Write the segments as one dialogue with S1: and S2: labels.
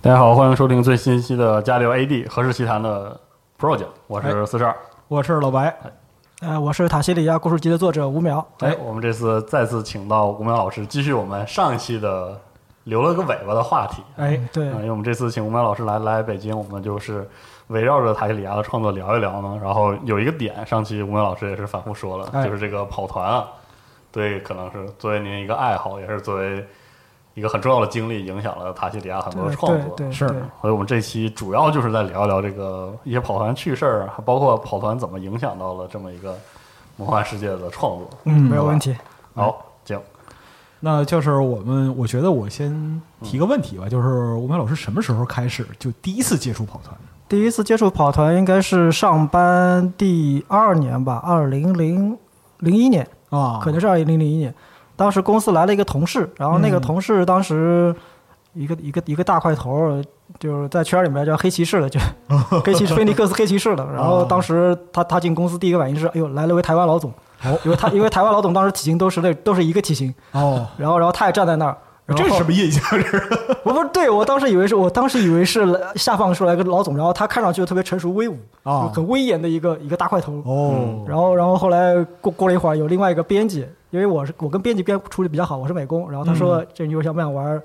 S1: 大家好，欢迎收听最新一期的《加流 AD 何氏奇谈》的 Pro 讲，我
S2: 哎
S1: 是四十二。
S2: 我是老白，呃，我是塔西里亚故事集的作者吴淼。
S1: 哎，我们这次再次请到吴淼老师，继续我们上一期的留了个尾巴的话题。
S2: 哎，对
S1: 嗯，因为我们这次请吴淼老师来来北京，我们就是围绕着塔西里啊亚的创作聊一聊呢。然后有一个点，上期吴淼老师也是反复说了，
S2: 哎
S1: 就是这个跑团啊，对，可能是作为您一个爱好，也是作为一个很重要的经历，影响了塔西里亚很多
S2: 对
S1: 的创作。
S2: 呃对对
S3: 是
S2: 对
S1: 所以我们这期主要就是在聊一聊这个一些跑团趣事儿，啊还包括跑团怎么影响到了这么一个魔幻世界的创作。
S2: 嗯，没有问题。
S1: 好，行，
S3: 那就是我们，我觉得我先提个问题吧，
S2: 嗯
S3: 就是吴淼老师什么时候开始就第一次接触跑团？
S2: 第一次接触跑团应该是上班第二年吧，二零零零一年，
S3: 啊，
S2: 可能是二零零一年。当时公司来了一个同事，然后那个
S3: 嗯
S2: 同事当时一个一个一个大块头，就是在圈里面叫黑骑士了， 就黑骑士菲尼克斯黑骑士了。然后当时他他进公司第一个反应是，哎呦，来了位台湾老总，
S3: 哦
S2: 因为他因为台湾老总当时体型都是那都是一个体型，
S3: 哦，
S2: 然后然后他也站在那儿。然后
S3: 这是什么印象？这是
S2: 我不是对我当时以为是我当时以为是下放出来一个老总，然后他看上去特别成熟威武，就
S3: 啊
S2: 很威严的一个一个大块头。
S3: 哦，
S2: 然后然后后来过过了一会儿，有另外一个编辑，因为我是我跟编辑边处的比较好，我是美工，然后他
S3: 嗯
S2: 说、这你有想不想玩？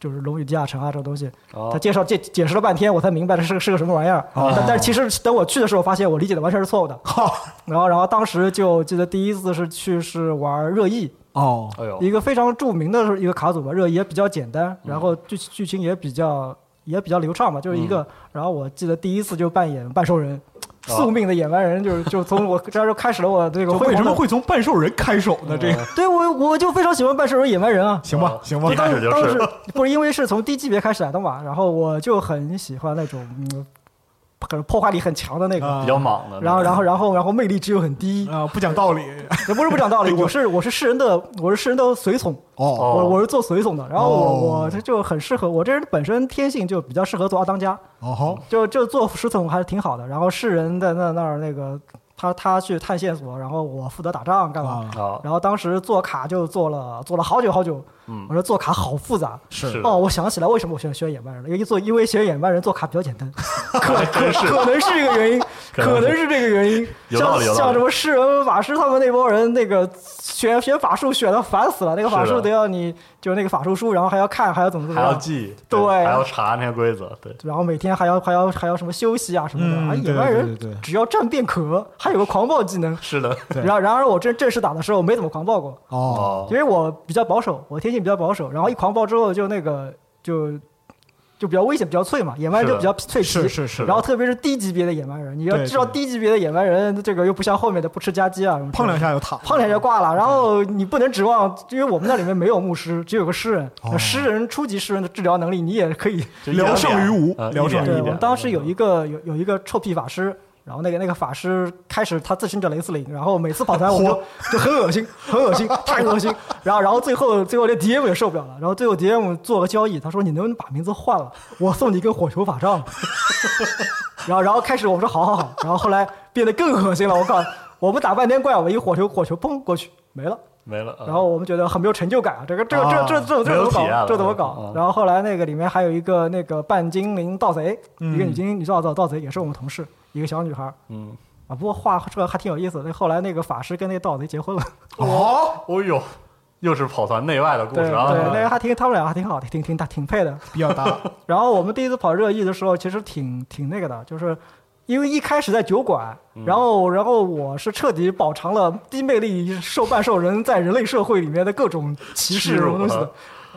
S2: 就是《龙与地下城》啊，这种东西，
S1: 哦
S2: 他介绍解解释了半天，我才明白这是个是个什么玩意儿。
S3: 哦
S2: 但但是其实等我去的时候，发现我理解的完全是错 误的。
S3: 好
S2: 然后然后当时就记得第一次是去是玩热议，
S3: 哦，嗯
S1: 哎呦，
S2: 一个非常著名的一个卡组吧，热也比较简单，然后剧剧情也比较也比较流畅吧，就是一个。
S3: 嗯
S2: 然后我记得第一次就扮演半兽人，宿命的演完人，就是就从我这儿就开始了我这个
S3: 哦就
S2: 辉
S3: 为什
S2: 煌
S3: 么
S2: 的。
S3: 会哦从半兽人开手呢？这个
S2: 对我我就非常喜欢半兽人演完人 啊。
S3: 行吧，行吧
S1: 一，开始就
S2: 当时
S1: 是
S2: 不是因为是从低级别开始来的嘛，然后我就很喜欢那种嗯，很破坏力很强的那个，
S3: 啊
S1: 比较莽的，
S2: 然后然后然后然后魅力值又很 低，
S3: 啊，不讲道理
S2: 也不是不讲道理，我是我是世人的我是世人的随从，
S3: 哦
S2: 我我是做随从的，然后我、
S3: 哦
S2: 我这就很适合我这人本身天性就比较适合做二当家，
S3: 哦好
S2: 就就做随从还是挺好的。然后世人在那那儿那个他他去探线索，然后我负责打仗干嘛。
S3: 啊，
S1: 啊，
S2: 然后当时做卡就做了做了好久好久，
S1: 嗯
S2: 我说做卡好复杂。
S3: 是
S2: 哦，我想起来 为什么我选选野蛮人了，因为做因为选野蛮人做卡比较简单，
S1: 可真是
S2: 可能是这个原因。可能是这个原因。
S1: 有道理有道
S2: 像
S1: 理
S2: 像什么诗人、法师他们那波人，那个选选法术选的烦死了，那个法
S1: 是的
S2: 术得要你就那个法术书，然后还要看，还要怎么怎
S1: 还
S2: 么
S1: 要
S2: 样。
S1: 记，
S2: 对
S1: 还要查那些规则，对，
S2: 然后每天还要还要还要什么休息啊什么的，
S3: 嗯
S2: 啊，
S3: 对
S2: 野外人
S3: 对对对
S2: 只要站便可，还有个狂暴技能。
S1: 是的，
S3: 对
S2: 然后然而我正正式打的时候没怎么狂暴过，
S3: 哦，
S1: 哦
S2: 因，为我比较保守，我天性比较保守，然后一狂暴之后就那个就就比较危险，比较脆嘛，野蛮人
S1: 是的
S2: 就比较脆皮，
S3: 是是是的
S2: 然后特别是低级别的野蛮人，你要
S3: 对
S2: 知道
S3: 对
S2: 低级别的野蛮人这个又不像后面的不吃家鸡啊什么，
S3: 碰两。下就嗯塌，
S2: 碰两下就挂了，然后你不能指望，因为我们那里面没有牧师，只有个诗人。
S3: 哦
S2: 诗人初级诗人的治疗能力你也可以。
S1: 就一点
S3: 聊胜于无
S1: 呃一
S3: 聊
S1: 点
S3: 胜于
S2: 对，
S1: 一
S3: 无
S2: 我
S1: 点嗯
S2: 们当时有一个有有一个臭屁法师，然后那个那个法师开始他自称叫雷斯林，然后每次跑团我就就很恶心，很恶 心，太恶心。然后然后最后最后连 DM 也受不了了，然后最后 DM 做个交易，他说你能不能把名字换了，我送你一根火球法杖。 然后然后开始我说好好好，然后后来变得更恶心了，我靠，我们打半天怪我一火球火球砰过去没了。
S1: 没了，呃
S2: 然后我们觉得很没有成就感啊，这个这个这个这个这个
S1: 没有
S2: 这个怎么
S1: 体验了
S2: 搞？这个怎么
S1: 嗯
S2: 搞？然后后来那个里面还有一个那个扮精灵盗贼，一个女精灵女盗盗盗贼也是我们同事，一个小女孩儿
S1: 嗯，
S2: 啊。不过话这个还挺有意思的，那后来那个法师跟那个盗贼结婚了，
S1: 哦，哦呦，又是跑团内外的故
S2: 对
S1: 事
S2: 对，
S1: 啊，
S2: 那个还挺他们俩还挺好的，挺挺挺挺配的。
S3: 比较搭，
S2: 然后我们第一次跑热议的时候，其实挺挺那个的，就是因为一开始在酒馆，
S3: 嗯
S2: 然后然后我是彻底饱尝了低魅力受半兽人在人类社会里面的各种歧视
S1: 是
S2: 什么东西
S1: 我
S2: 的。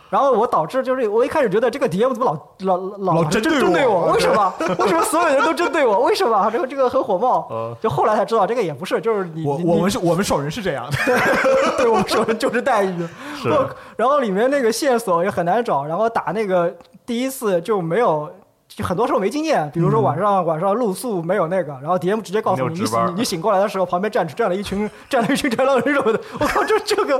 S2: 然后我导致就是我一开始觉得这个 DM 怎么老老老
S3: 老针
S2: 针
S3: 对我
S2: 对我，为什么？为什么所有人都针对我？为什么？这个这个很火
S1: 嗯
S2: 爆。就后来才知道这个也不是，就是 你
S3: 我
S2: 你
S3: 我
S2: 你
S3: 们是我们兽人是这样的，
S2: 对我们手上就是待遇。
S1: 是
S2: 我然后里面那个线索也很难找，然后打那个第一次就没有。就很多时候没经验，比如说晚上、晚上露宿没有那个，然后 DM 直接告诉
S1: 嗯没
S2: 你，
S1: 有
S2: 你
S1: 值班
S2: 醒你醒过来的时候，旁边站站了一群站了一群豺狼人什么的，我靠，这这个，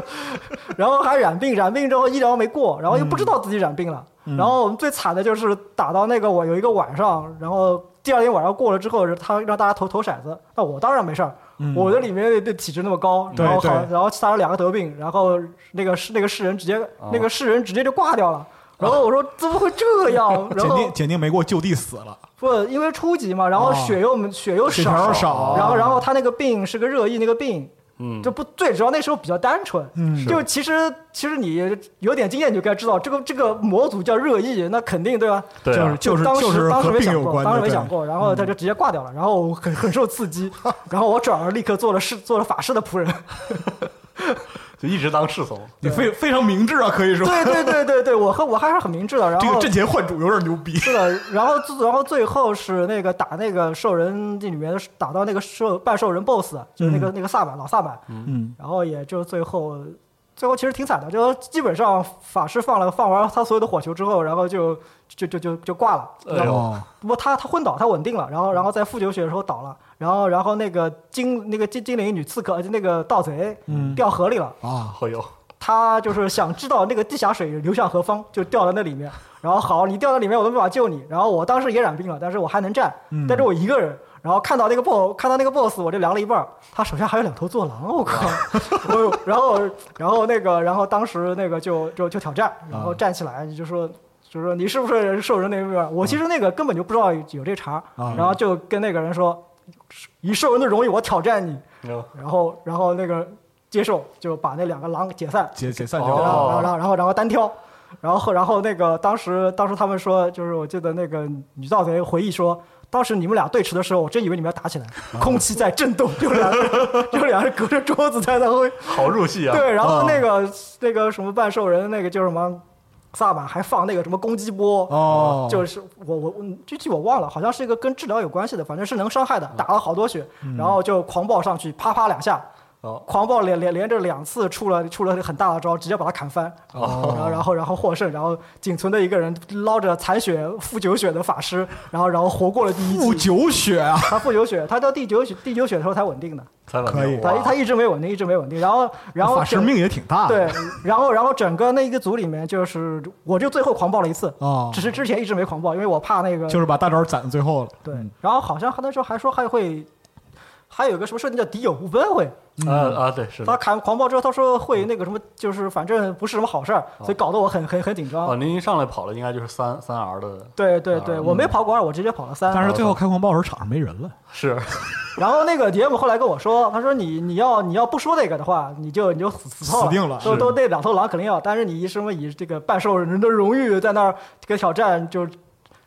S2: 然后还染病，染病之后医疗没过，然后又
S1: 嗯
S2: 不知道自己染病了，然后我们最惨的就是打到那个我有一个晚上，然后第二天晚上过了之后，他让大家投投骰子，那我当然没事儿，
S1: 嗯
S2: 我的里面的的体质那么高，
S3: 对
S2: 然后好
S3: 对，
S2: 然后其他人两个得病，然后那个是那个世人直接
S3: 哦
S2: 那个世人直接就挂掉了。然后我说怎么会这 样？然
S3: 鉴
S2: 后
S3: 定鉴定没过就地死了，
S2: 不因为初级嘛，然后
S3: 哦
S2: 血又血又
S3: 血条
S2: 少，哦
S3: 又少
S2: 然后然后他那个病是个热议那个病。
S1: 嗯
S2: 就不最主要那时候比较单纯，
S3: 嗯
S2: 就其实其实你有点经验你就该知道，这个这个模组叫热议，那肯定对吧？
S1: 对啊
S3: 就是
S2: 当时
S3: 就是
S2: 当时
S3: 和
S2: 没
S3: 病
S2: 想
S3: 有
S2: 过，
S3: 关的，
S2: 当时没
S3: 对嗯
S2: 想过，然后他就直接挂掉了，然后很很受刺 激，然后我转而立刻做了事，做了法师的仆人。
S1: 就一直当侍从，
S3: 你非非常明智啊，可以说
S2: 对对对对对，我和我还是很明智的。然
S3: 这个
S2: 后
S3: 阵前换主有点牛逼，
S2: 是的，然后最然后最后是那个打那个兽人这里面打到那个兽半兽人 BOSS，就是那个、那个萨满老萨满，
S3: 嗯，
S2: 然后也就最后最后其实挺惨的，就基本上法师放了放完他所有的火球之后，然后就就就就就挂了。
S1: 哎呦，
S3: 哦，
S2: 不过他他昏倒，他稳定了，然后然后在负九血的时候倒了，然后然后那个精那个精精灵女刺客呃那个盗贼
S3: 嗯
S2: 掉河里了，
S3: 啊，
S1: 哎呦，
S2: 他就是想知道那个地下水流向何方，就掉到那里面。然后好，你掉到里面我都没法救你。然后我当时也染病了，但是我还能站，但是我一个人。然后看到那个 boss，看到那个 boss，我就凉了一半儿。他手下还有两头坐狼，我靠！ 我然后然后那个然后当时那个就就就挑战，然后站起来就说。就说你是不是兽人那边？我其实那个根本就不知道有这茬儿，
S3: 啊
S2: 然后就跟那个人说，以兽人的荣誉我挑战你，
S1: 哎呦
S2: 然后然后那个接受就把那两个狼解散，
S3: 解解散就
S2: 然
S1: 哦
S3: 好，
S2: 后然后然后然后然后单挑，然后然后那个当时当时他们说，就是我记得那个女盗贼回忆说。当时你们俩对峙的时候，我真以为你们要打起来，空气在震动，就两个就两人隔 着桌子在那挥。
S1: 好入戏啊，
S2: 对，然后
S3: 哦
S2: 那个那个什么半兽人，那个叫什么萨满，还放那个什么攻击波，
S3: 哦，
S2: 就是我我我具体我忘了，好像是一个跟治疗有关系的，反正是能伤
S3: 嗯
S2: 害的，打了好多血，然后就狂暴上去，啪啪两下，
S1: 哦
S2: 狂暴连连连着两次出了出了很大的招，直接把他砍翻，
S3: 哦
S2: 然后然后然后获胜，然后仅存的一个人捞着残血负九血的法师，然后然后活过了第一
S3: 负
S2: 季，
S3: 九血啊，
S2: 他负九血，他到第九血第九血的时候才稳定的，
S1: 才稳
S3: 可以
S1: 定
S2: 他
S1: 哇
S2: 他一直没稳定，一直没稳定，然后然后
S3: 法师
S2: 整
S3: 命也挺大的，
S2: 对，然后然后整个那一个组里面，就是我就最后狂暴了一次，
S3: 哦
S2: 只是之前一直没狂暴，因为我怕那个
S3: 就是把大招攒到最后了，嗯
S2: 对，然后好像他那时候还说还会，还有个什么设定叫敌友无分会，
S1: 啊啊，对，是
S2: 嗯他
S1: 的。
S2: 砍狂暴之后，他说会那个什么，就是反正不是什么好事儿，
S3: 哦
S2: 所以搞得我很很很紧
S1: 哦，
S2: 张。
S1: 您一上来跑的应该就是三三 R 的，
S2: 对对对，
S1: 嗯
S2: 我没跑过二，我直接跑了三。
S3: 啊但是最后开狂暴时场上没人了，
S1: 是
S2: 然后那个 DM 后来跟我说，他说你你要你要不说那个的话，你就你就死死透
S3: 死定了
S2: 都
S3: 是
S2: 都那两头狼肯定要，但是你以什么以这个半兽人的荣誉在那儿给挑战，就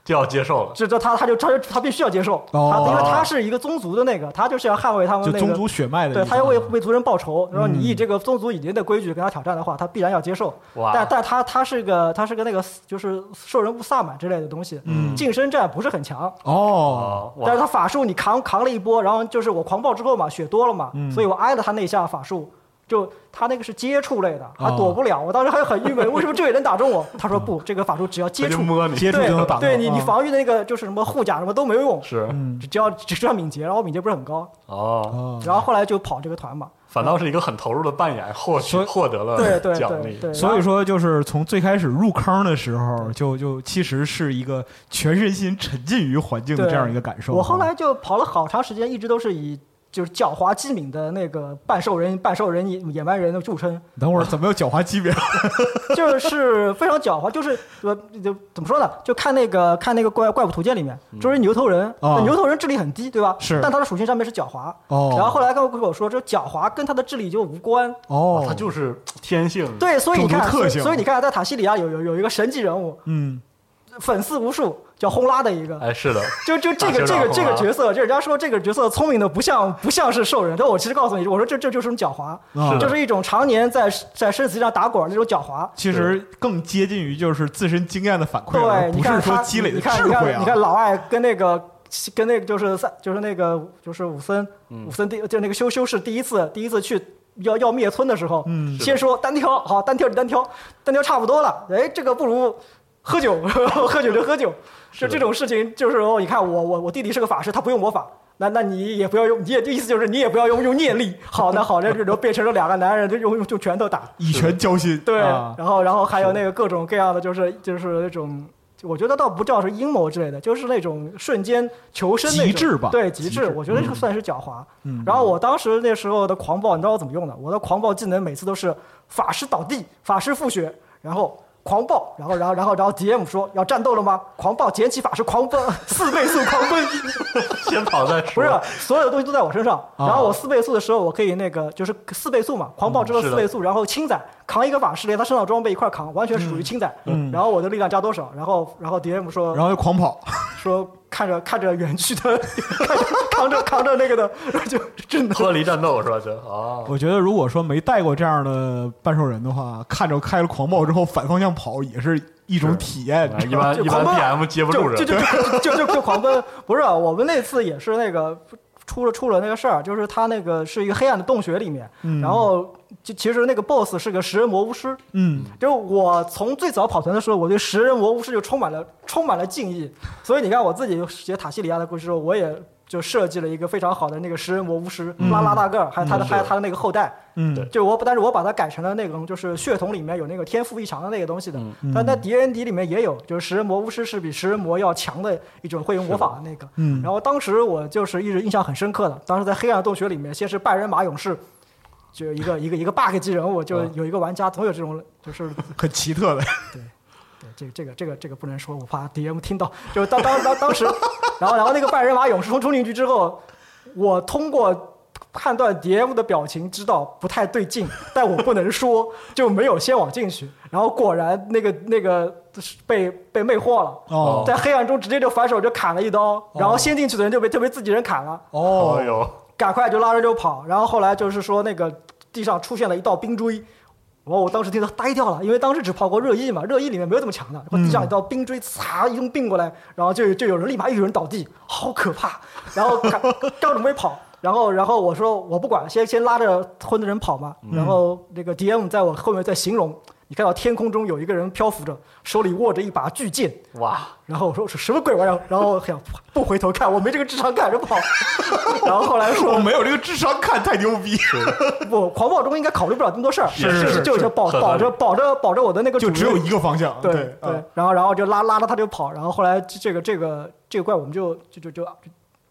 S1: 就要接受了。
S2: 这这他他就他就他必须要接受，
S3: 哦
S2: 他因为他是一个宗族的那个，他就是要捍卫他们哦
S3: 就
S2: 那
S3: 宗
S2: 个
S3: 族血脉的意思
S2: 对
S3: 啊，
S2: 他要为为族人报仇，然后你
S3: 嗯
S2: 以这个宗族已经的规矩跟他挑战的话，他必然要接受。
S1: 哇
S2: 但但他他是个他是个那个就是兽人物萨满之类的东西，
S3: 嗯
S2: 近身战不是很强。
S3: 哦，
S1: 哦，
S2: 但
S1: 哇，
S2: 是他法术你扛扛了一波，然后就是我狂暴之后嘛，血多了嘛，
S3: 嗯
S2: 所以我挨了他那一下法术，就他那个是接触类的，他
S3: 哦
S2: 躲不了。我当时还很郁闷，为什么这也能打中我？他说不，这个法术只要接
S1: 他就
S2: 触，
S1: 摸你，
S3: 接触
S2: 对
S3: 嗯就能打到
S2: 对你你
S3: 啊
S2: 防御的那个就是什么护甲什么都没有用，
S1: 是
S3: 嗯
S2: 只要只要敏捷，然后敏捷不是很高，
S1: 哦，
S3: 哦，
S2: 然后后来就跑这个团嘛，
S1: 反倒是一个很投入的扮演，获取
S3: 所以
S1: 获得
S2: 对
S1: 了
S2: 对
S1: 奖
S2: 对
S1: 励。
S2: 对，
S3: 所以说，就是从最开始入坑的时候，就就其实是一个全身心沉浸于环境的这样一个感受。啊
S2: 我后来就跑了好长时间，一直都是以就是狡猾机敏的那个半兽人、半兽人野野蛮人的著称，
S3: 等会儿怎么有狡猾级 别？
S2: 就是非常狡猾，就是呃，就怎么说呢？就看那个看那个怪怪物图鉴里面，就是牛头人，
S3: 嗯啊
S2: 牛头人智力很低，对吧？
S3: 是
S2: 但他的属性上面是狡猾。
S3: 哦
S2: 然后后来跟我跟我说，这狡猾跟他的智力就无关。
S3: 哦
S1: 哇，他就是天性，
S2: 对，所以你
S3: 种
S2: 看，
S3: 族
S2: 所
S3: 特
S2: 以
S3: 性
S2: 所以你看，在塔西里亚有有有一个神级人物，
S3: 嗯，
S2: 粉丝无数，叫轰拉的一个。
S1: 哎， 是的，
S2: 就就这个
S1: 大
S2: 这
S1: 学
S2: 个
S1: 长
S2: 这
S1: 好
S2: 个
S1: 吧
S2: 角色，就人家说这个角色聪明的不像不像是兽人，但我其实告诉你，我说这这就是种狡
S3: 是
S2: 猾，
S3: 的
S2: 就是一种常年在在生死上打滚儿的那种狡猾。
S3: 其实更接近于就是自身经验的反馈，而
S2: 对，
S3: 不
S2: 你
S3: 是
S2: 看
S3: 说
S2: 他，
S3: 积累的
S2: 你
S3: 智
S2: 看你
S3: 慧
S2: 看
S3: 啊
S2: 你。看老艾跟那个跟那个就是三就是那个就是武森
S3: 嗯
S2: 武森第就那个修修士第一次第一次去。要要灭村的时候，
S3: 嗯
S2: 先说单挑，好，单挑就单挑，单挑差不多了，哎，这个不如喝酒， 喝酒就喝酒，就这种事情，就是哦，你看我我我弟弟是个法师，他不用魔法，那那你也不要用，你也意思就是你也不要用用念力，好，那好，那就就变成了两个男人就用用用拳头打，
S3: 以拳交心，
S2: 对，
S3: 啊
S2: 然后然后还有那个各种各样的，就是就是那种，我觉得倒不叫是阴谋之类的，就是那种瞬间求生那种
S3: 极致吧
S2: 对极
S3: 极
S2: 致
S3: 致，
S2: 我觉得这算是狡猾。
S3: 嗯
S2: 然后我当时那时候的狂暴，你知道我怎么用的？我的狂暴技能每次都是法师倒地，法师复血，然后。狂暴，然后，然后，然后，然后，DM 说要战斗了吗？狂暴捡起法师，狂奔 四倍速狂奔，
S1: 先跑再
S2: 不
S1: 说。啊
S2: 是啊所有的东西都在我身上。然后我四倍速的时候，我可以那个就是四倍速嘛，狂暴之后
S1: 嗯是
S2: 四
S1: 的
S2: 倍速，然后轻载扛一个法师，连他身上装备一块扛，完全是属于轻载。
S1: 嗯
S2: 然后我的力量加多少？然后然后 DM 说
S3: 然后就狂跑，
S2: 说看着看着园区的， 看着扛着扛着那个的，然后就真的。
S1: 脱离战斗是吧？就哦，
S3: 我觉得如果说没带过这样的半兽人的话，看着开了狂暴之后反方向跑也是一种体验。
S1: 啊一般
S2: 就
S1: 一般
S2: 狂暴
S1: DM 接不住
S2: 就就
S1: 人，
S2: 就就就就就狂奔，不是啊、我们那次也是那个出了出了那个事儿，就是他那个是一个黑暗的洞穴里面，
S1: 嗯
S2: 然后就其实那个 BOSS 是个食人魔巫师，
S3: 嗯，
S2: 就是我从最早跑团的时候，我对食人魔巫师就充满了充满了敬意，所以你看我自己写塔西里亚的故事时候，我也就设计了一个非常好的那个食人魔巫师、拉拉大个儿，还有他的、还有他的那个后代，
S3: 嗯
S1: 对
S2: 就我但是我把它改成了那种就是血统里面有那个天赋异常的那个东西的，但在 D N D 里面也有，就是食人魔巫师是比食人魔要强的一种会用魔法的那个。
S3: 嗯
S2: 然后当时我就是一直印象很深刻的，当时在黑暗洞穴里面，先是半人马勇士。就一个一个一个 bug 级人物，就有一个玩家总有这种，就是
S3: 很奇特的，
S2: 对这个这个这个这个不能说，我怕 DM 听到。就当当当当时，然后然后那个半人马勇士冲冲进去之后，我通过判断 DM 的表情知道不太对劲，但我不能说，就没有先往进去。然后果然那个那个被被魅惑了。
S3: 哦
S2: 在黑暗中直接就反手就砍了一刀，然后先进去的人就被就被自己人砍了，
S3: 哦
S1: 哦，哟，
S2: 赶快就拉着就跑。然后后来就是说那个地上出现了一道冰锥，我我当时听到呆掉了，因为当时只泡过热议嘛，热议里面没有这么强的。然后地上一道冰锥，嚓一通并过来，然后就就有人立马有人倒地，好可怕。然后赶刚准备跑。然后，然后我说我不管，先先拉着昏的人跑嘛。然后那个 DM 在我后面在形容，你看到天空中有一个人漂浮着，手里握着一把巨剑，
S1: 哇，
S2: 然后我说什么鬼玩意儿？然后我想不回头看，我没这个智商看着跑。然后后来说
S3: 我没有这个智商看太牛逼，
S2: 不，狂暴中应该考虑不了这么多事儿，
S1: 是是是
S2: 就是保
S1: 很
S2: 保着保着保着我的那个主人，
S3: 就只有一个方向。
S2: 对
S3: 对啊
S2: 然后然后就拉拉着他就跑，然后后来这这个这个这个怪我们就就就就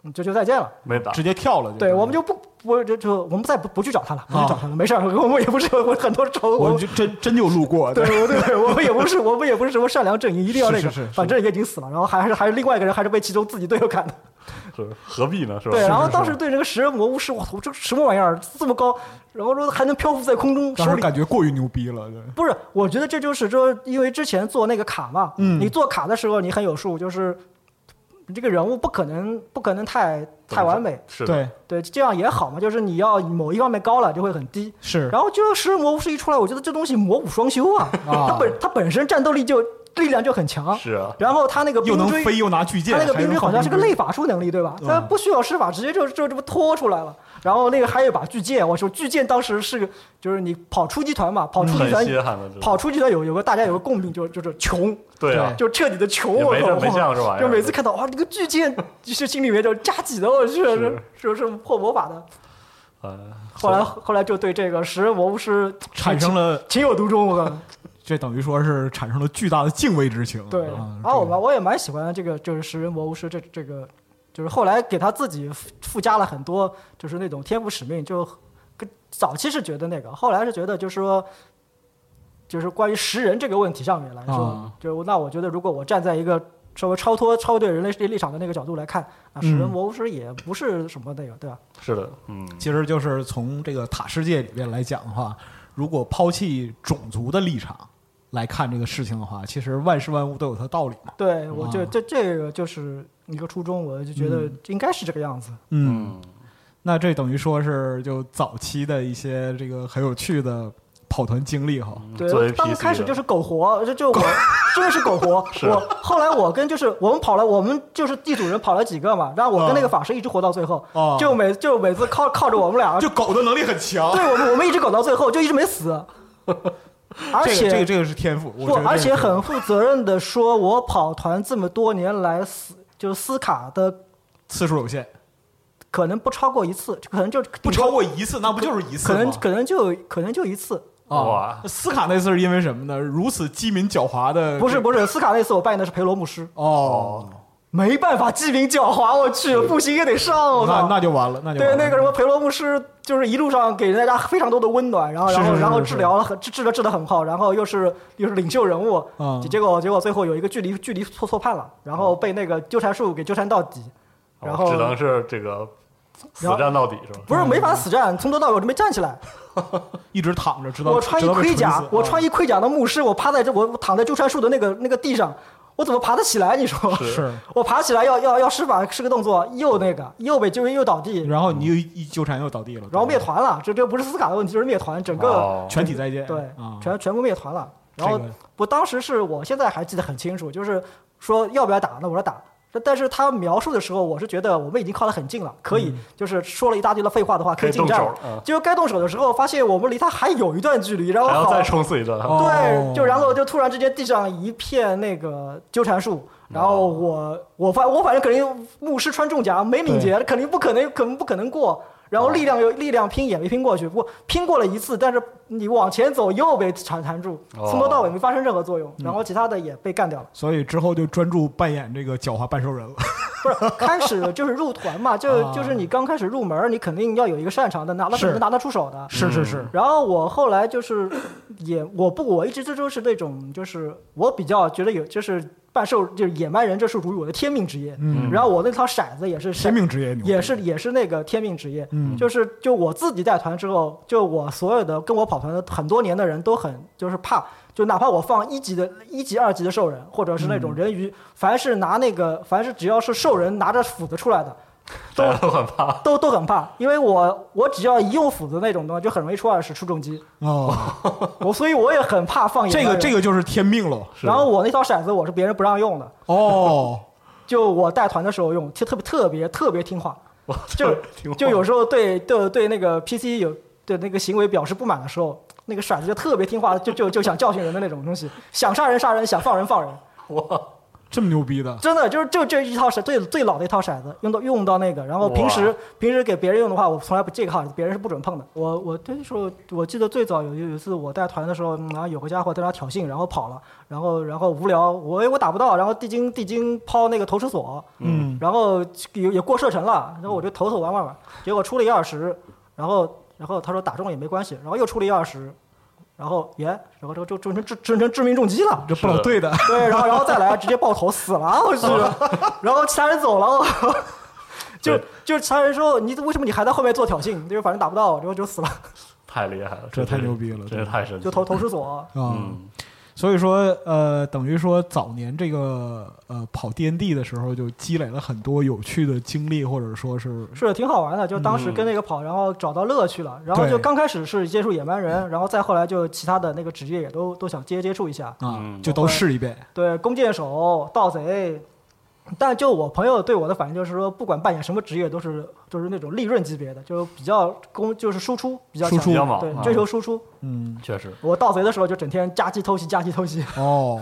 S2: 嗯就就再见了。
S1: 没打
S3: 啊直接跳了。
S2: 对，我们就不不就就我们再不不去找他了，不去找他了，没事儿，我们也不是我很多仇，
S3: 我
S2: 我
S3: 们就真真就路过。
S2: 对，我对我们也不是我们也不是什么善良阵营，一定要那
S3: 是
S2: 个
S3: 是是，是
S2: 反正也已经死了，然后还是还是另外一个人还是被其中自己队友砍的。
S1: 是何必呢？是吧？
S2: 对，然后
S1: 是
S2: 当时对这个食人魔巫师，我操，这什么玩意儿，这么高，然后说还能漂浮在空中，
S3: 当
S2: 手
S3: 时
S2: 里
S3: 感觉过于牛逼了。对，
S2: 不是，我觉得这就是说，因为之前做那个卡嘛，
S3: 嗯
S2: 你做卡的时候你很有数，就是你这个人物不可能不可能太太完美，
S1: 是的
S3: 对，
S2: 对，这样也好嘛，就是你要某一方面高了就会很低。
S3: 是。
S2: 然后就是食人魔巫师一出来，我觉得这东西魔武双修啊，
S3: 啊
S2: 他本他本身战斗力就力量就很强，
S1: 是啊，
S2: 然后他那个
S3: 又
S2: 冰
S3: 能
S2: 锥
S3: 飞又拿巨剑，
S2: 他那个
S3: 还
S2: 冰
S3: 能
S2: 锥好像是个
S3: 放嗯
S2: 类法术能力，对吧？他不需要施法，直接就就这么拖出来了。然后那个还有一把巨剑，我说巨剑当时是个，就是你跑初级团嘛，跑初
S1: 嗯
S2: 级
S1: 很
S2: 团，
S1: 稀罕的，这
S2: 跑初级团有有个大家有个共病，就就是穷，
S1: 对啊，
S2: 就彻底的穷。
S1: 也
S2: 我
S1: 没
S2: 靠
S1: 这没见过这玩意儿
S2: 就每次看到哇，这个巨剑，就是心里面就加几的，我去，
S1: 是
S2: 是是破魔法的。
S1: 呃，
S2: 后来后来就对这个食人魔巫师
S3: 产生了，
S2: 情有独钟，我靠。
S3: 这等于说是产生了巨大的敬畏之情。
S2: 对，
S3: 啊
S2: 然后我吧，我也蛮喜欢这个，就是食人魔巫师这这个，就是后来给他自己附附加了很多，就是那种天赋使命，就跟早期是觉得那个，后来是觉得就是说，就是关于食人这个问题上面来说，
S3: 啊
S2: 就那我觉得如果我站在一个稍微超脱超对人类世界立场的那个角度来看，啊，食人
S3: 嗯
S2: 魔巫师也不是什么那个，对吧？
S1: 是的，嗯，
S3: 其实就是从这个塔世界里面来讲的话，如果抛弃种族的立场来看这个事情的话，其实万事万物都有它的道理嘛。
S2: 对，我就
S3: 啊
S2: 这这个就是一个初衷，我就觉得
S3: 嗯
S2: 应该是这个样子。
S3: 嗯，那这等于说是就早期的一些这个很有趣的跑团经历哈。
S1: 作为
S2: 对，刚
S1: PC
S2: 开始
S1: 的
S2: 就是苟活，就就 我真的是苟活。我后来我跟就是我们跑了，我们就是地主人跑了几个嘛，然后我跟那个法师一直活到最后，
S3: 嗯哦
S2: 就每就每次靠靠着我们俩，
S3: 就狗的能力很强，
S2: 对我们我们一直苟到最后，就一直没 死，而
S3: 这
S2: 且
S3: 个这个这个是天赋，我
S2: 不
S3: 觉得，
S2: 而
S3: 这
S2: 且
S3: 个是
S2: 很负责任的说，我跑团这么多年来死就是撕卡的
S3: 次数有限，
S2: 可能不超过一次，可能就
S3: 不超，过一次，那不就是一次
S2: 可
S3: 吗？
S2: 能可能就可能就一次。
S3: 啊
S1: 哇，
S3: 斯卡那次是因为什么呢？如此机敏狡猾的，
S2: 不是
S3: 这
S2: 不是，斯卡那次我扮演的是培罗牧师，
S3: 哦，
S2: 没办法，机灵狡猾，我去，不行也得上，我
S3: 那
S2: 操！
S3: 那就完了，那就
S2: 对
S3: 完了
S2: 那个什么培罗牧师，就是一路上给大家非常多的温暖，然后
S3: 是
S2: 然
S3: 是
S2: 后
S3: 是
S2: 然后
S3: 是
S2: 治疗了很治治的治的很好，然后又是又是领袖人物
S3: 嗯，
S2: 结结果结果最后有一个距离距离错错判了，然后被那个纠缠术给纠缠到底，
S3: 哦
S2: 然后
S1: 只能是这个死
S2: 然后
S1: 战到底是吧？
S2: 不是没法死战，从头到尾我就没站起来，
S3: 一直躺着，直到
S2: 我穿一盔甲，我穿
S3: 一
S2: 一盔甲的牧师，我趴在这我我躺在纠缠术的那个那个地上，我怎么爬得起来？你说
S3: 是，
S2: 我爬起来要要要施法是个动作，又那个又被纠又倒地，
S3: 然后你又一纠缠又倒地了，
S2: 然后
S3: 对
S2: 灭
S3: 吧
S2: 团了，这这不是斯卡的问题，就是灭团，整个
S1: 哦
S3: 全体再见，
S2: 对
S3: 啊，
S2: 全全部灭团了。然后
S3: 这个
S2: 我当时是我现在还记得很清楚，就是说要不要打，那我说打。但但是他描述的时候，我是觉得我们已经靠得很近了，可
S3: 嗯
S2: 以，就是说了一大堆的废话的话，
S1: 可
S2: 可以
S1: 以
S2: 进
S1: 动
S2: 战
S1: 手
S2: 了。
S1: 嗯
S2: 结果该动手的时候，发现我们离他还有一段距离，然后
S1: 还要
S2: 好
S1: 再冲刺一段，
S3: 哦
S2: 对，就然后就突然之间地上一片那个纠缠术，然
S3: 哦
S2: 后我我反我反正肯定牧师穿重甲没领结，肯定不可能，肯定不可能过。然后力量有
S3: 哦
S2: 力量拼也没拼过去，不过拼过了一次，但是你往前走又被缠缠住，
S1: 哦
S2: 从头到尾没发生任何作
S3: 嗯
S2: 用，然后其他的也被干掉了。
S3: 所以之后就专注扮演这个狡猾半 兽人了，
S2: 不是开始就是入团嘛，就
S3: 啊
S2: 就是你刚开始入门，你肯定要有一个擅长的，拿得
S3: 是
S2: 能拿得出手的。
S3: 是是是，
S2: 然后我后来就是 也我不我一直这就是那种就是我比较觉得有就是半兽就是野蛮人，这是属于我的天命职业。
S3: 嗯，
S2: 然后我那套骰子也是
S3: 天命职业牛，
S2: 也是也是那个天命职业，
S3: 嗯
S2: 就是就我自己带团之后，就我所有的跟我跑团的很多年的人都很就是怕，就哪怕我放一级的一级、二级的兽人，或者是那
S3: 嗯
S2: 种人鱼，凡是拿那个凡是只要是兽人拿着斧子出来的，
S1: 大家都很怕，
S2: 都都很怕，因为我我只要一用斧子那种东西，就很容易出二十出重击。
S3: 哦，
S2: 我所以我也很怕放野
S3: 这个
S2: 蛮人
S3: 这，个就是天命了，
S2: 然后我那套骰子我是别人不让用的，
S3: 哦，
S2: 就我带团的时候用，就特别特别特别听话，就
S1: 挺
S2: 就
S1: 晃
S2: 有时候对对对那个 PC 有对那个行为表示不满的时候，那个骰子就特别听话，就就就想教训人的那种东西，想杀人杀人，想放人放人。
S1: 哇，
S3: 这么牛逼的，
S2: 真的就是就这一套骰最最老的一套骰子，用到用到那个，然后平时
S1: 哇
S2: 平时给别人用的话，我从来不这个号别人是不准碰的。我我那时候我记得最早有一有一次我带团的时候，嗯然后有个家伙在那挑衅，然后跑了，然后然后无聊，我我打不到，然后地精地精抛那个投石索，
S3: 嗯，
S2: 然后也也过射程了，然后我就投投玩玩玩，结果出了一二十，然后然后他说打中了也没关系，然后又出了一二十，然后耶，然后这个就就就就就成致命重击了。
S3: 这不老对的，
S2: 对，然后然后再来直接爆头死了，啊我去， 然后其他人走了， 我就
S1: 啊对
S2: 就其他人说你为什么你还在后面做挑衅？就是反正打不到，然后就死了，
S1: 太厉害了，
S3: 这太
S1: 是
S3: 牛逼了
S1: 真是太神奇了，
S2: 就投投石索。
S3: 啊。
S1: 嗯，
S3: 所以说，呃，等于说早年这个呃跑 D N D 的时候，就积累了很多有趣的经历，或者说是
S2: 是的挺好玩的，就当时跟
S1: 嗯
S2: 那个跑，然后找到乐趣了，然后就
S3: 对
S2: 刚开始是接触野蛮人，然后再后来就其他的那个职业也都都想接接触一下，
S3: 啊，
S1: 嗯
S3: 就都试一遍。
S2: 对，弓箭手、盗贼，但就我朋友对我的反应就是说，不管扮演什么职业，都是都是那种利润级别的，就比较工就是输出比较
S3: 输
S2: 强，
S3: 出比
S1: 较猛
S2: 对
S1: 啊，
S2: 追求输出。
S3: 嗯，
S1: 确实。
S2: 我盗贼的时候就整天夹击偷袭，夹击偷袭。
S3: 哦，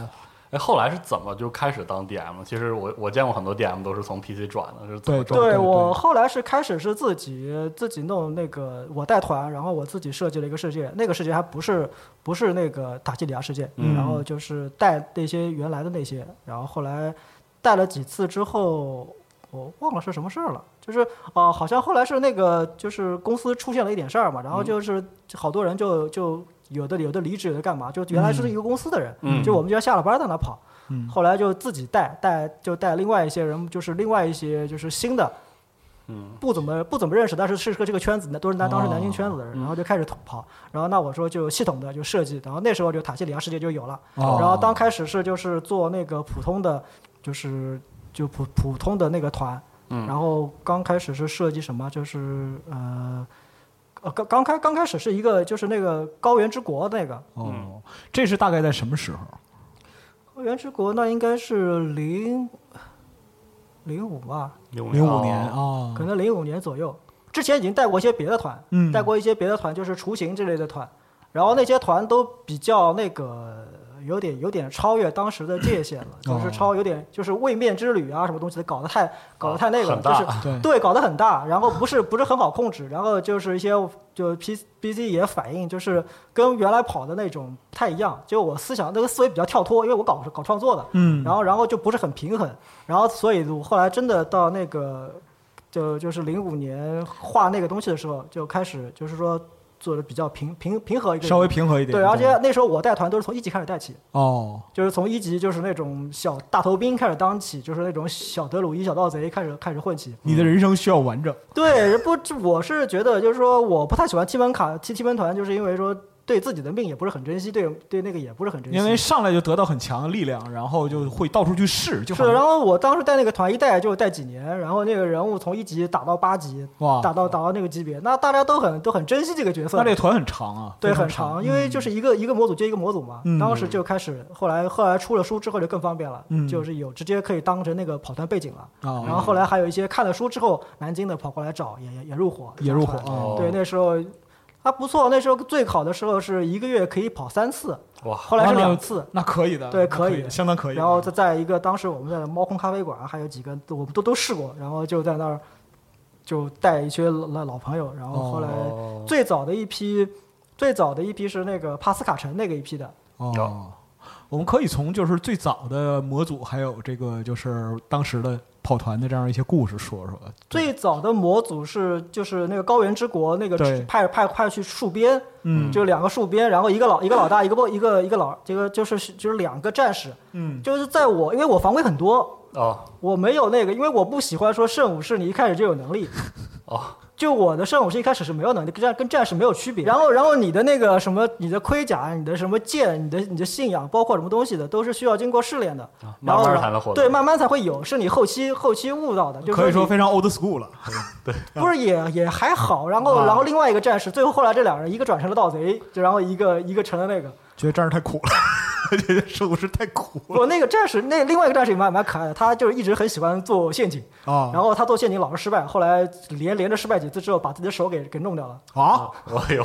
S1: 哎，后来是怎么就开始当 DM 了？其实我我见过很多 DM 都是从 PC 转的，是怎么
S3: 对
S1: 转？
S3: 对
S2: 对我后来是开始是自己自己弄那个，我带团，然后我自己设计了一个世界，那个世界还不是不是那个塔基里亚世界，
S1: 嗯
S2: 然后就是带那些原来的那些，然后后来带了几次之后，我忘了是什么事儿了，就是哦、呃好像后来是那个就是公司出现了一点事儿嘛，然
S1: 嗯
S2: 后就是好多人就就有的有的离职，有的干嘛，就原来是一个公司的人，
S1: 嗯
S2: 就我们就要下了班在那跑。
S3: 嗯，
S2: 后来就自己带带就带另外一些人，就是另外一些就是新的，
S1: 嗯，
S2: 不怎么不怎么认识，但是是个这个圈子的，都是南当时南京圈子的人，
S1: 嗯
S2: 然后就开始跑。然后那我说就系统的就设计，然后那时候就塔西里亚世界就有了。
S3: 哦
S2: 然后当开始是就是做那个普通的，就是就普普通的那个团，
S1: 嗯
S2: 然后刚开始是设计什么，就是呃。呃，刚刚开刚开始是一个就是那个高原之国那个
S1: 嗯
S3: 哦，这是大概在什么时候？
S2: 高原之国，那应该是零零五吧，
S1: 零
S3: 零五年啊
S2: 可，能零五年左右。之前已经带过一些别的团，
S3: 嗯
S2: 带过一些别的团，就是雏形之类的团，然后那些团都比较那个，有点有点超越当时的界限了，就是超有点就是位面之旅啊什么东西的，搞得太搞得太那个了，
S1: 很大
S2: 就是
S3: 对
S2: 对搞得很大，然后不是不是很好控制，然后就是一些就 P B C 也反映就是跟原来跑的那种不太一样，就我思想那个思维比较跳脱，因为我搞搞创作的，
S3: 嗯，
S2: 然后然后就不是很平衡，然后所以我后来真的到那个，就就是零五年画那个东西的时候，就开始就是说做的比较平平平和一点，
S3: 稍微平和一点。
S2: 对，而且那时候我带团都是从一级开始带起，
S3: 哦，
S2: 就是从一级就是那种小大头兵开始当起，就是那种小德鲁伊、小盗贼开始开始混起，嗯
S3: 你的人生需要完整。
S2: 对，不，这我是觉得就是说，我不太喜欢踢门卡、踢踢门团，就是因为说对自己的命也不是很珍惜，对对那个也不是很珍惜，
S3: 因为上来就得到很强的力量，然后就会到处去试，就是好
S2: 的，
S3: 像
S2: 然后我当时带那个团一带就带几年，然后那个人物从一级打到八级，
S3: 哇
S2: 打到打到那个级别，那大家都很都很珍惜这个角色
S3: 啊那，这团很长嗯啊，
S2: 对，
S3: 非常
S2: 很长，因为就是一个一个模组接一个模组嘛。当时就开始，后来后来出了书之后就更方便了，
S3: 嗯
S2: 就是有直接可以当成那个跑团背景了。
S3: 啊，
S2: 然后后来还有一些看了书之后，南京的跑过来找，也也也入伙，
S3: 也入伙
S2: 团
S3: 啊，
S2: 对，那时候还不错，那时候最考的时候是一个月可以跑三次，
S1: 哇，
S2: 后来是
S3: 那
S2: 两次。
S3: 那可以的，
S2: 对
S3: 那
S2: 可
S3: 可
S2: 以
S3: 的相当可以的。
S2: 然后再在一个当时我们在猫空咖啡馆，还有几个我们都都试过，然后就在那儿就带一些老老朋友，然后后来
S1: 哦
S2: 最早的一批，最早的一批是那个帕斯卡城那个一批的，
S3: 哦，我们可以从就是最早的模组，还有这个就是当时的跑团的这样一些故事说说。
S2: 最早的模组是就是那个高原之国那个
S3: 对
S2: 派派派去戍边，
S3: 嗯
S2: 就两个戍边，然后一个老一个老大，一个不一个一个老这个就是就是两个战士，
S3: 嗯，
S2: 就是在我因为我防卫很多，
S1: 哦
S2: 我没有那个，因为我不喜欢说圣武士你一开始就有能力，
S1: 哦，
S2: 就我的圣武士一开始是没有能力，跟战跟战士没有区别。然后，然后你的那个什么，你的盔甲、你的什么剑、你的你的信仰，包括什么东西的，都是需要经过试炼的，然后
S1: 慢慢才能获得
S2: 对，慢慢才会有，是你后期后期悟到的。就是
S3: 可以说
S2: 你
S3: 非常 old school 了。 啊
S2: 不是也也还好。然后，然后另外一个战士，最后后来这两人，一个转成了盗贼，就然后一个一个成了那个。
S3: 觉得这样太苦了， 觉得是不是太苦了
S2: 我那个战士，那另外一个战士也蛮蛮可爱的，他就是一直很喜欢做陷阱，
S3: 啊？
S2: 然后他做陷阱老是失败，后来连连着失败几次之后，把自己的手给给弄掉了。
S3: 啊，
S1: 我有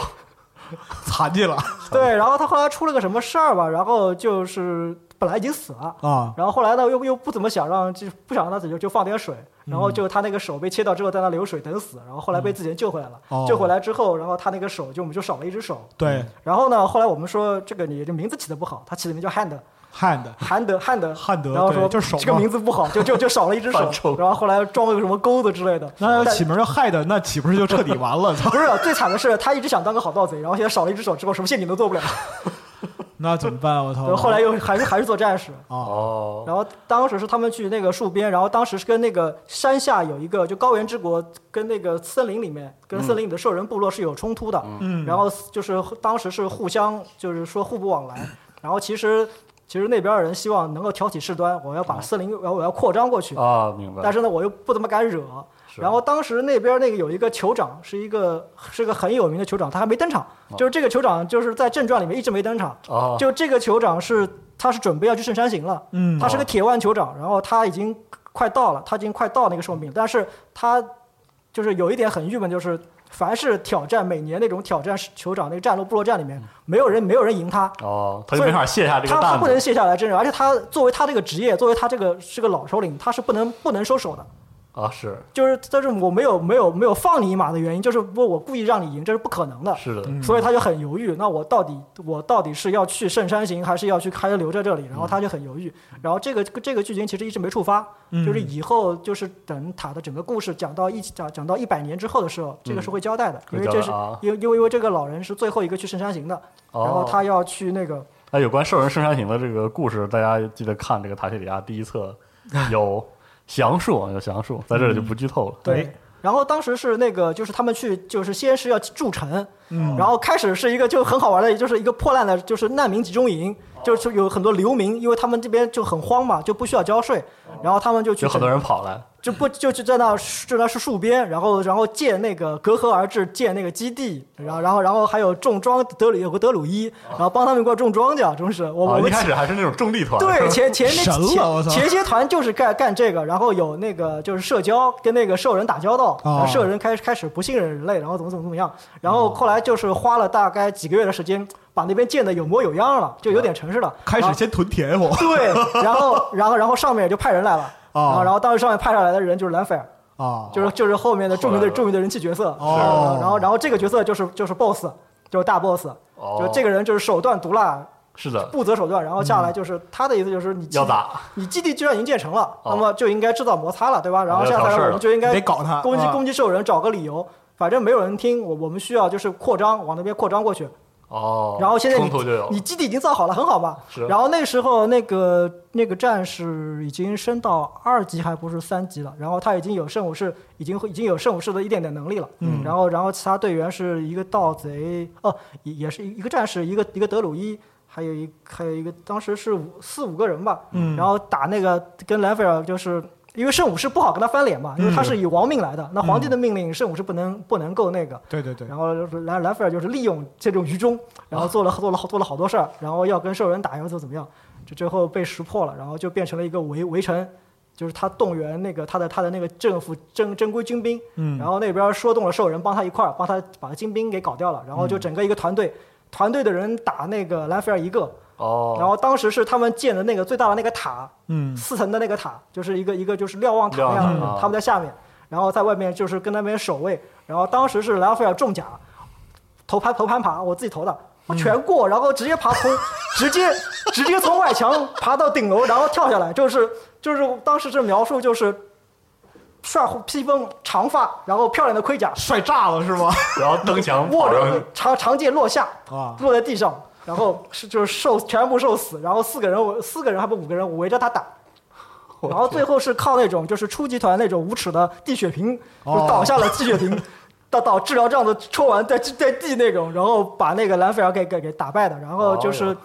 S3: 残疾了
S2: 对，然后他后来出了个什么事儿吧，然后就是本来已经死了，
S3: 啊，
S2: 然后后来呢又又不怎么想让就不想让他死就就放点水，
S3: 嗯
S2: 然后就他那个手被切掉之后在那流水等死，然后后来被自己人救回来了，
S3: 哦
S2: 救回来之后，然后他那个手就我们就少了一只手，
S3: 对
S2: 然后呢后来我们说这个你这名字起的不好，他起的名叫汉德。
S3: ，hand
S2: 汉德，汉德，
S3: 汉德
S2: 然后
S3: 对
S2: 说
S3: 就是手
S2: 这个
S3: 嘛
S2: 名字不好，就就就少了一只
S1: 犯
S2: 手，
S1: 冲
S2: 然后后来装了个什么钩子之类的。
S3: 那要
S2: 但
S3: 起名叫 head，那岂不是就彻底 完了？操
S2: 不是啊最惨的是，他一直想当个好盗贼，然后现在少了一只手之后，什么陷阱都做不了。
S3: 那怎么办？我
S2: 然后
S3: 操！
S2: 后来又还是还是做战士。
S3: 啊，
S1: 哦，
S2: 然后当时是他们去那个树边，然后当时是跟那个山下有一个就高原之国跟那个森林里面跟森林里的兽人部落是有冲突的，
S3: 嗯
S2: 然后就是当时是互相就是说互不往 来，然后其实其实那边的人希望能够挑起事端，我要把森林我要我要扩张过去，
S1: 啊，哦明白。
S2: 但是呢，我又不怎么敢惹。
S1: 是
S2: 然后当时那边那个有一个酋长，是一个是个很有名的酋长，他还没登场。就是这个酋长就是在正传里面一直没登场。
S1: 哦
S2: 就这个酋长是他是准备要去圣山行了，
S3: 嗯
S2: 他是
S1: 哦
S2: 个铁腕酋长，然后他已经快到了，他已经快到那个寿命，但是他就是有一点很郁闷，就是凡是挑战每年那种挑战酋长那个战斗部落战里面，没有人没有人赢他，
S1: 哦，他就没法卸嗯下这个
S2: 他他
S1: 担
S2: 不能
S1: 子。
S2: 卸下来真人，而且他作为他这个职业，作为他这个是个老首领，他是不能不能收手的。
S1: 啊，是
S2: 就是但是我没有没有没有放你一马的原因，就是不我故意让你赢，这是不可能的。
S1: 是的，
S2: 所以他就很犹豫，那我到底我到底是要去圣山行，还是要去还是留在这
S1: 嗯
S2: 里？然后他就很犹豫。然后这个这个剧情其实一直没触发，
S1: 嗯
S2: 就是以后就是等塔的整个故事讲到一讲讲到一百年之后的时候，这个是会交代的，
S1: 嗯会
S2: 因为
S1: 交
S2: 这
S1: 代
S2: 是
S1: 啊
S2: 因为因为因为这个老人是最后一个去圣山行的，然后
S1: 哦
S2: 他要去那个。
S1: 那有关兽人圣山行的这个故事，大家记得看这个塔西里亚第一 册有详述啊，有详述，在这里就不剧透了。
S2: 嗯
S1: 哎
S2: 对。然后当时是那个，就是他们去，就是先是要筑城，
S3: 嗯
S2: 然后开始是一个就很好玩的，就是一个破烂的，就是难民集中营，就是有很多流民，因为他们这边就很荒嘛，就不需要交税，然后他们就去
S1: 有很多人跑来，
S2: 就不就就在那就那是树边，然后然后建那个隔河而治，建那个基地，然后然后然后还有种庄德鲁有个德鲁伊，然后帮他们一块种庄稼，真是我
S1: 啊，
S2: 我
S1: 一
S2: 们
S1: 开始还是那种种地团，
S2: 对，前前那
S3: 神了我操
S2: 前前些团就是干干这个，然后有那个就是社交跟那个兽人打交
S3: 哦
S2: 道，然后兽人开始开始不信任人类，然后怎么怎么怎么样，然后后来就是花了大概几个月的时间，把那边建的有模有样了，就有点城市了。
S3: 开
S2: 然
S3: 始
S2: 后
S3: 先囤田 我
S2: 对，然后然后然后上面也就派人来了，
S3: 哦
S2: 然后然后当时上面派上来的人就是兰菲尔，
S3: 啊，
S2: 就是就是后面的著名
S1: 后来
S2: 的
S1: 的
S2: 著名的人气角色，
S3: 哦
S2: 啊然后然后这个角色就是就是 BOSS，就是大 BOSS，
S1: 哦
S2: 就这个人就是手段毒辣，
S1: 是的，
S2: 不择手段，然后下来就是、他的意思就是你
S1: 嗯
S2: 基
S1: 要打
S2: 你基地既然已经建成了，
S1: 哦
S2: 那么就应该制造摩擦了，对吧？然后
S1: 要
S2: 下
S1: 挑
S2: 来
S1: 事儿
S2: 我
S1: 了
S2: 们就应该
S3: 得搞他
S2: 攻击
S3: 啊
S2: 攻击兽人，找个理由。反正没有人听，我我们需要就是扩张，往那边扩张过去。
S1: 哦，
S2: 然后现在
S1: 冲
S2: 你
S1: 突就有
S2: 你基地已经造好了，很好嘛
S1: 是。
S2: 然后那时候那个那个战士已经升到二级，还不是三级了。然后他已经有圣武士，已经会已经有圣武士的一点点能力了。嗯。然后然后其他队员是一个盗贼，哦，也也是一个战士，一个一个德鲁伊。还有一还有一个，当时是五四五个人吧，嗯，然后打那个跟兰菲尔，就是因为圣武士不好跟他翻脸嘛，因
S1: 嗯
S2: 为他是以王命来的，那皇帝的命令圣武士不能不能够那个，
S3: 对对对
S2: 然，后就是兰兰菲尔就是利用这种愚忠，然后做了做了好做了好多事儿，然后要跟兽人打，又怎么怎么样，这最后被识破了，然后就变成了一个围围城，就是他动员那个他的他的那个政府正正规军兵，
S3: 嗯
S2: 然后那边说动了兽人，帮他一块儿帮他把精兵给搞掉了，然
S3: 嗯
S2: 后就整个一个团队，团队的人打那个兰菲尔一个，
S1: 哦，
S2: 然后当时是他们建的那个最大的那个塔，
S3: 嗯
S2: 四层的那个塔，就是一个一个就是瞭望塔那
S1: 瞭
S2: 样
S1: 望
S2: 的
S1: 塔，
S2: 他们在下面，然后在外面就是跟那边守卫，然后当时是莱菲尔中奖，头攀头攀爬，我自己投的，我全过，然后直接爬 从直接直接从外墙爬到顶楼，然后跳下来，就是就是当时这描述就是。帅乎披风长发，然后漂亮的盔甲，
S3: 帅炸了是 吗？
S1: 然后蹬墙
S2: 握
S1: 跑上
S2: 着
S1: 去，
S2: 长长剑落下
S3: 啊
S2: 落在地上，然后是就是受全部受死，然后四个人我四个人还不五个人我围着他打，然后最后是靠那种就是初级团那种无耻的地血瓶，就
S3: 哦
S2: 倒下了地血 瓶，倒倒治疗这样子戳完再再地那种，然后把那个兰菲尔给给给打败的，然后就
S1: 哦
S2: 是
S1: 哟。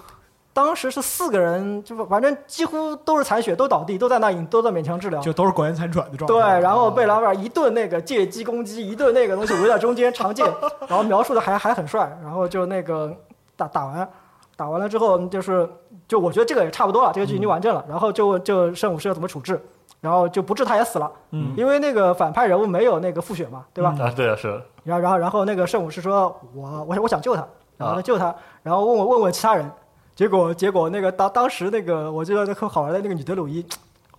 S2: 当时是四个人，就反正几乎都是残血，都倒地，都在那引，都在勉强治疗。
S3: 就都是苟延残喘的状态。啊
S2: 对，然后被老板一顿那个借机攻击，一顿那个东西围在中间长 剑，然后描述的还还很帅，然后就那个打打完，打完了之后就是就我觉得这个也差不多了，这个剧已经
S3: 嗯
S2: 完整了，然后就就圣武士要怎么处置，然后就不治他也死了，嗯，因为那个反派
S3: 嗯
S2: 人物没有那个复血嘛，对吧？
S1: 啊，对啊，是
S2: 然后然后然后那个圣武士说，我我我想救他，然后他救他，然后问我问我其他人，结果结果那个当当时那个我记得那很好玩的那个女德鲁伊，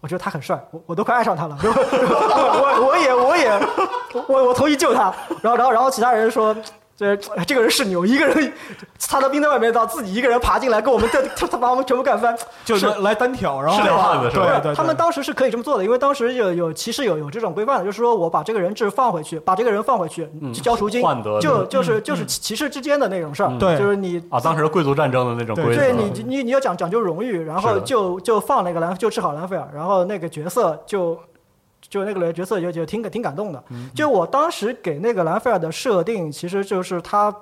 S2: 我觉得他很帅，我我都快爱上他了， 然后我我也我也我我同意救他，然后然后然后其他人说。这哎这个人是牛，一个人 他的兵在外面到自己一个人爬进来，跟我们这他他把我们全部干翻，
S3: 就是
S2: 是
S3: 来来单挑，然后
S1: 是两汉子是吧
S3: 对对对，
S2: 他们当时是可以这么做的，因为当时有有其实有有这种规范的，就是说我把这个人质放回去，把这个人放回去，
S3: 嗯
S2: 就交赎金
S1: 换得，
S2: 就
S1: 嗯
S2: 就是就是骑骑士之间的那种事儿，
S3: 对
S2: 就是你
S1: 啊，当时贵族战争的那种
S3: 对
S1: 规则，
S2: 对你你你要讲讲究荣誉，然
S1: 是
S2: 后
S1: 的
S2: 就就放那个兰就治好兰菲尔，然后那个角色就就那个角色就就挺挺感动的。就我当时给那个兰菲尔的设定，其实就是他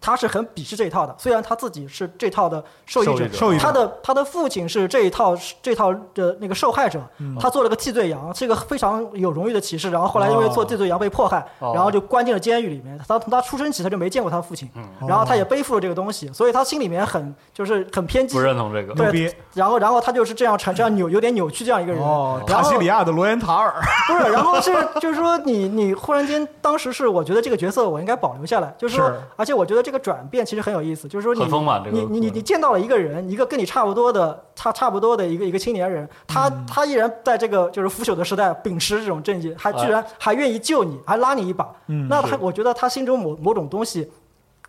S2: 他是很鄙视这一套的，虽然他自己是这套的受益
S1: 受益
S2: 者
S1: 者，
S3: 受益者
S2: 他的他的父亲是这一套这套的那个受害者，他做了个替罪羊，是一个非常有荣誉的骑士，然后后来因为做替罪羊被迫害，
S1: 哦
S2: 然后就关进了监狱里面。他从他出生起他就没见过他父亲，
S1: 嗯
S3: 哦
S2: 然后他也背负了这个东西，所以他心里面很就是很偏激
S1: 不。认同这个，
S3: 牛
S2: 对
S3: 逼，
S2: 然后然后他就是这样成这样扭有点扭曲这样一个人。
S3: 哦，
S2: 然
S3: 塔
S2: 后
S3: 西里亚的罗延塔尔，
S2: 不是，然后是就是说你你忽然间当时是我觉得这个角色我应该保留下来，就是说
S3: 是
S2: 而且我觉得这个转变其实很有意思，就是说你
S1: 很丰满这个
S2: 你你你
S1: 故事
S2: 你见到了一个人，一个跟你差不多的差差不多的一个一个青年人，他、
S3: 嗯
S2: 他依然在这个就是腐朽的时代秉持这种正义，还居然还愿意救你，还拉你一把，
S3: 哎嗯哦
S2: 那
S1: 是
S2: 他我觉得他心中某某种东西。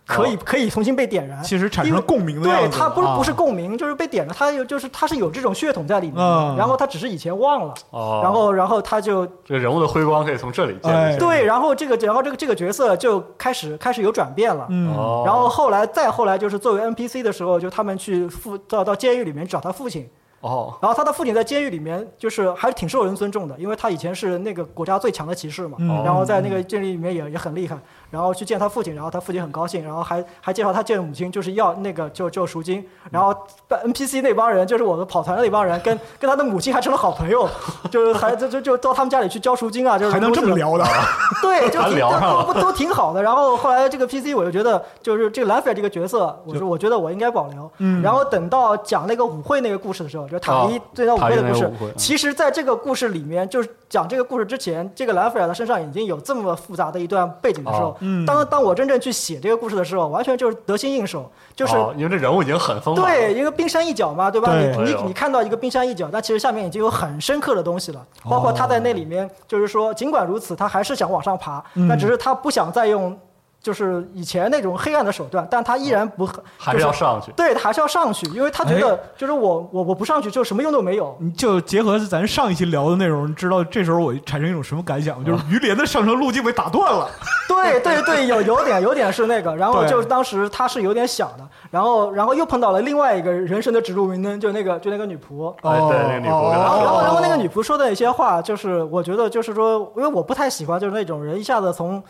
S2: 可以，可以重新被点燃。
S3: 其实产
S2: 因
S3: 生
S2: 为
S3: 共鸣的样
S2: 对
S3: 子
S2: 他不是
S3: 啊
S2: 不是共鸣，就是被点燃。他有就是他是有这种血统在里面的
S3: 嗯，
S2: 然后他只是以前忘了，
S1: 哦，
S2: 然后然后他就
S1: 这个人物的辉光可以从这里建立起来，
S2: 对，然后这个然后这个这个角色就开始开始有转变了。
S3: 嗯，
S1: 哦，
S2: 然后后来再后来就是作为 NPC 的时候，就他们去父到到监狱里面找他父亲，
S1: 哦，
S2: 然后他的父亲在监狱里面就是还是挺受人尊重的，因为他以前是那个国家最强的骑士嘛，
S3: 嗯
S2: 然后在那个监狱里面也也很厉害，然后去见他父亲，然后他父亲很高兴，然后还还介绍他见母亲就是要那个就就赎金，然后 NPC 那帮人就是我们跑团的那帮人跟跟他的母亲还成了好朋友，就是还就就就到他们家里去交赎金啊，就是
S3: 还能这么
S2: 如此
S3: 聊的，
S2: 对，就
S1: 还
S2: 挺
S1: 聊上了
S2: 都都挺好的。然后后来这个 PC 我就觉得，就是这个兰菲尔这个角色，我说我觉得我应该保留。
S3: 嗯
S2: 然后等到讲那个舞会那个故事的时候，就塔
S1: 哦
S2: 伊对到舞会的故
S1: 塔伊那
S2: 事
S1: 个舞会嗯，
S2: 其实在这个故事里面，就是讲这个故事之前，这个兰菲尔的身上已经有这么复杂的一段背景的时
S1: 哦
S2: 候
S3: 嗯，
S2: 当当我真正去写这个故事的时候，完全就是得心应手，就是
S1: 哦因为这人物已经很丰满，
S2: 对，，一个冰山一角嘛，对吧？
S3: 对
S2: 你
S1: 哎呦
S2: 你你看到一个冰山一角，但其实下面已经有很深刻的东西了。
S1: 哦
S2: 包括他在那里面，就是说，尽管如此，他还是想往上爬，
S3: 嗯
S2: 但只是他不想再用就是以前那种黑暗的手段，但他依然不
S1: 哦还是要。上哎去
S2: 就，对，还是要上去，因为他觉得就是我我我不上去就什么用都 没有。
S3: 你 就结合咱上一期聊的内容，你知道这时候我产生一种什么感想吗？就是
S2: 哦
S3: 于连的上升路径被打断了。
S2: 对对对，有有点有点是那个，然后
S3: 对
S2: 就是当时他是有点想的，然后然后又碰到了另外一个人生的指路明灯，就那个就那个女仆，
S1: 哎对那个女仆跟
S2: 然
S1: 他
S2: 后，然后，
S1: 哦
S2: 然后那个女仆说的一些话，就是我觉得，就是说，因为我不太喜欢，就是那种人一下子从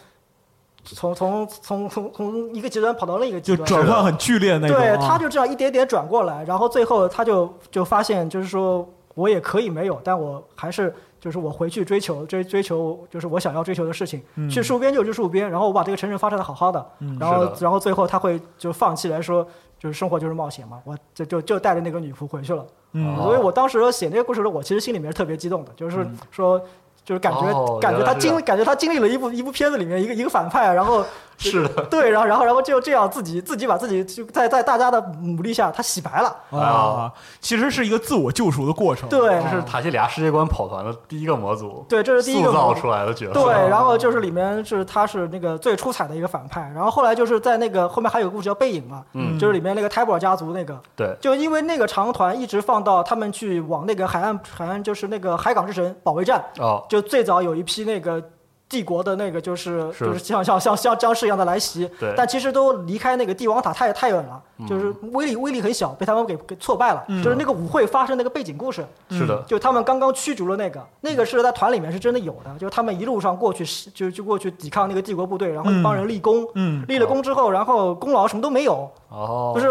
S2: 从从从从从一个极端跑到另一个极
S3: 就
S2: 端，
S3: 转换很剧烈那种啊。
S2: 对，他就这样一点点转过来，然后最后他就就发现，就是说我也可以没有，但我还是就是我回去追求追追求，就是我想要追求的事情，
S3: 嗯
S2: 去戍边就去戍边，然后我把这个城市发展的好好的，然
S1: 是
S2: 后
S1: 的
S2: 然后最后他会就放弃来说，就是生活就是冒险嘛，我就就就带着那个女仆回去了。
S3: 嗯
S2: 哦
S1: 哦
S2: 所以我当时写那个故事的时候，我其实心里面是特别激动的，就是说，就是感觉、
S1: 嗯哦
S2: 感觉
S1: 原来
S2: 他
S1: 是
S2: 经
S1: 这样
S2: 感觉他经历了一部一部片子里面一个一个反派，然后
S1: 是的，
S2: 对，然后然后然后就这样自己自己把自己就在在大家的努力下，他洗白了。
S1: 哦
S3: 啊，其实是一个自我救赎的过程。
S2: 哦对
S1: 这是塔西里亚世界观跑团的第一个模组，
S2: 对，这是第一个
S1: 塑造
S2: 模式
S1: 出来的角色，哦
S2: 对，然后就是里面是他是那个最出彩的一个反派，然后后来就是在那个后面还有个故事叫《背影》嘛，
S1: 嗯
S2: 就是里面那个泰布尔家族那个，
S1: 对
S2: 就因为那个长团一直放到他们去往那个海岸海岸就是那个海港之神保卫战，
S1: 哦，
S2: 就最早有一批那个帝国的那个就是
S1: 是
S2: 就是像像像像僵尸一样的来袭
S1: 对，嗯
S2: 但其实都离开那个帝王塔太太远了，就是威力威力很小，被他们给给挫败了。就是那个舞会发生那个背景故事，
S3: 嗯
S1: 是的，
S2: 就他们刚刚驱逐了那个，那个是在团里面是真的有的，就是他们一路上过去是就就过去抵抗那个帝国部队，然后一帮人立功，
S3: 嗯
S2: 立了功之后，然后功劳什么都没有，
S1: 哦，
S2: 就是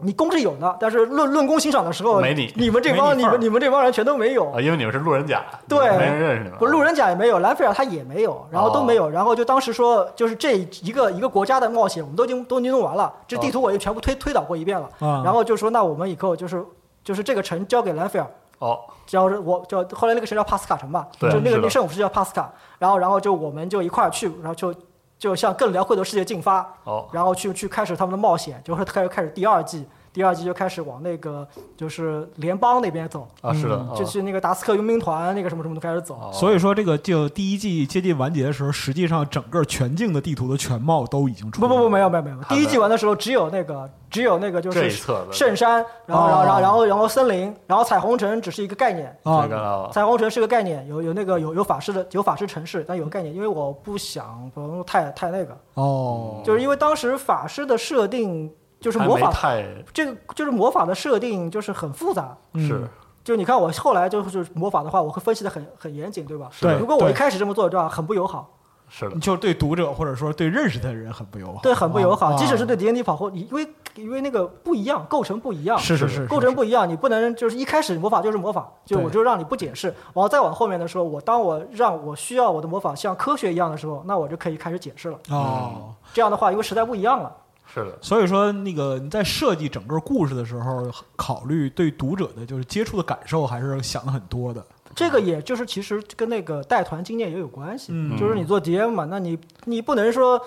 S2: 你功是有的，但是论论功行赏的时候，
S1: 没你
S2: 你们这
S3: 没
S2: 帮
S3: 你
S2: 你
S3: 份儿
S2: 们你们这帮人全都没有
S1: 啊，因为你们是路人甲，
S2: 对
S1: 没人认识哦你们，
S2: 不，路人甲也没有，兰菲尔他也没有，然后都没有，然后就当时说，就是这一个一个国家的冒险，我们都已经都已经弄完了，这地图我就全部推推导过一遍了，
S1: 哦
S3: 啊
S2: 然后就说那我们以后就是就是这个城交给兰菲尔。
S1: 哦，
S2: 叫我叫后来那个城叫帕斯卡城吧，
S1: 对
S2: 就
S1: 是
S2: 那个
S1: 的
S2: 那圣母是叫帕斯卡，然后然后就我们就一块儿去，然后就就向更辽惠的世界进发，
S1: 哦，
S2: 然后去去开始他们的冒险，就是开始开始第二季，第二季就开始往那个就是联邦那边走，
S1: 啊，是的，
S2: 嗯就
S1: 啊
S2: 去那个达斯克佣兵团那个什么什么的开始走。
S1: 哦
S3: 所以说，这个就第一季接近完结的时候，实际上整个全境的地图的全貌都已经出
S2: 不
S3: 来了。
S2: 不不，没有没有没有，
S1: 好的
S2: 第一季玩的时候只有那个只有那个就
S1: 这
S2: 是
S1: 一侧的
S2: 圣山，然后然后然
S3: 哦
S2: 后然后然后森林，然后彩虹城只是一个概念，
S1: 这
S3: 啊，
S1: 个啊
S2: 彩虹城是个概念，有有那个有有法师的有法师城市，但有概念，因为我不想不用太太那个，
S3: 哦，
S2: 就是因为当时法师的设定就是
S1: 还
S2: 魔
S1: 没
S2: 法，
S1: 太
S2: 这个就是魔法的设定就是很复杂。
S3: 嗯
S1: 是
S2: 就你看我后来就是魔法的话，我会分析的很很严谨，对吧？
S3: 对
S2: 如果我一
S3: 对
S2: 开始这么做的话，很不友好，
S1: 是的，
S3: 嗯就对读者或者说对认识的人很不友好，
S2: 对，很不友好。
S3: 啊
S2: 即使是对 D N D 跑后，因为因为那个不一样，构成不一样，
S3: 是是是
S2: 构成不一样，你不能就是一开始魔法就是魔法，就
S3: 对
S2: 我就让你不解释，然后再往后面的时候，我当我让我需要我的魔法像科学一样的时候，那我就可以开始解释了。
S3: 哦。
S2: 这样的话，因为时代不一样了，
S1: 是的，
S3: 所以说，那个你在设计整个故事的时候，考虑对读者的就是接触的感受，还是想的很多的。
S2: 这个也就是其实跟那个带团经验也有关系，
S3: 嗯
S2: 就是你做 DM 嘛，那你你不能说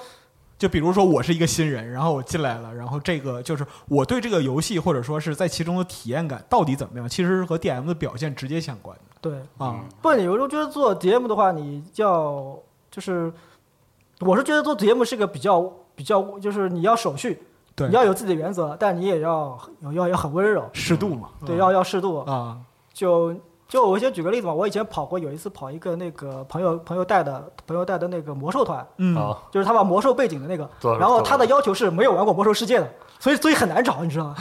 S3: 就比如说，我是一个新人，然后我进来了，然后这个就是我对这个游戏或者说是在其中的体验感到底怎么样，其实是和 DM 的表现直接相关的
S2: 对，
S3: 啊。
S2: 不，你有时候觉得做 DM 的话，你要就是，我是觉得做 DM 是个比较比较，就是你要守序，
S3: 对，
S2: 你要有自己的原则，但你也要要要要很温柔，
S3: 适度嘛，
S2: 对，要要适度。
S3: 嗯啊，
S2: 就就我先举个例子吧，我以前跑过，有一次跑一个那个朋友朋友带的朋友带的那个魔兽团，
S3: 嗯，
S1: 啊，
S2: 就是他把魔兽背景的那个
S1: 做，了
S2: 然后他的
S1: 做
S2: 要求是没有玩过魔兽世界的，所以所以很难找，你知道吗？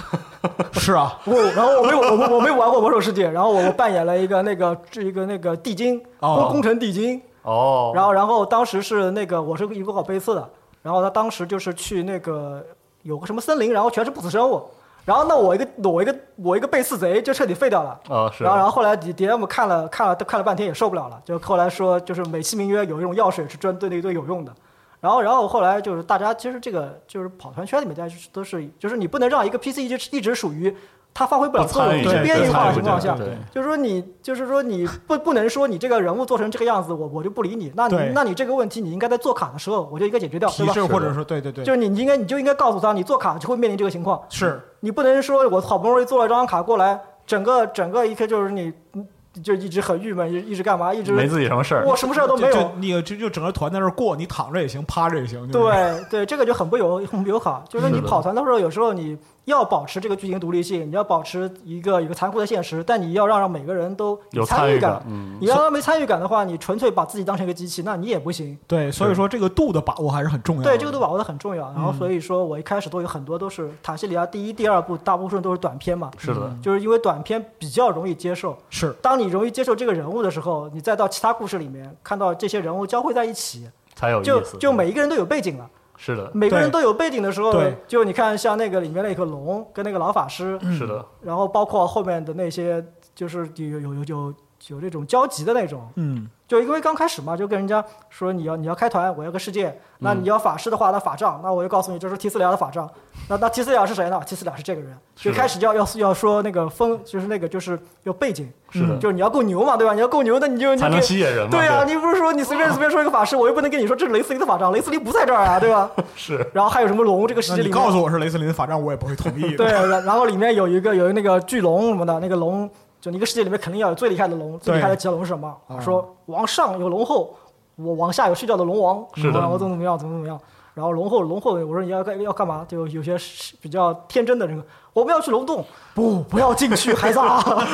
S3: 是啊，
S2: 我然后我没有我我我没有玩过魔兽世界，然后我我扮演了一个那个这一个那个地精
S3: 哦
S2: 工工程地精，
S1: 哦，
S2: 然后然后当时是那个我是一个搞贝斯的，然后他当时就是去那个有个什么森林，然后全是不死生物，然后那我一个我一个我一个贝斯贼就彻底废掉了。
S1: 啊是，
S2: 然后，然后后来 D D M 看了看了看了半天也受不了了，就后来说就是美其名曰有一种药水是专对那一堆有用的，然后然后后来就是大家其实这个就是跑团圈里面大家是都是就是你不能让一个 P C 一直一直属于他发挥不了
S1: 不
S2: 作
S1: 参
S2: 用
S1: 与
S2: 就是
S1: 对
S2: 边
S1: 对
S2: 缘化的
S1: 参与
S2: 情况下
S1: 对对，
S2: 就是说你就是说你不不能说你这个人物做成这个样子我我就不理你，那你
S3: 对
S2: 那你这个问题你应该在做卡的时候我就应该解决掉，对
S3: 提
S2: 吧
S3: 示？或者说对对对，
S2: 就是你你应该你就应该告诉他你做卡就会面临这个情况，
S3: 是
S2: 你不能说我好不容易做了张卡过来，整个整个一个就是你，你就一直很郁闷，一直干嘛，一直
S1: 没自己什么事儿，
S2: 我什么事儿都
S3: 就
S2: 没
S3: 就
S2: 有。
S3: 你就就整个团在那儿过，你躺着也行，趴着也行，就是
S2: 对对，这个就很不友很不友好。就是你
S1: 嗯是的
S2: 跑团的时候，有时候你要保持这个剧情独立性，你要保持一个一个残酷的现实，但你要让让每个人都
S1: 有
S2: 参
S1: 参与
S2: 感
S1: 感。嗯
S2: 你要让没参与感的话，你纯粹把自己当成一个机器，那你也不行。
S3: 对，所以说这个度的把握还是很重要的。
S2: 对，这个都把握的很重要。
S1: 嗯
S2: 然后所以说我一开始都有很多都是塔西里亚第一、第二部，大部分都是短片嘛，
S1: 是的，
S2: 就是因为短片比较容易接受。
S3: 是
S2: 当你容易接受这个人物的时候，你再到其他故事里面看到这些人物交汇在一起，
S1: 才有
S2: 就
S1: 意思，
S2: 就每一嗯个人都有背景了。
S1: 是的，
S2: 每个人
S3: 对
S2: 都有背景的时候
S3: 对，
S2: 就你看像那个里面那个龙跟那个老法师，
S1: 嗯是的，
S2: 然后包括后面的那些，就是有有有有有有这种交集的那种。
S3: 嗯，
S2: 就因为刚开始嘛，就跟人家说你要你要开团，我要个世
S1: 嗯
S2: 界，那你要法师的话，那法杖，那我就告诉你这是提斯里亚的法杖。那那提斯里亚是谁呢？提斯里亚是这个人。
S1: 是
S2: 就
S1: 的
S2: 开始要要要说那个风，就是那个就是有背景，嗯
S1: 是的，
S2: 就是你要够牛嘛，对吧？你要够牛，那你就你
S1: 才能
S2: 给
S1: 吸引人嘛，
S2: 对啊，你不是说你随便随便说一个法师，我又不能跟你说这是雷斯利的法杖，雷斯利不在这儿啊，对吧？
S1: 是
S2: 然后还有什么龙这个世
S3: 那
S2: 界里
S3: 你
S2: 面，
S3: 告诉我是雷森林的法杖，我也不会同意 的。
S2: 对，啊然然后里面有一个有那个巨龙什么的，那个龙就一个世界里面肯定要有最厉害的龙，最厉害的极龙是什么？
S1: 啊
S3: 嗯
S2: 说王上有龙后，我往下有睡觉的龙王，
S1: 是的，
S2: 然后怎么怎么样，怎么怎么样。然后龙后龙后，我说你要干要干嘛？就有些是比较天真的人，我们要去龙洞，不不要进去，孩子啊，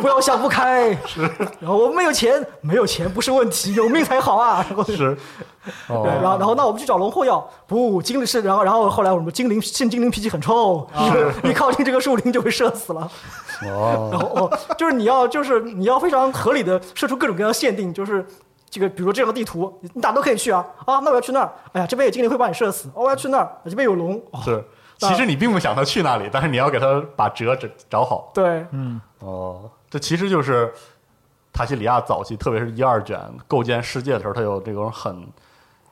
S2: 不要想不开。是，然后我们没有钱，没有钱不是问题，有命才好啊。然后就是对，
S1: 哦，
S2: 然后然后那我们去找龙后要不精灵是，然后然后后来我们精灵现精灵脾气很臭，一靠近这个树林就被射死了。
S1: 啊哦，
S2: 然后哦，就是你要就是你要非常合理的设出各种各样的限定，就是。这个，比如说这样的地图，你哪都可以去啊啊！那我要去那儿，哎呀，这边有精灵会把你射死，哦，我要去那儿，这边有龙，哦、
S1: 是，其实你并不想他去那里，但是你要给他把辙找找好，
S2: 对，
S1: 哦，这其实就是塔西里亚早期，特别是一二卷构建世界的时候，它有这种很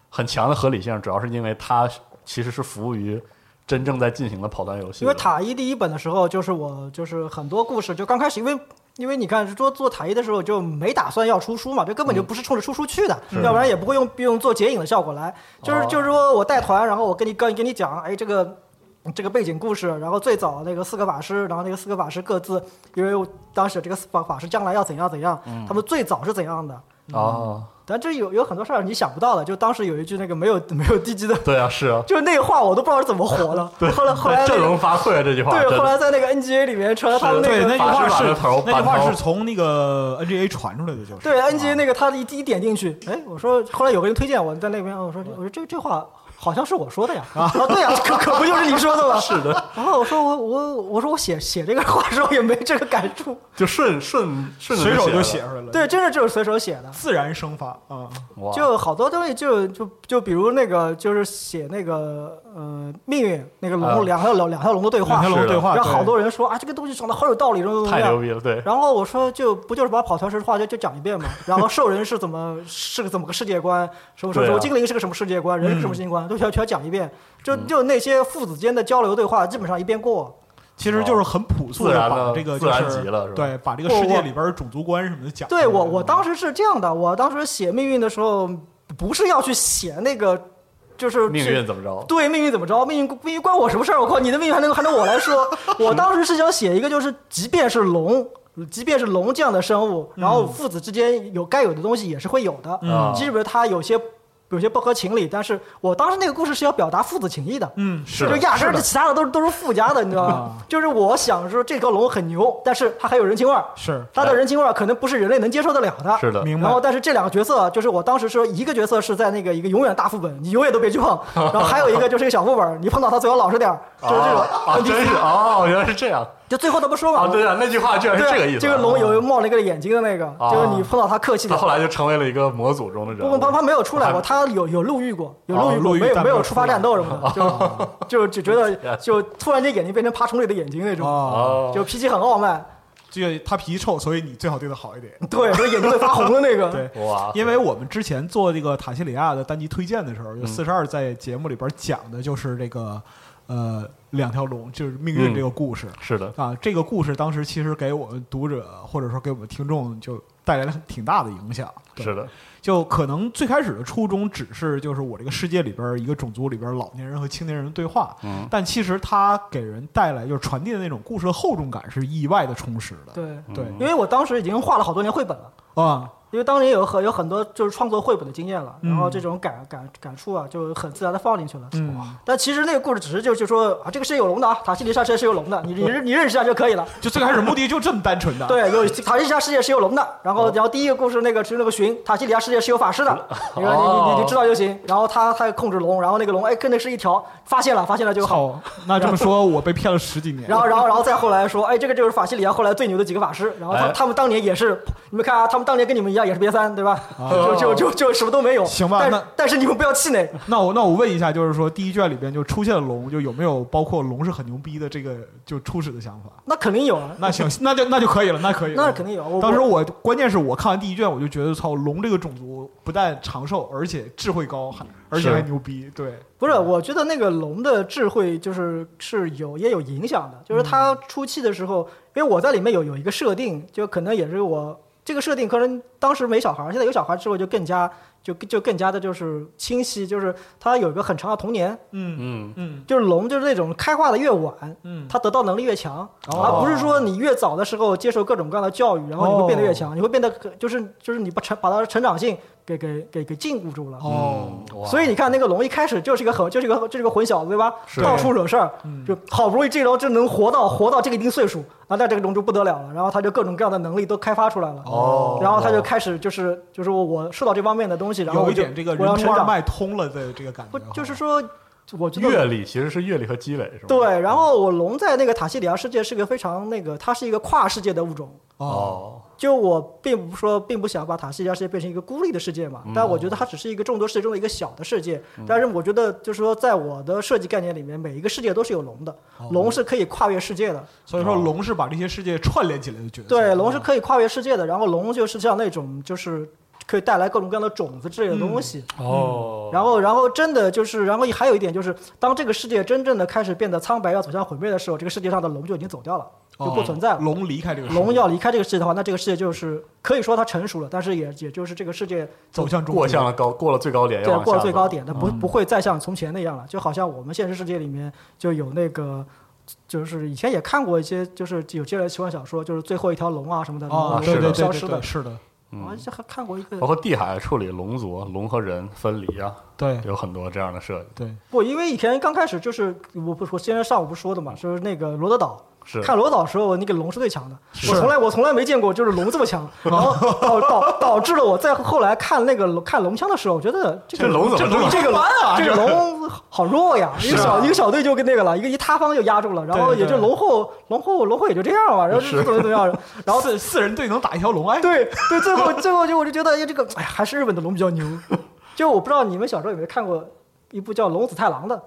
S1: 很强的合理性，主要是因为它其实是服务于真正在进行的跑团游戏的。
S2: 因为塔一第一本的时候，就是我就是很多故事就刚开始，因为因为你看说做塔一的时候就没打算要出书嘛，就根本
S1: 嗯
S2: 就不是冲着出书去的，要不然也不会用用做剪影的效果来。
S1: 哦
S2: 就是就是说我带团，然后我跟你跟跟你讲，哎，这个这个背景故事，然后最早那个四个法师，然后那个四个法师各自，因为我当时这个四法法师将来要怎样怎样，
S1: 嗯
S2: 他们最早是怎样的。
S1: 哦，
S2: 但这有有很多事儿你想不到的，就当时有一句那个没有没有地基的，
S1: 对啊，是啊，
S2: 就是那话我都不知道是怎么火了。
S1: 对，
S2: 后来后来那
S1: 振
S2: 个
S1: 聋发聩这句话，真
S2: 对，
S1: 的
S2: 后来在那个 NGA 里面传他们那
S1: 是
S2: 个
S3: 对，那句话
S1: 法
S3: 是
S1: 师把头
S3: 那句
S1: 板
S3: 话
S1: 头
S3: 是从那个 NGA 传出来的，就是
S2: 对
S3: 啊
S2: NGA 那个他一一点进去，哎，我说后来有个人推荐我在那边，我说我说这这话好像是我说的呀， 啊，对呀，可可不就是你说的吗？是的。然后我说我我我说我写写这个话的时候也没这个感触，
S1: 就顺顺顺着
S3: 随手就
S1: 写
S3: 写
S1: 了，
S3: 出来了，
S2: 对，，真的就是随手写的。
S3: 自然生发啊。
S1: 哇
S2: 就好多东西就，就就比如那个，就是写那个呃命运那个龙、
S1: 啊
S2: 两条龙两条龙的对话，
S3: 两条龙
S1: 是的嗯
S3: 对话，
S2: 然后好
S3: 对
S2: 多人说啊，这个东西讲的好有道理，怎么怎么
S1: 太牛
S2: 样。
S1: 逼了，对，
S2: 然后我说就不就是把跑团神话就就讲一遍嘛，然后兽人是怎么是个怎么个世界观，什么什么什
S1: 对
S2: 么
S1: 啊嗯
S2: 精灵是个什么世界观，人是什么世界观，都全全讲一遍。就就那些父子间的交流对话，基本上一遍过。
S3: 其实就是很朴素
S1: 自
S3: 的
S1: 然
S3: 把
S1: 的
S3: 这个
S1: 自
S3: 就
S1: 然
S3: 是
S1: 极了是吧
S3: 对，把这个
S2: 我
S3: 世界
S2: 我
S3: 里边儿种族观什么的讲出来嗯
S2: 对
S3: 了。
S2: 我，我当时是这样的，我当时写命运的时候，不是要去写那个，就是
S1: 命运怎么着？
S2: 对命运怎么着？命运命运关我什么事儿？我靠，你的命运还能还能我来说？ 我当时是想写一个，就是即便是龙，即便是龙这样的生物，然后父子之间有该有的东西也是会有的。
S1: 嗯
S2: 即使它有些有些不合情理，但是我当时那个故事是要表达父子情谊的。
S3: 嗯，
S1: 是
S2: 就
S1: 的
S2: 压根
S1: 是
S2: 儿
S1: 的啊
S2: 其他的都是都是附加的，你知道吧？就是我想说这个龙很牛，但是它还有人情味儿，
S3: 是
S2: 它的人情味儿可能不是人类能接受得了的。
S1: 哎是的，
S3: 明白
S2: 然后，但是这两个角色，就是我当时说，一个角色是在那个一个永远大副本，你永远都别 去碰；然后还有一个就是一个小副本，你碰到他最好老实点儿，就是这种。
S1: 啊，啊 真是哦，原来是这样
S2: 就最后他不说嘛，
S1: 啊，对啊，那句话居然是
S2: 对啊
S1: 这个意思。
S2: 这个龙有冒了一个眼睛的那个，
S1: 啊
S2: 就是你碰到他客气
S1: 他
S2: 点儿。
S1: 后来啊就成为了一个模组中的人
S2: 不
S1: 物。
S2: 不，他他没有出来
S1: 还
S2: 过，他有有路遇过，有
S1: 啊
S3: 哦
S2: 路遇
S3: 路
S2: 过，
S3: 遇
S2: 没有没
S3: 但没
S2: 有
S3: 有
S2: 触
S3: 出
S2: 发
S3: 来
S2: 战斗什 么的，就就只觉得就突然间眼睛变成爬虫类的眼睛那种，
S1: 哦，
S3: 哦，
S2: 就脾气很傲慢，
S3: 这个他脾气臭，所以你最好对他好一点。
S2: 对，所以眼睛会发红的那 个。
S3: 对，
S1: 哇，
S3: 因为我们之前做这个塔西里亚的单集推荐的时候，
S1: 嗯
S3: 就四十二在节目里边讲的就是这个呃两条龙，就是命
S1: 嗯
S3: 运这个故事。
S1: 是的，
S3: 啊，这个故事当时其实给我们读者或者说给我们听众就带来了挺大的影响。对
S1: 是的，
S3: 就可能最开始的初衷只是就是我这个世界里边儿一个种族里边儿老年人和青年人的对话，
S1: 嗯
S3: 但其实它给人带来就是传递的那种故事的厚重感是意外的充实的，
S2: 对，
S3: 对
S2: 因为我当时已经画了好多年绘本了。
S3: 啊，
S2: 因为当年有很有很多就是创作绘本的经验了，
S3: 嗯
S2: 然后这种感感感触啊，就很自然的放进去了。
S3: 嗯，
S2: 但其实那个故事只是就是说啊，这个是有龙的啊，塔西里莎世界是有龙的，你你认你认识一下就可以了。
S3: 就最开始目的就这么单纯的，
S2: 对，有塔西里莎世界是有龙的，然
S3: 哦
S2: 后然后第一个故事那个是那个寻塔西里亚世界是有法师 的，你说
S3: 哦
S2: 你你你你知道就行。然后他他控制龙，然后那个龙哎跟那是一条，发现了发现了就好。
S3: 操，那这么说我被骗了十几年，
S2: 然后，然后，然后再后来说，哎，这个就是法西里亚后来最牛的几个法师，然后他
S1: 哎
S2: 他们当年也是，你们看啊，他们当年跟你们一样也是瘪三，对吧？就就就就什么都没有。
S3: 哦行吧
S2: 但是
S3: 那
S2: 但是你们不要气馁，
S3: 那我那我问一下，就是说第一卷里边就出现了龙，就有没有包括龙是很牛逼的这个就初始的想法？
S2: 那肯定有啊。
S3: 那行， 那就那就可以了，那可以了，
S2: 那肯定有我
S3: 当时我关键是我看完第一卷，我就觉得操，龙这个种族不但长寿，而且智慧高，还而且还牛逼。对，
S2: 不是，我觉得那个龙的智慧就是是有也有影响的，就是他初期的时候，因为我在里面有有一个设定，就可能也是我这个设定，可能当时没小孩儿，现在有小孩之后就更加就就更加的就是清晰，就是他有一个很长的童年，
S3: 嗯
S1: 嗯，
S3: 嗯
S2: 就是龙就是那种开化的越晚，
S3: 嗯，
S2: 他得到能力越强，
S3: 哦
S2: 而不是说你越早的时候接受各种各样的教育，然后你会变得越强，你会变得可就是就是你把成把他的成长性给给给给禁锢
S1: 嗯
S2: 住了。
S3: 哦，
S1: 哇
S2: 所以你看，那个龙一开始就是一个很，就是一个就是一个混小子，对吧？
S1: 是
S2: 到处惹事儿，
S3: 嗯
S2: 就好不容易这龙真能活到活到这个一定岁数啊，那这个龙就不得了了。然后他就各种各样的能力都开发出来了，
S1: 哦
S2: 然后他就开始就是就是我我受到这方面的东西，然后
S3: 有
S2: 我
S3: 一
S2: 就
S3: 点这个
S2: 我要
S3: 人
S2: 成
S3: 中二
S2: 长，
S3: 脉通了的这个感
S2: 不
S3: 觉，
S2: 就是说，我觉得
S1: 阅历其实是阅历和积累，是吧？
S2: 对，然后我龙在那个塔西里亚世界是个非常那个，它是一个跨世界的物种。
S3: 哦，
S1: 哦，
S2: 就我并不说，并不想把塔西里亚世界变成一个孤立的世界嘛，
S3: 嗯
S2: 但我觉得它只是一个众多世界中的一个小的世界。但是我觉得，就是说，在我的设计概念里面，每一个世界都是有龙的，
S3: 哦
S2: 龙是可以跨越世界的。
S3: 所以
S1: 哦
S3: 说龙是把这些世界串联起来的角色。
S2: 对，龙是可以跨越世界的。然后龙就是像那种就是。可以带来各种各样的种子之类的东西。
S3: 嗯
S1: 哦
S2: 然后，然后真的就是，然后还有一点就是，当这个世界真正的开始变得苍白，要走向毁灭的时候，这个世界上的龙就已经走掉了，就不存在了。
S3: 哦龙离 开这个世界
S2: 龙要离开这个世界的话，那这个世界就是可以说它成熟了，但是也也就是这个世界
S3: 走向中国
S1: 过向了高，过了最高点，要
S2: 对啊
S1: 往
S2: 过了
S1: 下
S2: 最
S1: 走嗯
S2: 高点，它不不会再像从前那样了。就好像我们现实世界里面就有那个，就是以前也看过一些，就是有些人奇幻小说，就是最后一条龙啊什么的，
S3: 哦，
S2: 龙
S3: 对对对，
S2: 消
S3: 对
S2: 失
S3: 对
S2: 的。
S3: 是的，
S2: 我这还看过一个
S1: 包括地海处理龙族，龙和人分离啊，
S3: 对
S1: 有很多这样的设计。
S3: 对，
S2: 不，因为以前刚开始就是我不我今天上午不是说的嘛，就是那个罗德岛。
S1: 嗯是
S2: 看罗德岛的时候，那个龙是最强的。
S3: 是
S2: 我从来我从来没见过就是龙这 么
S1: 哦
S2: 强，然后导导导致了我在后来看那个龙看龙枪的时候，我觉得这个
S1: 这龙怎么这么啊
S2: 这个 这个龙好弱呀！一个小一个小队就跟那个了，一个一塌方就压住了，然后
S3: 对对
S2: 也就龙后龙后龙后也就这样吧，然后就怎么怎么样，然后
S3: 四四人队能打一条龙，哎，
S2: 对对，最后最后就我就觉得，哎，这个哎，还是日本的龙比较牛。就我不知道你们小时候有没有看过一部叫《龙子太郎》的，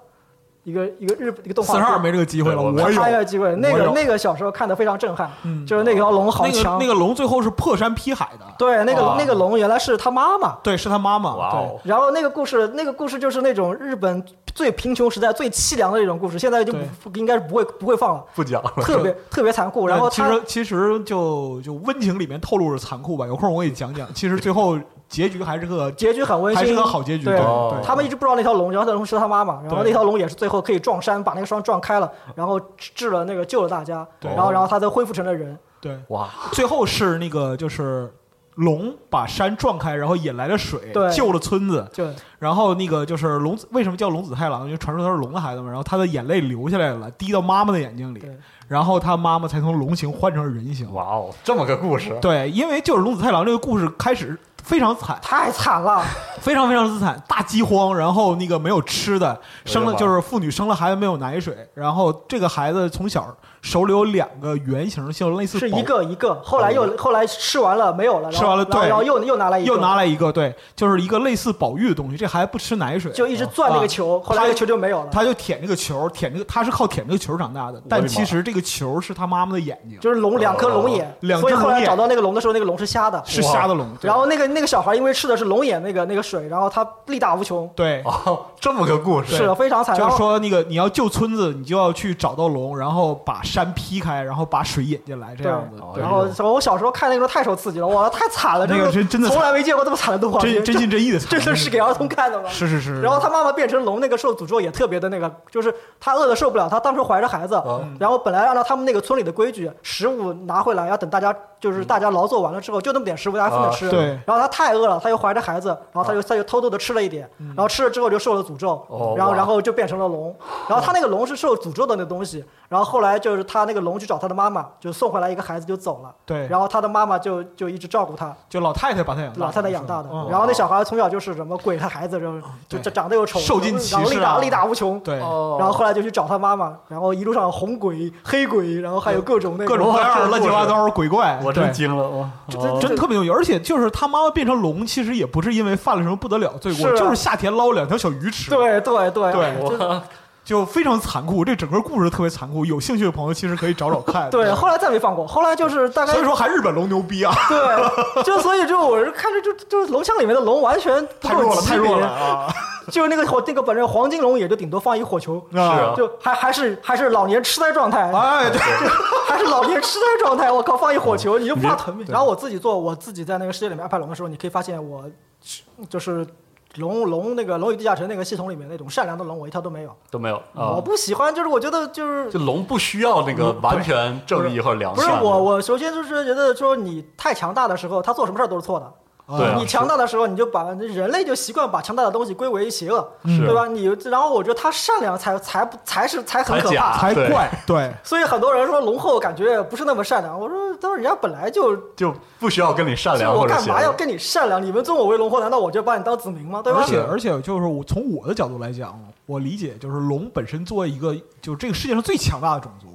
S2: 一个一个日本一个动画
S3: 四
S2: 片。
S3: 十二没这个机会了，
S1: 对我
S3: 我有
S2: 他有机会，那
S3: 我
S2: 个
S3: 有
S2: 那个小时候看的非常震撼，
S3: 嗯
S2: 就是那条龙好
S3: 那个
S2: 强。
S3: 那个龙最后是破山劈海的，
S2: 对，那个、
S1: 哇
S2: 那个龙原来是他妈妈。
S3: 对，是他妈妈，
S1: 哇哦，
S2: 然后那个故事，那个故事就是那种日本最贫穷时代最凄凉的一种故事，现在就
S3: 对
S2: 不应该是不会不会放 了，
S1: 不讲了，
S2: 特别特别残酷。然后
S3: 其
S2: 他
S3: 实其实就就温情里面透露着残酷吧，有空我给你讲讲。其实最后结局还是个
S2: 结局很温馨，
S3: 还是个好结局，
S2: 对
S3: 对
S1: 哦
S3: 对
S2: 他们一直不知道那条龙，然后那条龙是他妈妈，然后
S3: 对
S2: 那条龙也是最后可以撞山，把那个山撞开了，然后治了那个救了大家，
S3: 对
S2: 然后然后他才恢复成了人。
S3: 对，
S1: 哇，
S3: 最后是那个就是龙把山撞开，然后引来了水
S2: 对，
S3: 救了村子。
S2: 就
S3: 然后那个就是龙子，为什么叫龙子太郎？因为传说他是龙的孩子嘛。然后他的眼泪流下来了，滴到妈妈的眼睛里
S2: 对，
S3: 然后他妈妈才从龙形换成了人形。
S1: 哇哦，这么个故事，
S3: 对，因为就是龙子太郎这个故事开始非常惨，
S2: 太惨 了，
S3: 非常非常之惨，大饥荒，然后那个没有吃的，生了
S1: 哎呀妈
S3: 就是妇女生了孩子没有奶水，然后这个孩子从小手里有两个圆形，像类似
S2: 是
S3: 宝
S2: 一个一个，后来又后来吃完了没有了，然后
S3: 吃完了
S2: 然后
S3: 对
S2: 然后又又拿来一个，
S3: 又拿来一个，对，就是一个类似宝玉的东西。这孩子不吃奶水，
S2: 就一直攥那个球，
S3: 啊
S2: 后来
S3: 他
S2: 那个球就没有了。
S3: 他就舔这个球，舔这个，他是靠舔这个球长大的，但
S1: 我的妈
S3: 其实这个球是他妈妈的眼睛，
S2: 就是龙两颗龙眼，
S3: 哦两
S2: 所以
S3: 只
S2: 后
S3: 龙
S2: 来
S3: 眼
S2: 找到那个龙的时候，那个龙是瞎的。
S3: 是瞎的龙。对
S2: 然后那个那个小孩因为吃的是龙眼那个那个水，然后他力大无穷，
S3: 对，
S1: 哦，这么个故事，
S2: 是的，非常惨。
S3: 就
S2: 然
S3: 是
S2: 后
S3: 说那个你要救村子，你就要去找到龙，然后把山劈开，然后把水引进来，这样子。
S1: 对
S3: 对
S2: 哦然后我小时候看那个时候太受刺激了，哇，太惨了，
S3: 那个
S2: 这
S3: 真真的
S2: 从来没见过这么惨的动画片，
S3: 真真心真意的惨，
S2: 这这是给儿童看的吗？
S3: 是是是。
S2: 然后他妈妈变成龙，那个受诅咒也特别的那个，就是她饿的受不了，她当时怀着孩子，
S1: 哦
S2: 然后本来按照他们那个村里的规矩，食物拿回来要等大家就是大家劳作完了之后，就那么点食物大家分着
S1: 啊
S2: 吃。
S1: 是
S3: 对
S2: 然后她太饿了，她又怀着孩子，然后
S1: 啊
S2: 她就她就偷偷的吃了一点，然后吃了之后就受了诅咒
S1: 嗯哦，
S2: 然后
S1: 哇
S2: 然后就变成了龙。然后她那个龙是受诅咒的那东西，然后后来就是她那个龙去找她的妈妈，就送回来一个孩子就走了。
S3: 对
S2: 然后她的妈妈就就一直照顾她。
S3: 就老太太把他养大的，
S2: 老太太养大的
S3: 是吧嗯，
S2: 然后那小孩从小就是什么鬼他孩子，然后就
S3: 对
S2: 就长得又丑，
S3: 受尽歧视啊
S2: 然后力大力大无穷，
S3: 对
S1: 哦
S2: 然后后来就去找他妈妈，然后一路上红鬼、黑鬼，然后还有各种那
S3: 各种各样的乱七八糟鬼怪，
S1: 我
S3: 对
S1: 真惊了，哇，
S2: 这
S3: 真特别牛，而且就是他妈妈变成龙，其实也不是因为犯了什么不得了罪过，
S2: 是啊
S3: 就是夏天捞了两条小鱼吃，，
S2: 对哎对对
S3: 对
S2: 就
S3: 就非常残酷。这整个故事特别残酷，有兴趣的朋友其实可以找找看。
S2: 对，后来再没放过，后来就是大概
S3: 所以说还日本龙牛逼啊，
S2: 对，就所以就我是看着就就是龙枪里面的龙完全不
S3: 太弱
S2: 够
S3: 了，
S2: 级
S3: 太弱
S2: 别，
S3: 了啊！
S2: 就是那个火那个本人黄金龙也就顶多放一火球，
S3: 是啊
S2: 就还还是还是老年痴呆状态，
S3: 哎， 对，
S2: 还是老年痴呆状态，我靠，放一火球你就不怕疼然后我自己做，我自己在那个世界里面安排龙的时候，你可以发现我就是龙龙那个《龙与地下城》那个系统里面那种善良的龙，我一条都没有。
S1: 都没有
S2: 我
S1: 啊，
S2: 不喜欢，就是我觉得就是
S1: 这龙不需要那个完全正义或者良
S2: 不
S1: 善
S2: 是
S1: 的，
S2: 我，我首先就是觉得说你太强大的时候，他做什么事儿都是错的。
S1: 对
S3: 嗯
S1: 啊
S2: 你强大的时候，你就把人类就习惯把强大的东西归为邪恶，
S1: 是
S2: 对吧？你然后我觉得他善良才才不才是才很
S1: 才
S2: 可
S1: 假
S2: 怕。
S3: 才怪，对，
S2: 所以很多人说龙后感觉不是那么善良，我说，但是人家本来就
S1: 就不需要跟你善
S2: 是
S1: 良
S2: 我
S1: 或者
S2: 干
S1: 邪
S2: 嘛要
S1: 恶。
S2: 跟你善良？你们尊我为龙后，难道我就把你当子民吗？对吧？
S3: 而且而且就是我从我的角度来讲，我理解就是龙本身作为一个就是这个世界上最强大的种族，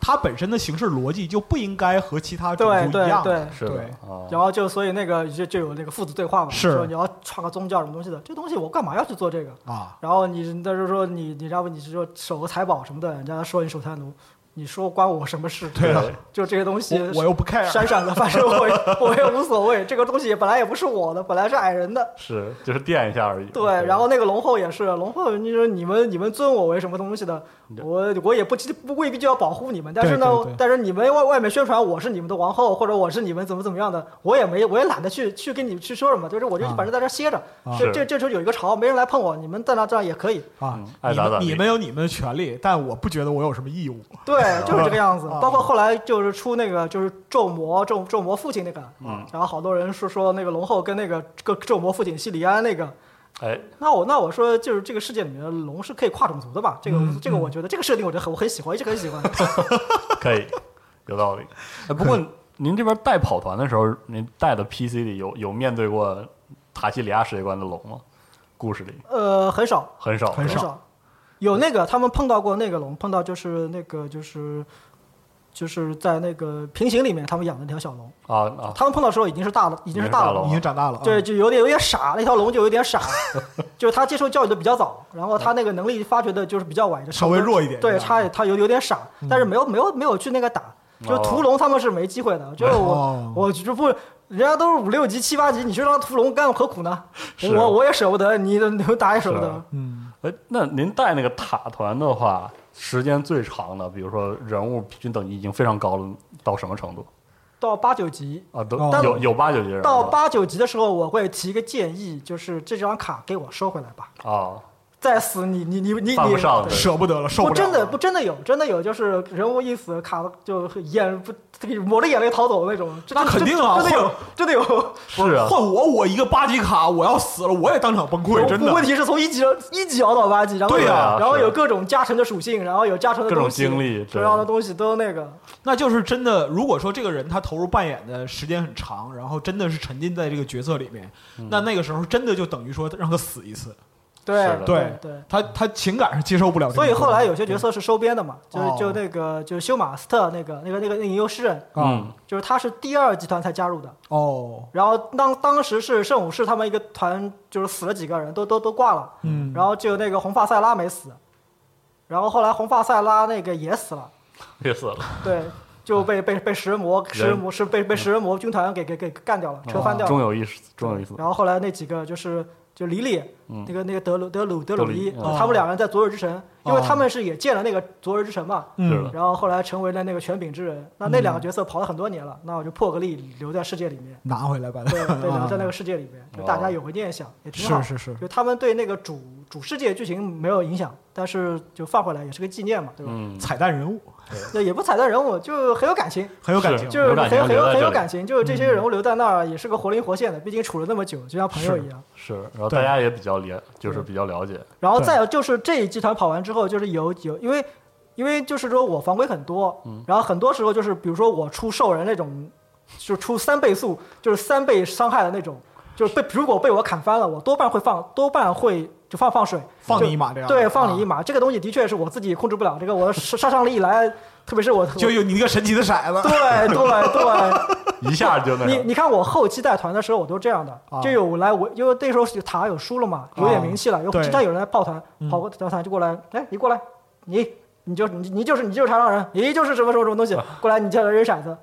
S3: 它本身的形式逻辑就不应该和其他种
S2: 对
S3: 族一
S2: 对
S3: 样。
S2: 对。
S1: 是的
S3: 对
S1: 啊，
S2: 然后就所以那个就就有那个父子对话嘛，
S3: 是
S2: 说你要创个宗教什么东西的，这东西我干嘛要去做这个？
S3: 啊，
S2: 然后你那就是说你你要不你是说守个财宝什么的，人家说你守财奴，你说关我什么事？
S3: 对啊，
S2: 就这些东西
S3: 我我又不 care，
S2: 闪闪的，反正 我也我也无所谓。这个东西本来也不是我的，本来是矮人的。
S1: 是就是垫一下而已。
S2: 对，然后那个龙后也是龙后，你说你们你们尊我为什么东西的？我我也不不未必就要保护你们，但是呢，
S3: 对对对
S2: 但是你们外外面宣传我是你们的王后，或者我是你们怎么怎么样的，我也没我也懒得去去跟你们去说什么，就是我就
S3: 啊
S2: 反正在这歇着。
S3: 啊
S2: 这
S1: 是
S2: 这这时候有一个巢，没人来碰我，你们在那这样也可以。
S3: 啊
S1: 嗯，爱
S3: 你
S1: 咋咋
S3: 们
S1: 地
S3: 你们有你们的权利，但我不觉得我有什么义务。
S2: 对，就是这个样子
S3: 啊。
S2: 包括后来就是出那个就是咒魔咒咒魔父亲那个，
S1: 嗯
S2: 然后好多人是说那个龙后跟那个咒咒魔父亲西里安那个，
S1: 哎，
S2: 那我那我说就是这个世界里面的龙是可以跨种族的吧？这个、
S3: 嗯
S2: 这个我觉得这个设定我觉得很我很喜欢，一直很喜欢。
S1: 可以， 有道理。哎，不过您这边带跑团的时候，您带的 PC 里有有面对过塔西里亚世界观的龙吗？故事里
S2: 呃，很少
S1: 很少，
S3: 很
S2: 很
S3: 少
S2: 少，有那个他们碰到过那个龙，碰到就是那个就是。就是在那个平行里面，他们养了一条小龙，
S1: 啊啊！
S2: 他们碰到的时候已经是大哦了，已经是大龙
S1: 哦
S3: 已经长大了，
S2: 对，
S3: 啊，
S2: 就有点有点傻，那条龙就有点 傻，就是他接受教育的比较早，然后他那个能力发掘的就是比较晚，就
S3: 稍微弱一点
S2: 对，
S3: 是吧
S2: 差
S3: 嗯
S2: 他有有点傻，但是没有没有没有去那个打，就屠龙他们是没机会的，就是
S3: 哦
S2: 我我就不。人家都是五六级、七八级，你去让他屠龙干何苦呢？
S1: 是
S2: 我我也舍不得，你你打也舍不得
S1: 是。
S3: 啊嗯，
S1: 哎，那您带那个塔团的话，时间最长的，比如说人物平均等级已经非常高了，到什么程度
S2: 到八九级，
S1: 啊？都
S3: 哦
S1: 有有八九级人
S2: 到
S1: 了
S2: 八九级的时候，我会提一个建议，就是这张卡给我收回来吧，
S1: 啊，
S2: 再死你你你你
S1: 犯
S2: 你
S1: 不上对
S3: 舍不得了，受
S2: 不
S3: 了。
S2: 真的不真的有，真的有，就是人物一死，卡的就眼不这个抹着眼泪逃走那种。这
S3: 那
S2: 这
S3: 肯定啊
S2: 这真的有，真的有。
S1: 是啊，
S3: 换我，我一个八级卡，我要死了，我也当场崩溃，真的。
S2: 问题是从一级一级熬到八级，然后
S3: 对
S2: 有
S1: 啊
S2: 然后
S1: 是
S2: 有各种加成的属性，然后有加成的
S1: 各种
S2: 东西
S1: 经历对
S2: 重要的东西都那个。
S3: 那就是真的，如果说这个人他投入扮演的时间很长，然后真的是沉浸在这个角色里面，那那个时候真的就等于说让他死一次，
S1: 是
S2: 对
S1: 的
S2: 对
S3: 对
S2: 对。
S3: 他他情感上接受不了这个
S2: 所
S3: 东
S2: 以
S3: 西。
S2: 后来有些角色是收编的嘛，就是
S3: 哦
S2: 就那个就是修马斯特那个那个那个那个吟游诗人，
S1: 嗯，
S2: 就是他是第二集团才加入的。
S3: 啊哦，
S2: 然后当当时是圣武士他们一个团，就是死了几个人，都都都挂了。
S3: 嗯，
S2: 然后就那个红发塞拉没死，然后后来红发塞拉那个也死了，
S1: 别死了，
S2: 对，就被被被食人哦魔食人魔是被被食人魔军团给给给干掉了，车翻掉
S1: 终
S2: 了。
S1: 有一死，终有一死。
S2: 然后后来那几个就是就李李，那个那个德鲁德鲁德鲁哦伊，
S1: 德
S3: 鲁伊
S2: 他们两个人在昨日之城，因为他们是也建了那个昨日之城嘛。
S1: 是
S3: 嗯
S1: 的，
S2: 然后后来成为了那个权柄之人，那那两个角色跑了很多年了，那我就破个例留在世界里面，
S3: 拿回来吧。
S2: 对对，留在那个
S3: 啊
S2: 世界里面，就大家有个念想也挺好
S3: 是。是是，
S2: 就他们对那个主主世界剧情没有影响，但是就放回来也是个纪念嘛，对吧？
S1: 嗯，
S3: 彩蛋人物
S2: 那、也不彩蛋人物，就很有感情，
S3: 很有感
S1: 是
S3: 情，
S2: 就是
S1: 有感情
S2: 很很
S1: 留
S2: 有
S1: 在
S2: 很
S1: 这
S2: 有
S1: 里
S2: 感情，就是这
S3: 嗯
S2: 些人物留在那儿也是个活灵活现的，毕竟处了那么久，就像朋友一样。
S1: 是，然后
S3: 对
S1: 大家也比较了，就是比较了解，
S2: 然后再有就是这一集团跑完之后，就是有有因为。因为就是说我防规很多，
S3: 嗯
S2: 然后很多时候就是比如说我出兽人那种，就出三倍速，就是三倍伤害的那种，就是被如果被我砍翻了，我多半会放，多半会就放放水，
S3: 放
S2: 就
S3: 你一马这样的。
S2: 对，放你一
S3: 啊。
S2: 马，这个东西的确是我自己控制不了。这个我杀杀伤力一来，特别是我，
S3: 就有你那个神奇的骰
S2: 对
S3: 子，
S2: 对
S1: 一下就那
S2: 对，你
S1: 个
S2: 你看我后期带团的时候，我都这样的，就有来我，因为那时候塔有输了嘛，有点名气了，有
S3: 对
S2: 经常有人来抱团，跑过团就过来，哎，你过来，你你就你你就是你就是豺狼人，你就是什么什么什么东西，过来你叫人扔骰子。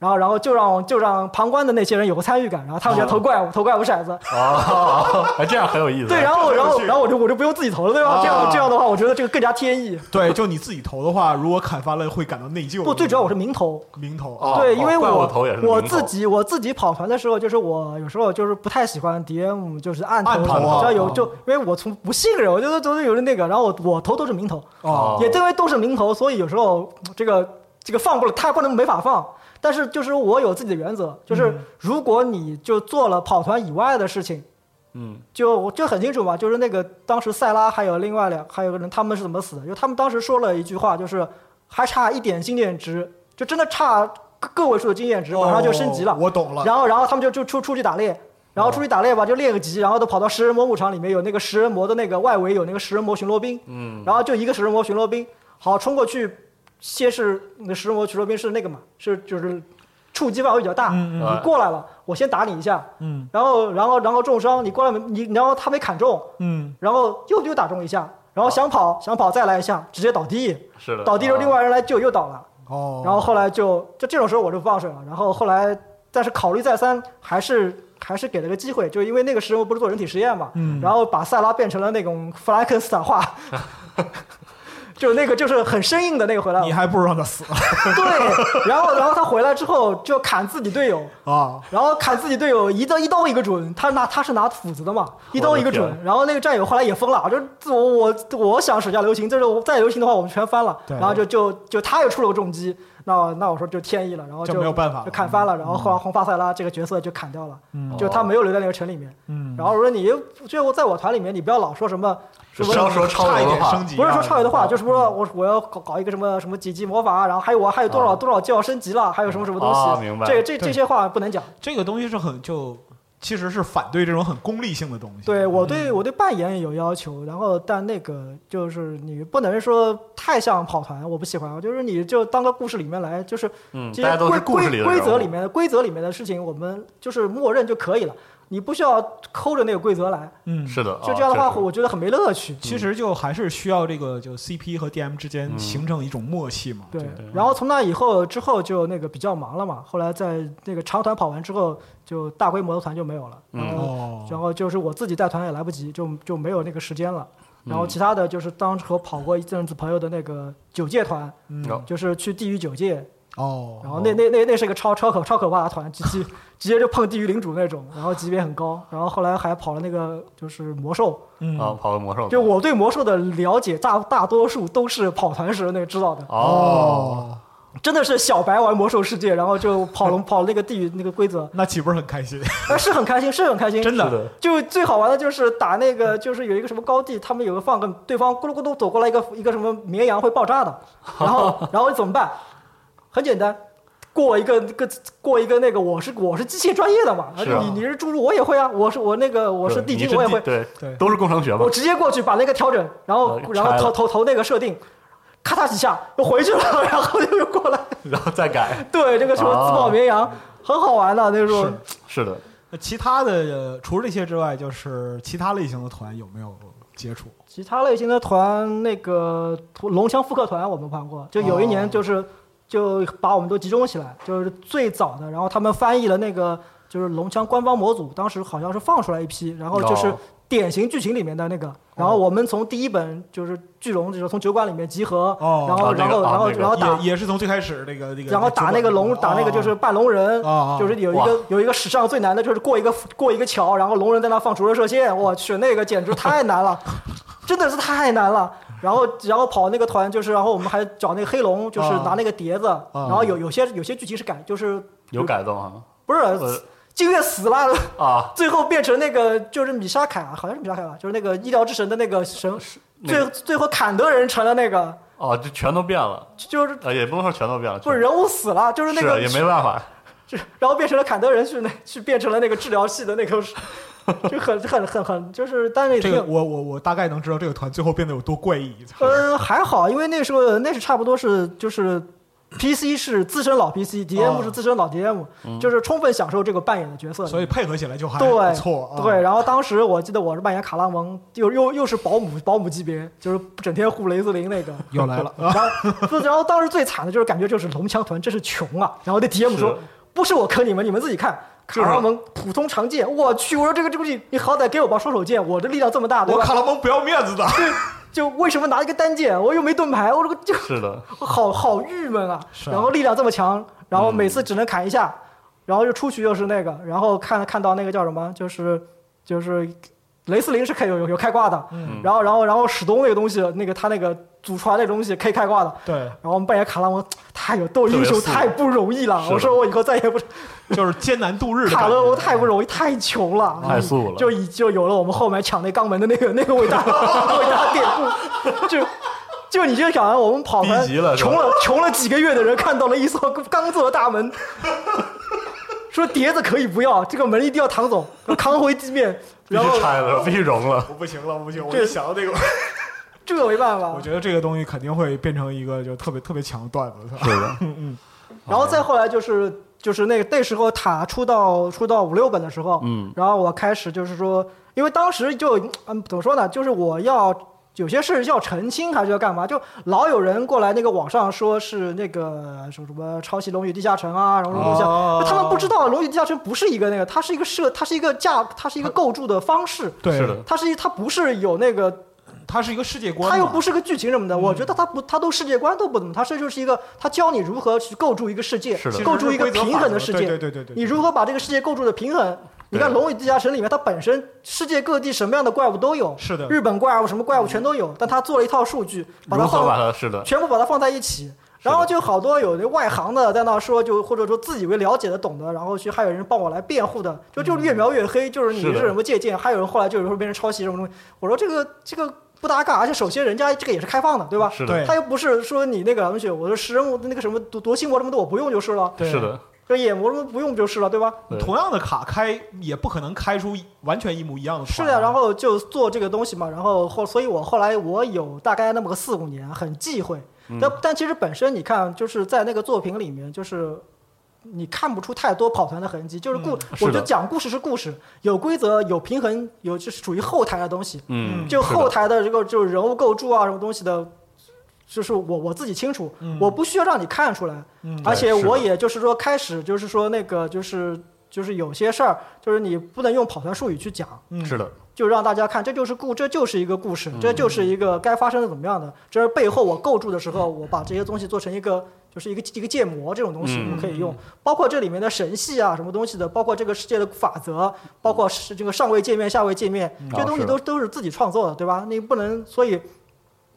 S2: 然后，然后就让就让旁观的那些人有个参与感，然后他们就投怪物，投怪物骰子，
S1: 哦，哎，这样很有意思。
S2: 啊对，然后，然后，然后我就我啊就不用自己投了，对吧？这样这样的话，我觉得这个更加天意。
S3: 对，就你自己投的话，如果砍翻了会感到内疚。
S2: 不，最主要我是明投，
S3: 名头
S1: 哦
S2: 对，
S1: 哦
S2: 因为
S1: 怪
S2: 我
S1: 物头也是
S2: 我
S1: 零头
S2: 自己我自己跑团的时候，就是我有时候就是不太喜欢 DM，就是暗投，
S3: 暗投啊
S2: 只要有
S3: 啊
S2: 就因为我从不信任，我觉得都是有人那个，然后我我投都是明投，
S1: 哦
S2: 也正因为都是明投，所以有时候这个这个放不了，他不能没法放。但是就是我有自己的原则，就是如果你就做了跑团以外的事情，
S1: 嗯，
S2: 就我就很清楚嘛，就是那个当时塞拉还有另外两还有个人，他们是怎么死的？就他们当时说了一句话，就是还差一点经验值，就真的差个个位数的经验值，马上就升级了。
S3: 哦我懂了。
S2: 然后然后他们就就出出去打猎，然后出去打猎吧，就练个级，然后都跑到食人魔牧场里面，有那个食人魔的那个外围有那个食人魔巡逻兵，
S1: 嗯，
S2: 然后就一个食人魔巡逻兵，好冲过去，先是那个食人魔巡逻兵是那个嘛，是就是触及范围比较大，
S3: 嗯
S1: 嗯
S2: 你过来了，我先打你一下，
S3: 嗯
S2: 然后然后然后重伤，你过来没你然后他没砍中，
S3: 嗯，
S2: 然后又又打中一下，然后想跑想跑再来一下，直接倒地，
S1: 是的，
S2: 倒地之后
S1: 啊
S2: 另外人来救又倒了，
S3: 哦，
S2: 然后后来就就这种时候我就不放水了，然后后来但是考虑再三，还是还是给了个机会，就因为那个时候不是做人体实验嘛，
S3: 嗯
S2: 然后把塞拉变成了那种弗兰肯斯坦化，就那个就是很生硬的那个回来了
S3: 你，还不如让 他死了
S2: 对，然后然后他回来之后就砍自己队友，
S3: 啊！
S2: 然后砍自己队友一刀一刀一个准，他拿他是拿斧子的嘛，一刀一个
S1: 我的
S2: 准。然后那个战友后来也疯了，就是我我我想手下留情，就是我再留情的话我们全翻了。
S3: 对
S2: 然后就就就他又出了个重击，那那我说就天意了，然后就
S3: 就没有办法了
S2: 就砍翻了。然后后来红发塞拉这个角色就砍掉了，
S3: 嗯
S2: 就他没有留在那个城里面。
S3: 嗯
S2: 然后我说你就我在我团里面，你不要老说什么什
S1: 是
S2: 么
S1: 稍说超
S3: 差一
S1: 流的
S3: 点
S1: 话嗯
S3: 升级啊，
S2: 不是说超越的话，就是说我我要搞搞一个什么什么几级魔法，然后还有我还有多少
S1: 啊
S2: 多少就要升级了，还有什么什么东
S1: 啊
S2: 西，
S1: 明白
S2: 这这
S3: 对
S2: 这些话不能讲。
S3: 这个东西是很就其实是反对这种很功利性的东西。
S2: 对
S1: 嗯
S2: 我对我对扮演也有要求，然后但那个就是你不能说太像跑团，我不喜欢。就是你就当个故事里面来，就是
S1: 嗯
S2: 这
S1: 大
S2: 些
S1: 家都
S2: 规
S1: 是故事里
S2: 规
S1: 的
S2: 规
S1: 人
S2: 则
S1: 物
S2: 里面的规则里面的事情，我们就是默认就可以了，你不需要抠着那个规则来。
S3: 嗯，
S1: 是的，
S2: 就这样的话，
S1: 啊确实
S2: 我觉得很没乐趣。
S3: 其实就还是需要这个就 CP 和 DM 之间
S1: 嗯
S3: 形成一种默契嘛。
S2: 对
S3: 这，
S2: 然后从那以后之后就那个比较忙了嘛，后来在那个长团跑完之后，就大规模的团就没有了，然后、
S3: 哦，
S2: 然后就是我自己带团也来不及，就就没有那个时间了。然后其他的就是当时和跑过一阵子朋友的那个九界团，
S1: 嗯
S2: 就是去地狱九界，
S3: 哦，
S2: 然后那那那那是一个超超可超可怕的团，直直直接就碰地狱领主那种，然后级别很高，然后后来还跑了那个就是魔兽，
S3: 嗯
S1: 啊，跑个魔兽
S2: 就我对魔兽的了解大大多数都是跑团时那个知道的，
S1: 哦，
S2: 真的是小白玩魔兽世界，然后就跑龙 跑那个地狱那个规则，
S3: 那岂不是很开心？
S2: 哎，是很开心，是很开心，
S3: 真的
S1: 是的
S2: 就最好玩的就是打那个，就是有一个什么高地，他们有个放个对方咕噜咕噜走过来一个一个什么绵羊会爆炸的，然后 然后怎么办？很简单，过一个个过一个那个我是我是机械专业的嘛，
S1: 是啊
S2: 你你是侏儒我也会啊，我是我那个我是
S1: 对
S2: 地
S1: 你
S2: 精我也会，
S1: 对
S3: 对
S1: 都是工程学嘛
S2: 我，直接过去把那个调整，然后
S1: 呃
S2: 然后
S1: 拆
S2: 投
S1: 了
S2: 投投那个设定，咔嚓几下又回去了， 然后又过来，
S1: 然后再改，
S2: 对这个什么自爆绵羊很好玩的那时候
S3: 是
S1: 啊是的，
S3: 那其他的呃除了这些之外，就是其他类型的团有没有接触？
S2: 其他类型的团，那个龙枪复刻团我们玩过，
S1: 哦
S2: 就有一年就是、就把我们都集中起来，就是最早的，然后他们翻译了那个就是龙枪官方模组，当时好像是放出来一批，然后就是
S1: 哦
S2: 典型剧情里面的那个，然后我们从第一本就是巨龙，就是从酒馆里面集合，
S3: 哦
S2: 然后
S1: 啊那
S2: 然
S1: 个
S2: 后
S1: 啊
S2: 然后
S1: 那个
S2: 然后打
S3: 也也是从最开始那个那个，
S2: 然后打那个龙，打那个就是扮龙人
S3: 哦哦，
S2: 就是有一
S1: 哇
S2: 个有一个史上最难的就是过一个过一个桥，然后龙人在那放逐热射线，我去，那个简直太难了， 真的是太难了。然后然后跑那个团就是，然后我们还找那个黑龙，就是
S3: 哦
S2: 拿那个碟子，然后有有些有些剧情是改，就是
S1: 有改动啊
S2: 不是金月死了。
S1: 啊，
S2: 最后变成那个就是米沙凯，啊好像是米沙凯吧，就是那个医疗之神的那个神，最最后砍德人成了那个，
S1: 哦，就全都变了，
S2: 就是
S1: 呃，也不能说全都变了，
S2: 不是人物死了，就是那
S1: 是
S2: 个
S1: 也没办法，
S2: 就然后变成了坎德人去那去变成了那个治疗系的那个，就很很很很就是，但是也
S3: 这
S2: 挺
S3: 个
S2: 有，
S3: 我我我大概能知道这个团最后变得有多怪异。
S2: 嗯、还好，因为那时候那是差不多是就是，PC 是资深老 PC，DM
S3: 哦嗯
S2: 是资深老 DM，、就是充分享受这个扮演的角色。
S3: 所以配合起来就还
S2: 对，
S3: 不错。啊
S2: 对，，然后当时我记得我是扮演卡拉蒙，又又又是保姆保姆级别，就是整天护雷斯林 那个。
S3: 又来了。
S2: 然后，不是然后当时最惨的就是感觉就是龙枪团真是穷啊。然后那 DM 说
S1: 是：“
S2: 不是我坑你们，你们自己看。”
S1: 就
S2: 卡
S1: 是
S2: 拉蒙普通长剑，我去！我说这个东西，你好歹给我把双手剑，我的力量这么大，对
S3: 我
S2: 吧？
S3: 卡拉蒙不要面子的，
S2: 就为什么拿一个单剑，我又没盾牌，我这个就是
S1: 的，
S2: 好好郁闷啊！
S3: 啊
S2: 然后力量这么强，然后每次只能砍一下，然后又出去又是那个，然后看看到那个叫什么，就是就是雷斯林是可以有有有开挂的，然后然后然后史东那个东西，那个他那个祖传那东西可以开挂的，
S3: 对，
S2: 然后我们扮演卡拉蒙，太有斗英雄
S1: 特别素
S2: 太不容易了。
S1: 是的
S2: 我说我以后再也不
S3: 就是艰难度日的感
S2: 卡
S3: 觉。
S2: 勒欧太不容易，太穷了，
S1: 太素了
S2: 就已就有了我们后面抢那肛门的那个 那个伟大伟大典故，就。就你就想，啊我们跑团
S1: 低级了是吧
S2: 穷了穷了几个月的人，看到了一艘刚做的大门，说碟子可以不要，这个门一定要扛走，扛回地面，
S1: 必
S2: 然后
S1: 须拆了，必须融了，
S3: 我 不行了，我不行，我
S2: 这
S3: 一想到这个，
S2: 这个没办法
S3: 我。觉得这个东西肯定会变成一个就特别特别强的段子。
S1: 是的，
S2: 然后再后来就是就是那个那时候塔出到出到五六本的时候，
S1: 嗯
S2: 然后我开始就是说，因为当时就嗯怎么说呢，就是我要有些事要澄清还是要干嘛？就老有人过来那个网上说是那个什么什么抄袭《龙与地下城》啊，然后什么东西啊，
S3: 哦
S2: 他们不知道《龙与地下城》不是一个那个，它是一个设，它是一个架，它是一个构筑的方式，
S3: 对
S1: 是的
S2: 它是一它不是有那个
S3: 它是一个世界观嘛，嗯
S2: 它又不是个剧情什么的，我觉得它不，它都世界观都不怎么，它这就是一个，它教你如何去构筑一个世界
S1: 是的，
S2: 构筑一个平衡的世界，
S3: 其实是规则法则对对对对对
S2: 你如何把这个世界构筑的平衡？你看《龙与地下城》里面，它本身世界各地什么样的怪物都有，
S3: 是的
S2: 日本怪物什么怪物全都有，但它做了一套数据，把它
S1: 如何
S2: 放
S1: 把它是的，
S2: 全部把它放在一起。然后就好多有那外行的在那说，就或者说自以为了解的、懂的，然后去还有人帮我来辩护的，就就越描越黑，就是你
S1: 是的
S2: 是什么借鉴，还有人后来就有时候被人抄袭什么东西。我说这个这个不搭嘎，而且首先人家这个也是开放的，对吧？
S1: 是
S3: 对
S1: 的，
S2: 他又不是说你那个东西，我说食人物那个什么夺夺心魔什么的，我不用就是了，
S3: 对
S1: 是的，
S2: 这眼魔什么不用就是了，对吧？
S1: 对
S3: 同样的卡开也不可能开出完全一模一样的
S2: 是
S3: 团
S1: 啊
S2: 的，然后就做这个东西嘛，然后后，所以我后来我有大概那么个四五年很忌讳，
S1: 嗯
S2: 但、但其实本身你看就是在那个作品里面，就是你看不出太多跑团的痕迹，就是故，
S1: 嗯是
S2: 我
S1: 的
S2: 就讲故事是故事，有规则，有平衡，有就是属于后台的东西，
S1: 嗯，
S2: 就是
S1: 的
S2: 后台的这个就是人物构筑啊什么东西的，就是我我自己清楚，我不需要让你看出来，而且
S1: 嗯对是的
S2: 我也就是说开始就是说那个就是就是有些事儿就是你不能用跑团术语去讲。
S1: 是的，
S2: 就让大家看，这就是故，这就是一个故
S1: 嗯
S2: 事，这就是一个该发生的怎么样的，这是背后我构筑的时候，
S1: 嗯
S2: 我把这些东西做成一个。就是一个一个建模这种东西，
S1: 嗯
S2: 我可以用，包括这里面的神系啊，什么东西的，包括这个世界的法则，包括是这个上位界面、下位界面，这些东西
S1: 嗯哦是的
S2: 都都是自己创作的，对吧？你不能，所以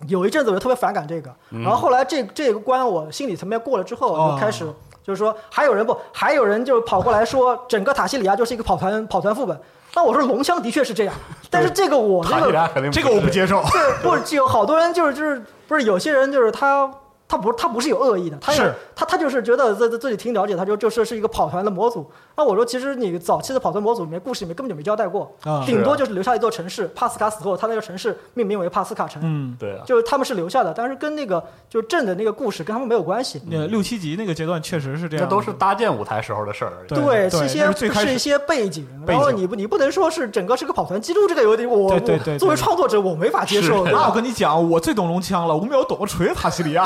S2: 有一阵子我就特别反感这个，然后后来这这个关我心理层面过了之后，我
S3: 嗯哦
S2: 就开始就是说还有人不，还有人就跑过来说整个塔西里亚就是一个跑团跑团副本。那我说龙枪的确是这 样，但是这个我这
S1: 塔西
S2: 个
S1: 俩肯定
S3: 这个我不
S1: 是
S3: 接受，
S2: 这不是有好多人就是就是不是有些人就是他。他不，他不是有恶意的，他有
S3: 是
S2: 他他就是觉得自自自己挺了解，他就就是是一个跑团的模组。那我说，其实你早期的跑团模组里面，故事里面根本就没交代过，
S3: 啊
S2: 顶多就是留下一座城市，帕斯卡死后，他那个城市命名为帕斯卡城，
S3: 嗯，
S1: 对啊，
S2: 就是他们是留下的，但是跟那个就是朕的那个故事跟他们没有关系。
S3: 那六七级那个阶段确实是这
S1: 这
S3: 样的，
S1: 都是搭建舞台时候的事儿而已，
S3: 对
S2: 是一些
S3: 那是最开始
S2: 一些背景，
S3: 背景
S2: 然后你不你不能说是整个是个跑团记录，这个有点我
S3: 对对对
S2: 我作为
S3: 对
S2: 创作者我没法接受。啊对吧
S3: 那啊我跟你讲，我最懂龙枪了，五秒懂，锤塔西里亚。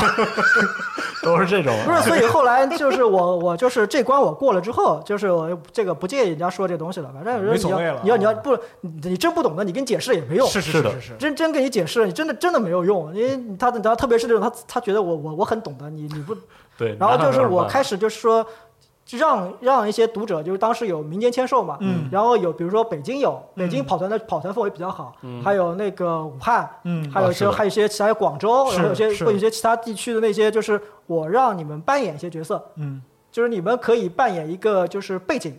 S1: 都是这种，
S2: 不是，所以后来就是我，我就是这关我过了之后，就是我这个不介意人家说这东西了，反正有时候
S3: 没所
S2: 你要
S3: 谓了
S2: 你要你要
S3: 嗯
S2: 不，你你真不懂的，你跟你解释也没用。
S3: 是是
S1: 是
S3: 是
S1: 的
S3: 是，
S2: 真真跟你解释，你真的真的没有用，因为他他特别是这种他他觉得我我我很懂的，你你不
S1: 对，
S2: 然后就是我开
S1: 始
S2: 始就是说，就让让一些读者，就是当时有民间签售嘛，
S3: 嗯
S2: 然后有比如说北京有，北京跑团的、跑团氛围比较好，还有那个武汉，
S3: 嗯
S2: 还有一
S1: 嗯啊
S2: 些、
S1: 是的
S2: 还有一些其他广州，
S3: 是
S2: 然后有些
S3: 是
S2: 会有一些其他地区的那些，就是我让你们扮演一些角色，
S3: 嗯
S2: 就是你们可以扮演一个就是背景，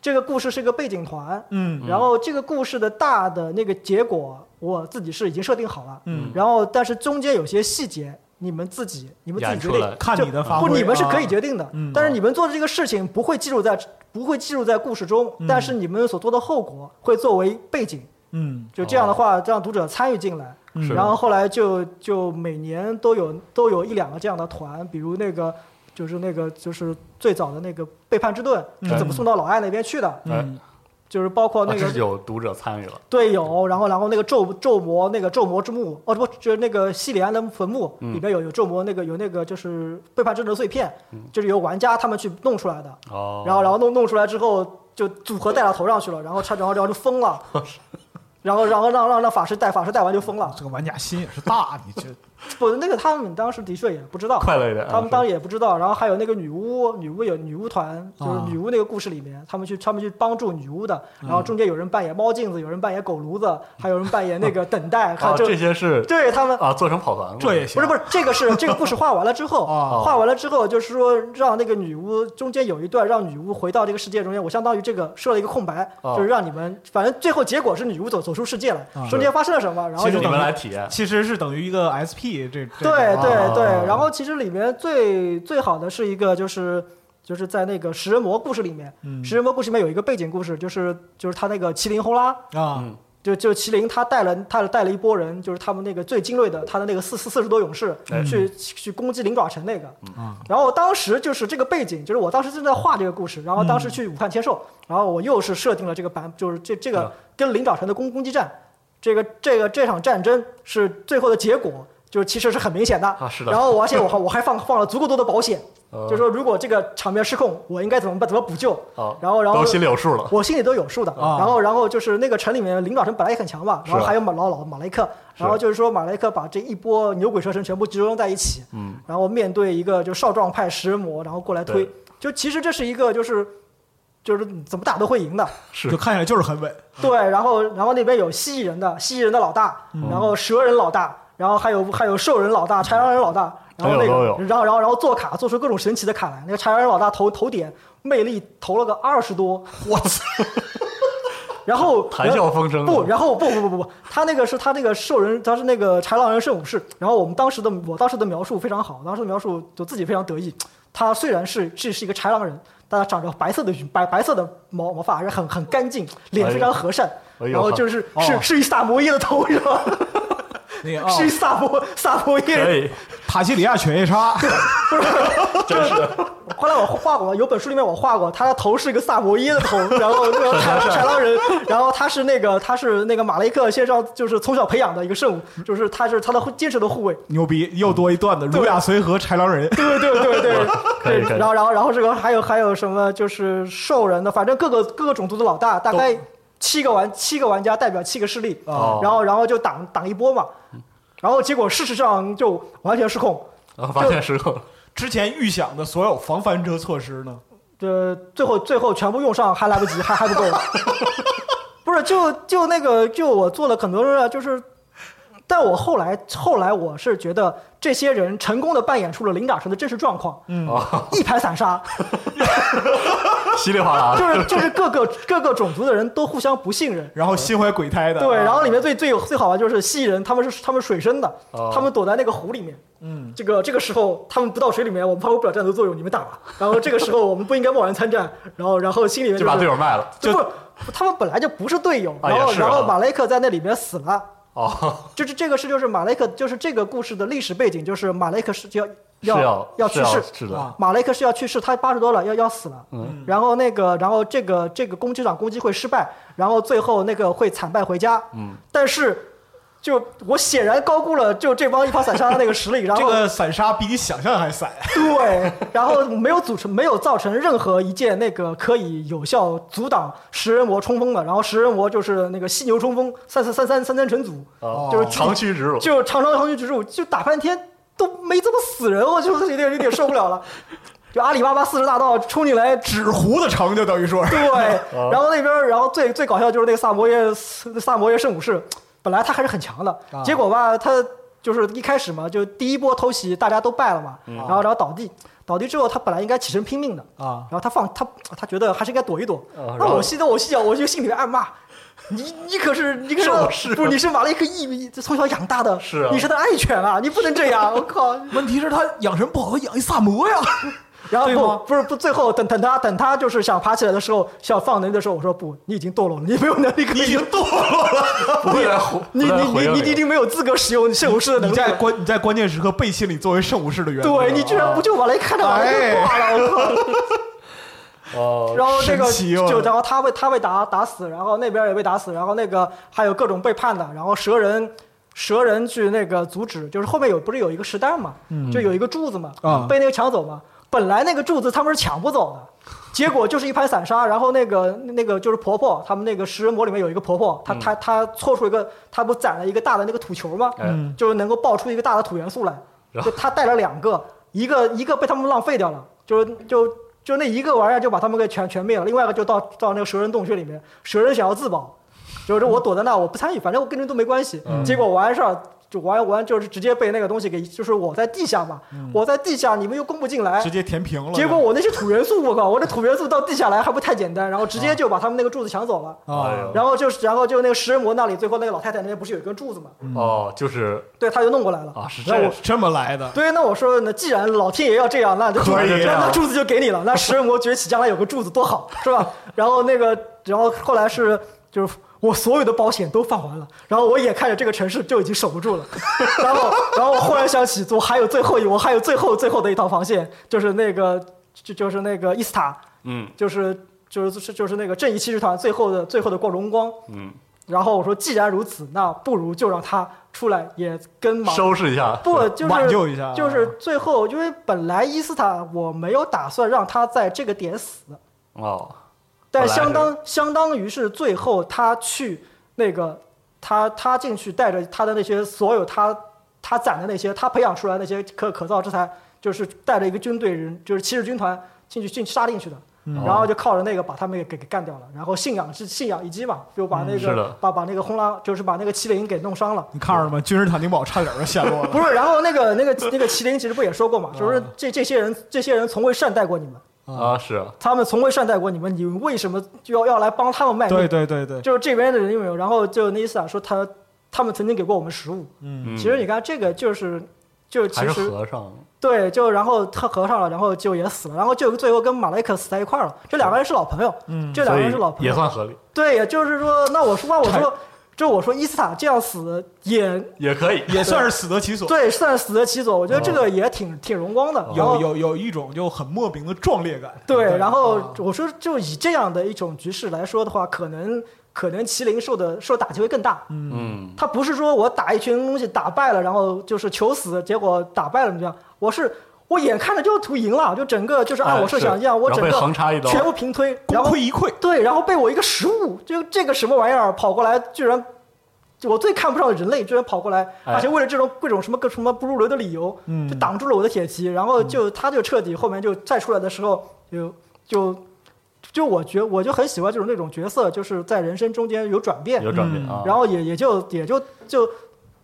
S2: 这个故事是个背景团，
S3: 嗯
S2: 然后这个故事的大的那个结果我自己是已经设定好了，
S3: 嗯，
S2: 然后但是中间有些细节你们自己你们自己
S1: 演
S2: 决
S1: 出
S2: 定。
S1: 来，
S3: 看你的发挥，
S2: 不，你们是可以
S3: 啊
S2: 决定的，
S3: 嗯
S2: 但是你们做的这个事情不会记录在不会记录在故事中，但是你们所做的后果会作为背景。
S3: 嗯
S2: 就这样的话，让读者参与进来。
S3: 嗯
S1: 是的
S2: 然后后来就就每年都有都有一两个这样的团，比如那个就是那个就是最早的那个背叛之盾是怎么送到老艾嗯那边去的，
S3: 嗯
S1: 哎，
S2: 就是包括
S1: 嗯啊
S2: 那个
S1: 这是有读者参与了，
S2: 队友，然后然后那个咒咒魔那个咒魔之墓，哦不，就是那个西里安的坟墓里边有有咒魔那个有那个就是背叛之盾的碎片，就是由玩家他们去弄出来的，
S1: 哦，
S2: 然后然后弄弄出来之后就组合戴到头上去了，然后差然后然后就疯了，然后然后让让让法师戴，法师戴完就疯了，
S3: 这个玩家心也是大，你 这
S2: 不那个他们当时的确也不知道，
S1: 快乐一点，啊
S2: 他们当时也不知道，然后还有那个女巫，女巫有女巫团，就是
S3: 啊
S2: 女巫那个故事里面，他们去他们去帮助女巫的，然后中间有人扮演猫镜子，有人扮演狗炉子，还有人扮演那个等待，
S1: 啊
S2: 看
S1: 这些是
S2: 对他们
S1: 啊做成跑团了，
S3: 这也
S2: 不
S3: 行
S2: 是不是这个是这个故事画完了之后，
S3: 哦
S2: 画完了之后就是说让那个女巫中间有一段让女巫回到这个世界中间，我相当于这个设了一个空白，
S1: 哦啊
S2: 就是让你们反正最后结果是女巫走走出世界了，中间发生了什么，然后
S3: 其实
S2: 有
S1: 你们来体验，
S3: 其实是等于一个 SP 这这
S2: 对
S3: 种
S2: 对
S3: 啊
S2: 对，然后其实里面最最好的是一个就是。就是在那个食人魔故事里面，食人魔故事里面有一个背景故事，就是就是他那个麒麟轰拉，
S3: 啊
S2: 就就麒麟他带了他带了一波人，就是他们那个最精锐的，他的那个四四四十多勇士
S1: 哎嗯
S2: 去去攻击灵爪城那个。然后当时就是这个背景，就是我当时正在画这个故事，然后当时去武汉签售，然后我又是设定了这个版，就是这这个
S1: 嗯
S2: 跟灵爪城的攻攻击战。这个这个这场战争是最后的结果，就是其实是很明显的
S1: 啊是的
S2: 然后我而且我还我还放放了足够多的保险，
S1: 呃
S2: 就是说如果这个场面失控，我应该怎么办？怎么补救？
S1: 啊，
S2: 然后然后
S1: 都心里有数了。
S2: 我心里都有数的。
S3: 啊
S2: 然后，然后就是那个城里面领导城本来也很强嘛，然后
S1: 是啊
S2: 还有马老老马雷克，
S1: 是
S2: 然后就是说马雷克把这一波牛鬼蛇神全部集中在一起，
S1: 嗯，
S2: 然后面对一个就少壮派食人魔，然后过来推
S1: 对，
S2: 就其实这是一个就是就是怎么打都会赢的，
S1: 是
S3: 就看起来就是很稳。
S2: 对。然后，然后那边有蜥蜴人的蜥蜴人的老大，
S1: 嗯
S2: 然后蛇人老大，然后还有还有兽人老大、豺狼人老大。然后那
S1: 都有都，
S2: 个
S1: 有
S2: 然后然后然后做卡，做出各种神奇的卡来。那个豺狼人老大头头点魅力投了个二十多，
S3: 我操！
S2: 然后
S1: 谈笑风生啊
S2: 不，然后不不不不不，他那个是他那个兽人，他是那个豺狼人圣武士。然后我们当时的我当时的描述非常好，当时的描述就自己非常得意。他虽然是是是一个豺狼人，但他长着白色的羽白白色的毛毛发，而且很很干净，脸非常和善。
S1: 哎呦
S2: 然后就是、
S3: 哎呦
S2: 是是一萨摩耶的头是 吧？
S3: 那 个、
S2: 是一
S3: 哦、
S2: 萨摩萨摩
S1: 可
S2: 耶。
S1: 以，
S3: 塔西里亚犬 夜叉，
S1: 真是的，
S2: 后来我画过，有本书里面我画过，他的头是一个萨摩耶的头，然后那 个豺豺狼人，然后他是那个他是那个马雷克先生就是从小培养的一个圣武，就是他是他的坚实的护卫。
S3: 牛逼，又多一段子，儒雅随和豺狼人，
S2: 对对对对
S1: 可以可
S2: 对，
S1: 以
S2: 然后然后然后这个还有还有什么就是兽人的，反正各个各个种族的老大，大概七个玩七个玩家代表七个势力
S1: 哦
S2: 然后然后就挡挡一波嘛，然后结果事实上就完全失控，
S1: 然后发现失控了。
S3: 之前预想的所有防翻车措施呢？
S2: 这呃最后最后全部用上还来不及，还还不够。不是，就就那个，就我做了很多人啊，就是，但我后来后来我是觉得这些人成功的扮演出了林长城的真实状况，
S3: 嗯
S1: 哦，
S2: 一盘散沙，
S1: 稀里哗啦
S2: 就
S1: 的，
S2: 是就是各个各个种族的人都互相不信任。
S3: 然后心怀鬼胎的，
S2: 嗯对，
S3: 啊
S2: 然后里面最最有最好玩就是蜥蜴人，他们是他们水生的
S1: 哦，
S2: 他们躲在那个湖里面。
S3: 嗯，
S2: 这个这个时候他们不到水里面，我们发挥不了战斗作用，你们 打吧。然后这个时候我们不应该贸然参战，然后然后心里面
S1: 就把队友卖了。
S2: 就不，他们本来就不是队友，
S1: 啊
S2: 然后、
S1: 也是啊
S2: 然后马雷克在那里面死了，
S1: 哦，
S2: 就是这个事就是马雷克就是这个故事的历史背景就是马雷克是要
S1: 是要
S2: 要去世，
S1: 是的
S3: 啊，
S2: 马雷克是要去世，他八十多了要要死了，
S1: 嗯
S2: 然后那个然后这个这个攻击长攻击会失败，然后最后那个会惨败回家，
S1: 嗯，
S2: 但是。就我显然高估了就这帮一盘散沙的那个实力，然后
S3: 这个散沙比你想象还散，
S2: 对，然后没有组成，没有造成任何一件那个可以有效阻挡食人魔冲锋的。然后食人魔就是那个犀牛冲锋，三三三三三三成组，
S1: 啊
S2: 哦就是
S1: 长驱直入，
S2: 就长长长驱直入，就打半天都没这么死人，我就有点有点受不了 了。就阿里巴巴四十大盗冲进来，
S3: 纸糊的城就等于说 是，
S2: 对，
S1: 啊
S2: 然后那边儿，然后最最搞笑就是那个萨摩耶萨摩耶圣武士，本来他还是很强的，
S3: 啊
S2: 结果吧，他就是一开始嘛，就第一波偷袭大家都败了嘛，
S1: 嗯
S2: 然后然后倒地，倒地之后他本来应该起身拼命的
S3: 啊
S2: 然后他放他他觉得还是应该躲一躲，
S1: 啊
S2: 那
S1: 然后
S2: 我心里我心想，我就心里面暗骂。你你可是你 可是
S1: 我是
S2: 不是你是马雷克一米从小养大的，
S1: 啊是啊
S2: 你是他的爱犬啊，你不能这样，我靠！
S3: 问题是他养成不好，养一萨摩呀，
S2: 然后
S3: 对吗
S2: 不不是不，最后等等他等他就是想爬起来的时候，想放能力的时候，我说不，你已经堕落了，你没有能 力可以，
S3: 堕落了。
S1: 不会来回，
S2: 你
S1: 不会来
S2: 你
S1: 回
S2: 你
S1: 应
S2: 你你已
S1: 你
S2: 经没有资格使用圣武士的能
S3: 你
S2: 力
S3: 在
S2: 了。
S3: 关你在关键时刻背弃了你作为圣武士的原则，
S2: 对你居然不就把雷看着把雷
S3: 哎
S2: 挂了，我靠！
S1: 哦，
S2: 然后这个
S3: 神奇哦
S2: 就然后他被他被打打死，然后那边也被打死，然后那个还有各种背叛的，然后蛇人蛇人去那个阻止，就是后面有不是有一个石蛋嘛，就有一个柱子嘛，
S3: 嗯啊
S2: 被那个抢走嘛。本来那个柱子他们是抢不走的，结果就是一盘散沙。然后那个那个就是婆婆，他们那个食人魔里面有一个婆婆，
S3: 嗯
S2: 她她她搓出一个，她不攒了一个大的那个土球吗？
S3: 哎
S1: 嗯
S2: 就是能够爆出一个大的土元素来。
S1: 然
S2: 就他带了两个，一个一个被他们浪费掉了，就是就就那一个玩意儿就把他们给全全灭了。另外一个就到到那个蛇人洞穴里面，蛇人想要自保，就是我躲在那，我不参与，反正我跟人都没关系。结果完事儿。就完完就是直接被那个东西给，就是我在地下嘛，我在地下，你们又攻不进来
S3: 啊直，接填平了。
S2: 结果我那些土元素，我靠，我这土元素到地下来还不太简单，然后直接就把他们那个柱子抢走了，
S1: 哎呦
S3: 啊，
S2: 哦然后就是然后就那个食人魔那里，最后那个老太太那边不是有一根柱子嘛，
S1: 哦，就是
S2: 对，他就弄过来了
S1: 啊，是这
S3: 那我
S1: 样，
S3: 这么来的，
S2: 对，那我说呢，既然老天爷要这样，那就
S1: 可以
S2: 那
S1: 啊
S2: 那柱子就给你了。那食人魔崛起，将来有个柱子多好，是吧？然后那个，然后后来是就是我所有的保险都放完了，然后我眼看着这个城市就已经守不住了， 然后然后我忽然想起，我还有最后一，我还有最后最后的一道防线，就是那个就就是那个伊斯塔，
S1: 嗯
S2: 就是就是就是那个正义骑士团最后的最后的光荣光，
S1: 嗯，
S2: 然后我说，既然如此，那不如就让他出来，也跟马
S1: 收拾一下。
S2: 不就是
S3: 挽救一下啊
S2: 就是最后，因为本来伊斯塔我没有打算让他在这个点死，
S1: 哦，
S2: 但
S1: 本来是
S2: 相当相当于是最后他去那个他他进去带着他的那些所有他他攒的那些他培养出来那些可可造之材，就是带着一个军队人就是骑士军团进去进去杀进去的。然后就靠着那个把他们给给给干掉了，然后信仰是信仰一击嘛，就把那
S1: 是
S2: 个、
S1: 的
S2: 把把那个轰拉就是把那个麒麟给弄伤了，
S3: 你看着了吗？君士坦丁堡差点就陷落了。
S2: 不是，然后那个 那个那个麒麟其实不也说过嘛，就是这这些人这些人从未善待过你们，
S1: 啊，是
S2: 他们从未善待过你们，你为什么就要要来帮他们卖命？
S3: 对对对对，
S2: 就是这边的人有没有？然后就那意思啊，说他他们曾经给过我们食物。
S3: 嗯，
S2: 其实你看这个就是就
S1: 还
S2: 其
S1: 是
S2: 实
S1: 和尚。
S2: 对，就然后他合上了，然后就也死了，然后就最后跟马雷克死在一块儿了。这两个人是老朋友，
S3: 嗯
S2: 这
S1: 所
S2: 两个
S1: 以
S2: 人是老朋
S1: 也
S2: 友，
S1: 算合理，
S2: 对，也就是说，那我说那我
S3: 太
S2: 说，就我说伊斯塔这样死也
S1: 也可以。
S3: 也算是死得其所。
S2: 对，算死得其所，我觉得这个也挺挺荣光的。然后
S3: 有有有一种就很莫名的壮烈感。
S2: 对，然后
S3: 啊
S2: 我说，就以这样的一种局势来说的话，可能可能麒麟受的受打击会更大。
S1: 嗯，
S2: 他不是说我打一群东西打败了，然后就是求死，结果打败了这样，我是我眼看着就图赢了，就整个就是按啊
S1: 哎
S2: 我设想一样，
S1: 是
S2: 我整
S1: 然后被
S2: 个
S1: 横插一刀
S2: 全部平推，
S3: 功
S2: 然后
S3: 亏一篑。
S2: 对，然后被我一个食物，就这个什么玩意儿跑过来，居然。我最看不上的人类居然跑过来，
S1: 哎
S2: 而且为了这种各种什么各什么不入流的理由，
S3: 嗯
S2: 就挡住了我的铁骑，然
S1: 嗯
S2: 后就他就彻底后面就再出来的时候，就就就我觉我就很喜欢就是那种角色，就是在人生中间有转变，
S1: 有转变啊。
S2: 嗯然后也也就也就就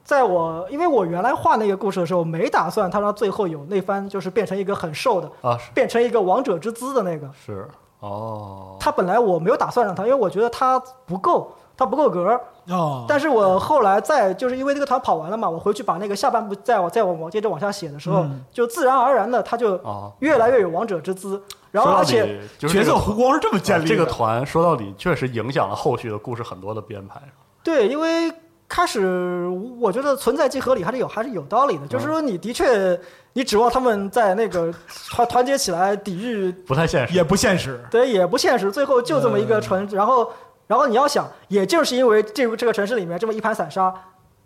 S2: 在我因为我原来画那个故事的时候，没打算他让最后有那番就是变成一个很瘦的，
S1: 啊是
S2: 变成一个王者之姿的那个。
S1: 是哦，
S2: 他本来我没有打算让他，因为我觉得他不够，他不够格
S1: 啊
S2: 儿。
S3: 哦，
S2: 但是我后来再就是因为这个团跑完了嘛，我回去把那个下半部再往再往往接着往下写的时候，
S3: 嗯
S2: 就自然而然的他就
S1: 哦
S2: 越来越有王者之姿，然后
S1: 说到
S2: 而
S1: 底
S2: 且
S1: 就是
S3: 角
S1: 这
S3: 色
S1: 个
S3: 弧光是 这么建立的。
S1: 这个团说到底确实影响了后续的故事很多的编排。
S2: 对，因为开始我觉得存在即合理还是有还是有道理的，就是说你的确你指望他们在那个团团结起来抵御，
S1: 不太现实，
S3: 也不现实。
S2: 对也不现实，最后就这么一个城，然后然后你要想，也就是因为这个这个城市里面这么一盘散沙，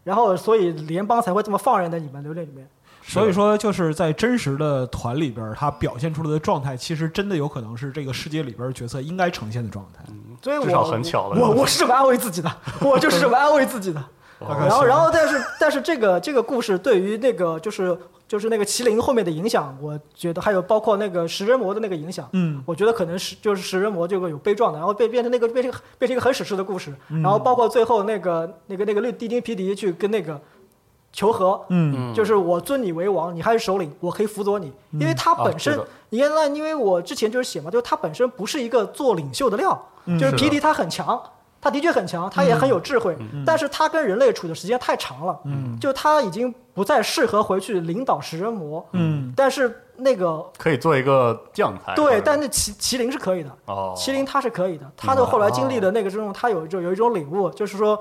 S2: 然后所以联邦才会这么放任在你们留恋里面。
S3: 所以说，就是在真实的团里边，他表现出来的状态，其实真的有可能是这个世界里边角色应该呈现的状态。
S2: 所以我
S1: 至少很巧了
S2: 我我是这么安慰自己的，我就是这么安慰 自己的。
S1: 哦
S2: 然后，然后，但是，但是这个这个故事对于那个就是就是那个麒麟后面的影响，我觉得还有包括那个食人魔的那个影响，
S3: 嗯，
S2: 我觉得可能是就是食人魔这个有悲壮的，然后变变成那个变成变成一个很史诗的故事，然后包括最后那个那个那个绿地丁皮迪去跟那个求和，
S3: 嗯，
S2: 就是我尊你为王，你还是首领，我可以辅佐你，因为他本身，
S1: 啊是的
S2: 你看那因为我之前就是写嘛，就是他本身不是一个做领袖的料，就是
S1: 嗯是的嗯
S2: 皮迪他很强。他的确很强，他也很有智慧，但是他跟人类处的时间太长了，就他已经不再适合回去领导食人魔。
S3: 嗯，
S2: 但是那个
S1: 可以做一个将才。
S2: 对，但
S1: 是
S2: 那麒麒麟是可以的，
S1: 哦，
S2: 麒麟他是可以的，他的后来经历的那个之中，他有就有一种领悟，就是说，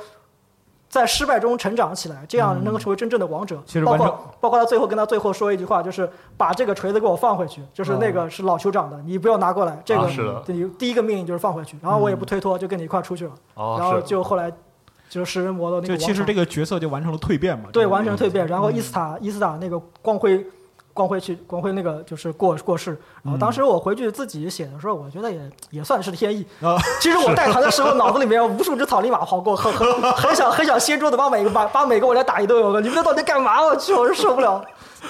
S2: 在失败中成长起来，这样能够成为真正的王者。
S3: 其实
S2: 包
S3: 完
S2: 括
S3: 成
S2: 包括他最后跟他最后说一句话，就是把这个锤子给我放回去，就是那个是老酋长的，你不要拿过来。这个
S1: 啊是的
S2: 你第一个命令就是放回去，然后我也不推脱，就跟你一块儿出去了。
S1: 哦
S2: 然后
S1: 是
S2: 就后来就是食人魔的那个
S3: 就
S2: 王朝，
S3: 其实这个角色就完成了蜕变嘛。
S2: 对
S3: 这个
S2: 完成蜕变，然后伊斯塔伊斯塔那个光辉。光辉去光辉那个就是过过世，然后当时我回去自己写的时候，我觉得也也算是天意，
S3: 啊，
S2: 其实我带团的时候，脑子里面无数只草泥马跑过，很很很想很想掀桌子把每个把把每个我来打一顿。我你们这到底干嘛？我去，我是受不了。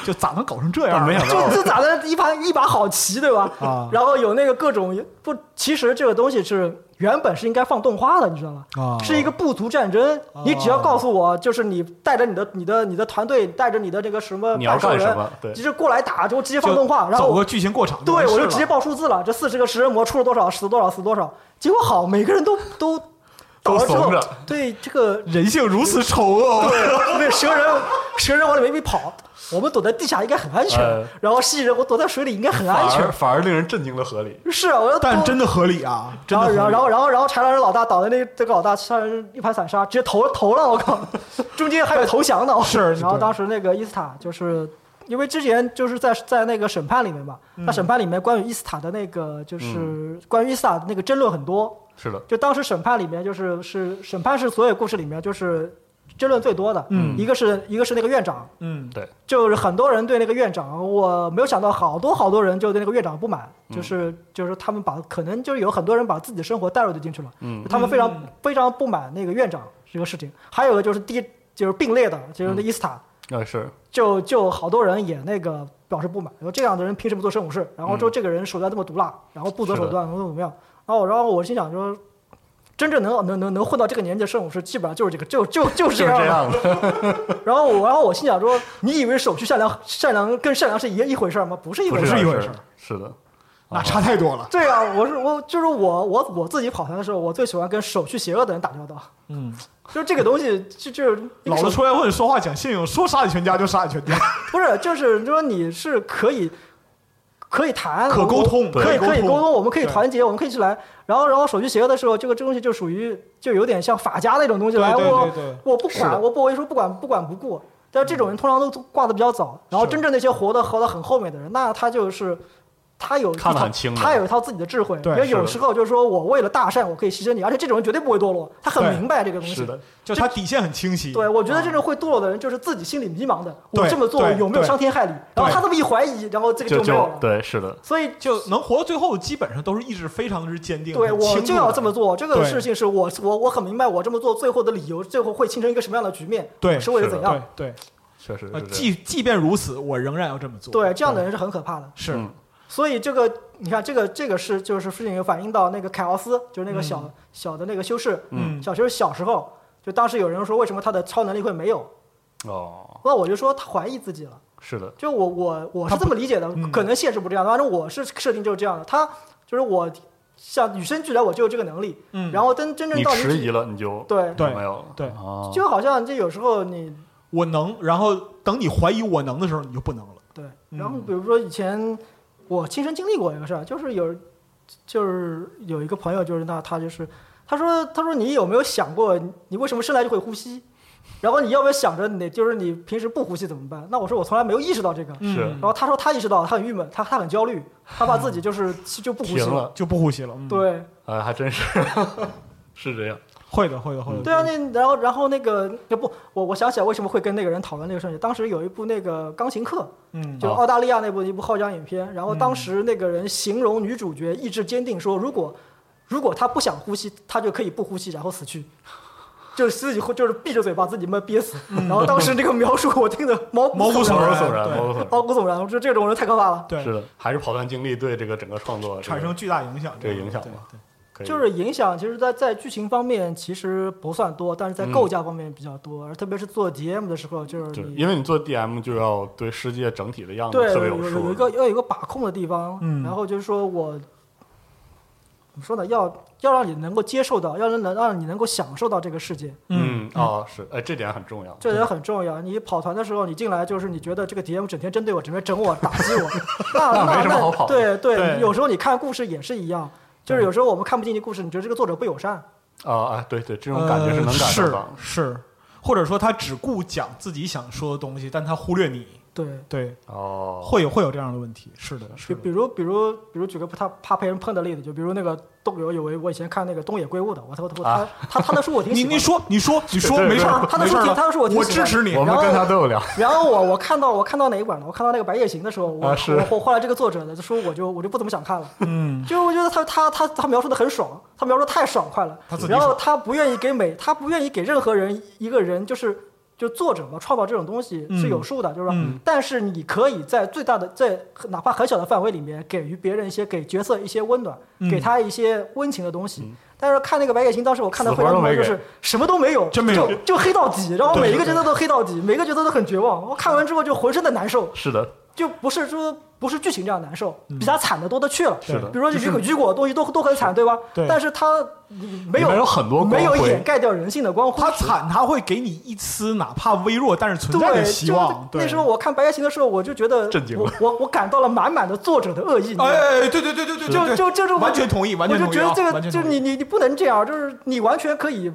S3: 就咋能搞成这样？
S1: 哦没想
S2: 就就咋的一盘一把好棋，对吧？
S3: 啊
S2: 然后有那个各种不，其实这个东西是原本是应该放动画的，你知道吗？
S3: 啊
S2: 是一个部族战争，
S1: 啊
S2: 你只要告诉我，就是你带着你的你的你的团队，带着你的这个什么
S1: 你要
S2: 半兽
S1: 干什
S2: 人
S1: 么，对
S2: 就是过来打，就直接放
S3: 就
S2: 动画，然后
S3: 走个剧情过场。
S2: 对，我就直接
S3: 报。
S2: 报数字了，这四十个食人魔出了多少，死多少，死多少。结果好，每个人都都倒了之后
S1: 怂着，
S2: 对这个
S3: 人性如此丑恶。
S2: 对蛇人蛇人往里面一跑，我们躲在地下应该很安全
S3: 哎
S1: 呃，
S2: 然后蜥蜴人我躲在水里应该很安
S1: 反而
S2: 全。
S1: 反而令人震惊的合理。
S2: 是啊，我要
S3: 但
S2: 躲
S3: 真的合理啊！真
S2: 然
S3: 的
S2: 后，
S3: 合理
S2: 然后，然后，然后，然后，豺狼人老大倒在那这个老大杀人一盘散沙，直接投投了，我靠！中间还有投降的，我
S3: 是
S2: 然后
S3: 对
S2: 当时那个伊斯塔就是因为之前就是在在那个审
S3: 嗯
S2: 判里面嘛，那审判里面关于伊斯塔的那个就是关于伊斯塔的那个争论很多，
S1: 是的，
S2: 就当时审判里面，就是是审判是所有故事里面就是争论最多的，
S3: 嗯
S2: 一个是一个是那个院长，
S3: 嗯
S1: 对，
S2: 就是很多人对那个院长，我没有想到好多好多人就对那个院长不满，就是就是他们把可能就是有很多人把自己的生活带入进去了，
S1: 嗯
S2: 他们非常非常不满那个院长这个事情。还有一个就是第一就是并列的，就是那伊斯塔，
S1: 那是
S2: 就就好多人也那个表示不满，说这样的人凭什么做圣武士？
S3: 嗯
S2: 然后说这个人手段这么毒辣，然后不择手段，怎么怎么样？然后然后我心想说，真正能能能能混到这个年纪的圣武士，基本上就是这个就就就是
S1: 就是这样的，
S2: 然后我，然后我心想说，你以为手续善良、善良跟善良是一一回事儿吗？不是一
S1: 不
S2: 回事
S3: 是
S2: 儿。
S3: 一回
S1: 回
S3: 事儿
S1: 是的，
S3: 那差太多了。
S2: 对啊，我是我就是我我我自己跑团的时候，我最喜欢跟手续邪恶的人打交道。
S3: 嗯，
S2: 就是这个东西，就就是
S3: 老子出来混，说话讲信用，说杀你全家就杀你全家。
S2: 不是，就是说你是可以可以谈，
S3: 可
S2: 我
S3: 沟通
S2: 可以
S3: 对
S2: 可以
S3: 沟
S2: 沟
S3: 通
S2: 通，我们可以
S3: 对
S2: 团结，我们可以一起来。然后然后手续邪恶的时候，这个东西就属于就有点像法家那种东西，
S3: 对
S2: 来
S3: 对
S2: 我
S3: 对对嗯
S2: 我不
S1: 是的
S2: 管，我不为说不管不管不顾。但是这种人通常都挂的比较早，然后
S3: 是
S2: 真正那些活的活到很后面的人，那他就是。他有一
S1: 看得
S2: 套
S1: 很清的
S2: 他有一套自己的智慧，
S3: 对
S2: 因为
S1: 是的
S2: 有时候就是说我为了大善，我可以牺牲你，而且这种人绝对不会堕落，他很
S3: 对
S2: 明白这个东西。
S1: 是的，
S3: 就他底线很清晰。
S2: 对，我觉得这
S3: 啊
S2: 种会堕落的人，就是自己心里迷茫的，
S3: 对
S2: 我这么做
S3: 对
S2: 有没有
S3: 对
S2: 伤天害理？然后
S3: 对
S2: 他这么一怀疑，然后这个
S1: 就
S2: 没有
S1: 就
S2: 了。
S1: 对，是的，
S2: 所以，
S3: 就能活到最后，基本上都是意志非常之坚定。
S2: 对
S3: 很
S2: 我
S3: 清楚
S2: 就要
S3: 的
S2: 这么。做。这个
S3: 对
S2: 事情是我我我很明白，我这么做最后的理由，最后会形成一个什么样的局面，
S3: 对
S2: 是为了
S1: 是的
S2: 怎
S3: 对
S2: 样？
S3: 对，
S1: 确实是这
S3: 呃，
S1: 样
S3: 即即便如此，我仍然要这么做。
S2: 对，这样的人是很可怕的。
S3: 是
S1: 嗯
S2: 所以这个你看，这个这个是就是事情有反映到那个凯奥斯，就是那个小、小的那个修士，
S3: 嗯
S2: 小修士小时候，就当时有人说为什么他的超能力会没有？
S1: 哦，
S2: 那我就说他怀疑自己了。
S1: 是的，
S2: 就我我我
S3: 他
S2: 是
S3: 不
S2: 这么理解的，
S3: 嗯
S2: 可能现实不这样，反正我是设定就是这样的。他就是我像与生俱来我就有这个能力，
S3: 嗯
S2: 然后真真正
S1: 你
S2: 到
S1: 迟疑了，你就
S2: 对
S1: 就没有了，
S3: 对
S1: 哦
S2: 就好像这有时候你
S3: 我能，然后等你怀疑我能的时候，你就不能了。
S2: 对，
S1: 嗯
S2: 然后比如说以前我亲身经历过一个事儿，就是有就是有一个朋友，就是那他就是他说他说你有没有想过你为什么生来就会呼吸？然后你要不要想着你就是你平时不呼吸怎么办？那我说我从来没有意识到这个。
S1: 是
S3: 嗯
S2: 然后他说他意识到了，他很郁闷，他他很焦虑，他怕自己就是 就不呼吸
S1: 停了，
S3: 就不呼吸了。嗯，
S2: 对
S1: 哎，还真是 是这样，
S3: 会的，会的，会的。
S2: 对啊，那然后然后那个那不，我我想起来为什么会跟那个人讨论那个事情。当时有一部那个钢琴课，
S3: 嗯，
S2: 就
S1: 哦
S2: 澳大利亚那部一部浩江影片，然后
S3: 嗯
S2: 当时那个人形容女主角意志坚定，说如果如果她不想呼吸，她就可以不呼吸，然后死去。就是自己会就是闭着嘴把自己闷憋死，然后当时这个描述我听得毛
S3: 嗯毛骨
S1: 毛
S3: 悚
S1: 骨
S3: 然
S1: 悚然，
S3: 对
S1: 毛骨悚
S2: 毛骨悚然，我说这种人太可怕了。
S3: 对
S1: 然，是的，还是跑团经历对这个整个创作这个
S3: 产生巨大影响。
S1: 这个影响
S3: 对
S1: 吧
S3: 对
S1: 可以
S2: 就是影响，其实在在剧情方面其实不算多，但是在
S1: 嗯
S2: 构架方面比较多，而特别是做 DM 的时候，就是
S1: 对，
S2: 你
S1: 因为你做 DM 就要对世界整体的样子
S2: 对，
S1: 特
S2: 有
S1: 别
S2: 有
S1: 数，
S2: 有一个要有一个把控的地方，
S3: 嗯
S2: 然后就是说我怎么说呢？要要让你能够接受到，要能能让你能够享受到这个世界，
S1: 嗯，哦，是，哎，这点很重要，
S2: 这点很重要。你跑团的时候，你进来就是你觉得这个 DM 整天针对我，整天整我，打 击我，那
S1: 那没什么好跑的
S2: 对对
S3: 对
S2: 有时候你看故事也是一样，就是有时候我们看不进去故事，你觉得这个作者不友善，
S1: 啊啊，对对，这种感觉是能感受到
S3: 呃，是是，或者说他只顾讲自己想说的东西，但他忽略你。
S2: 对。
S3: 对，
S1: 哦，
S3: 会有会有这样的问题。是的，是
S2: 比
S3: 的
S2: 比。如比如比如举个不怕怕被人碰的例子，就比如那个东有有为我以前看那个东野圭吾的，我他他他
S1: 啊
S2: 他他的书我挺喜
S3: 你
S2: 欢的。
S3: 你说你说你说
S1: 对对
S3: 没事儿，
S2: 他的
S3: 没事
S2: 书
S3: 儿
S2: 挺
S3: 了
S2: 他的书我挺
S3: 我
S2: 喜
S3: 支
S2: 欢
S3: 持你
S1: 我。们
S2: 然后
S1: 跟他都有聊，
S2: 然后我我看到我看到哪一版了？我看到那个《白夜行》的时候，我、
S1: 啊是
S2: 我我后来这个作者的书我就我就不怎么想看了，
S3: 嗯，
S2: 就是我觉得他他他他描述的很爽，他描述的太爽快了
S3: 他自，己
S2: 然后他不愿意给每他不愿意给任何人一个人就是。就作者嘛，创造这种东西是有数的，就是说，
S3: 嗯
S2: 但是你可以在最大的在哪怕很小的范围里面，给予别人一些给角色一些温暖，
S3: 嗯
S2: 给他一些温情的东西。但是看那个《白夜行》，当时我看到回来
S1: 死活都没
S2: 就
S1: 给
S2: 是什么都没有，
S3: 真没有
S2: 就就黑到底，然后
S3: 对
S2: 每一个角色都黑到底，每个角色都很绝望。我看完之后就浑身的难受，
S1: 是的，
S2: 就不是说不是剧情这样难受，比他惨的多的去了。
S3: 是的
S2: 比如说雨果雨果的东西都都很惨，对吧？
S3: 对
S2: 但是他没有
S1: 里面有很多光辉
S2: 没有掩盖掉人性的光辉
S3: 他。惨，他会给你一丝哪怕微弱但是存在
S2: 对，
S3: 的
S2: 就
S3: 希望。
S2: 那时候，我看《白夜行》的时候，我就觉得
S1: 震惊了
S2: 我我我感到了满满的作者的恶意。你知道吗
S3: 哎，对对对对对，
S2: 就就就是我
S3: 完全同意，完全
S2: 我
S3: 同
S2: 就
S3: 意
S2: 觉
S3: 啊，
S2: 得这
S3: 完
S2: 个
S3: 全
S2: 就是
S3: 同意
S2: 你你你不能这样，就是你完全可以，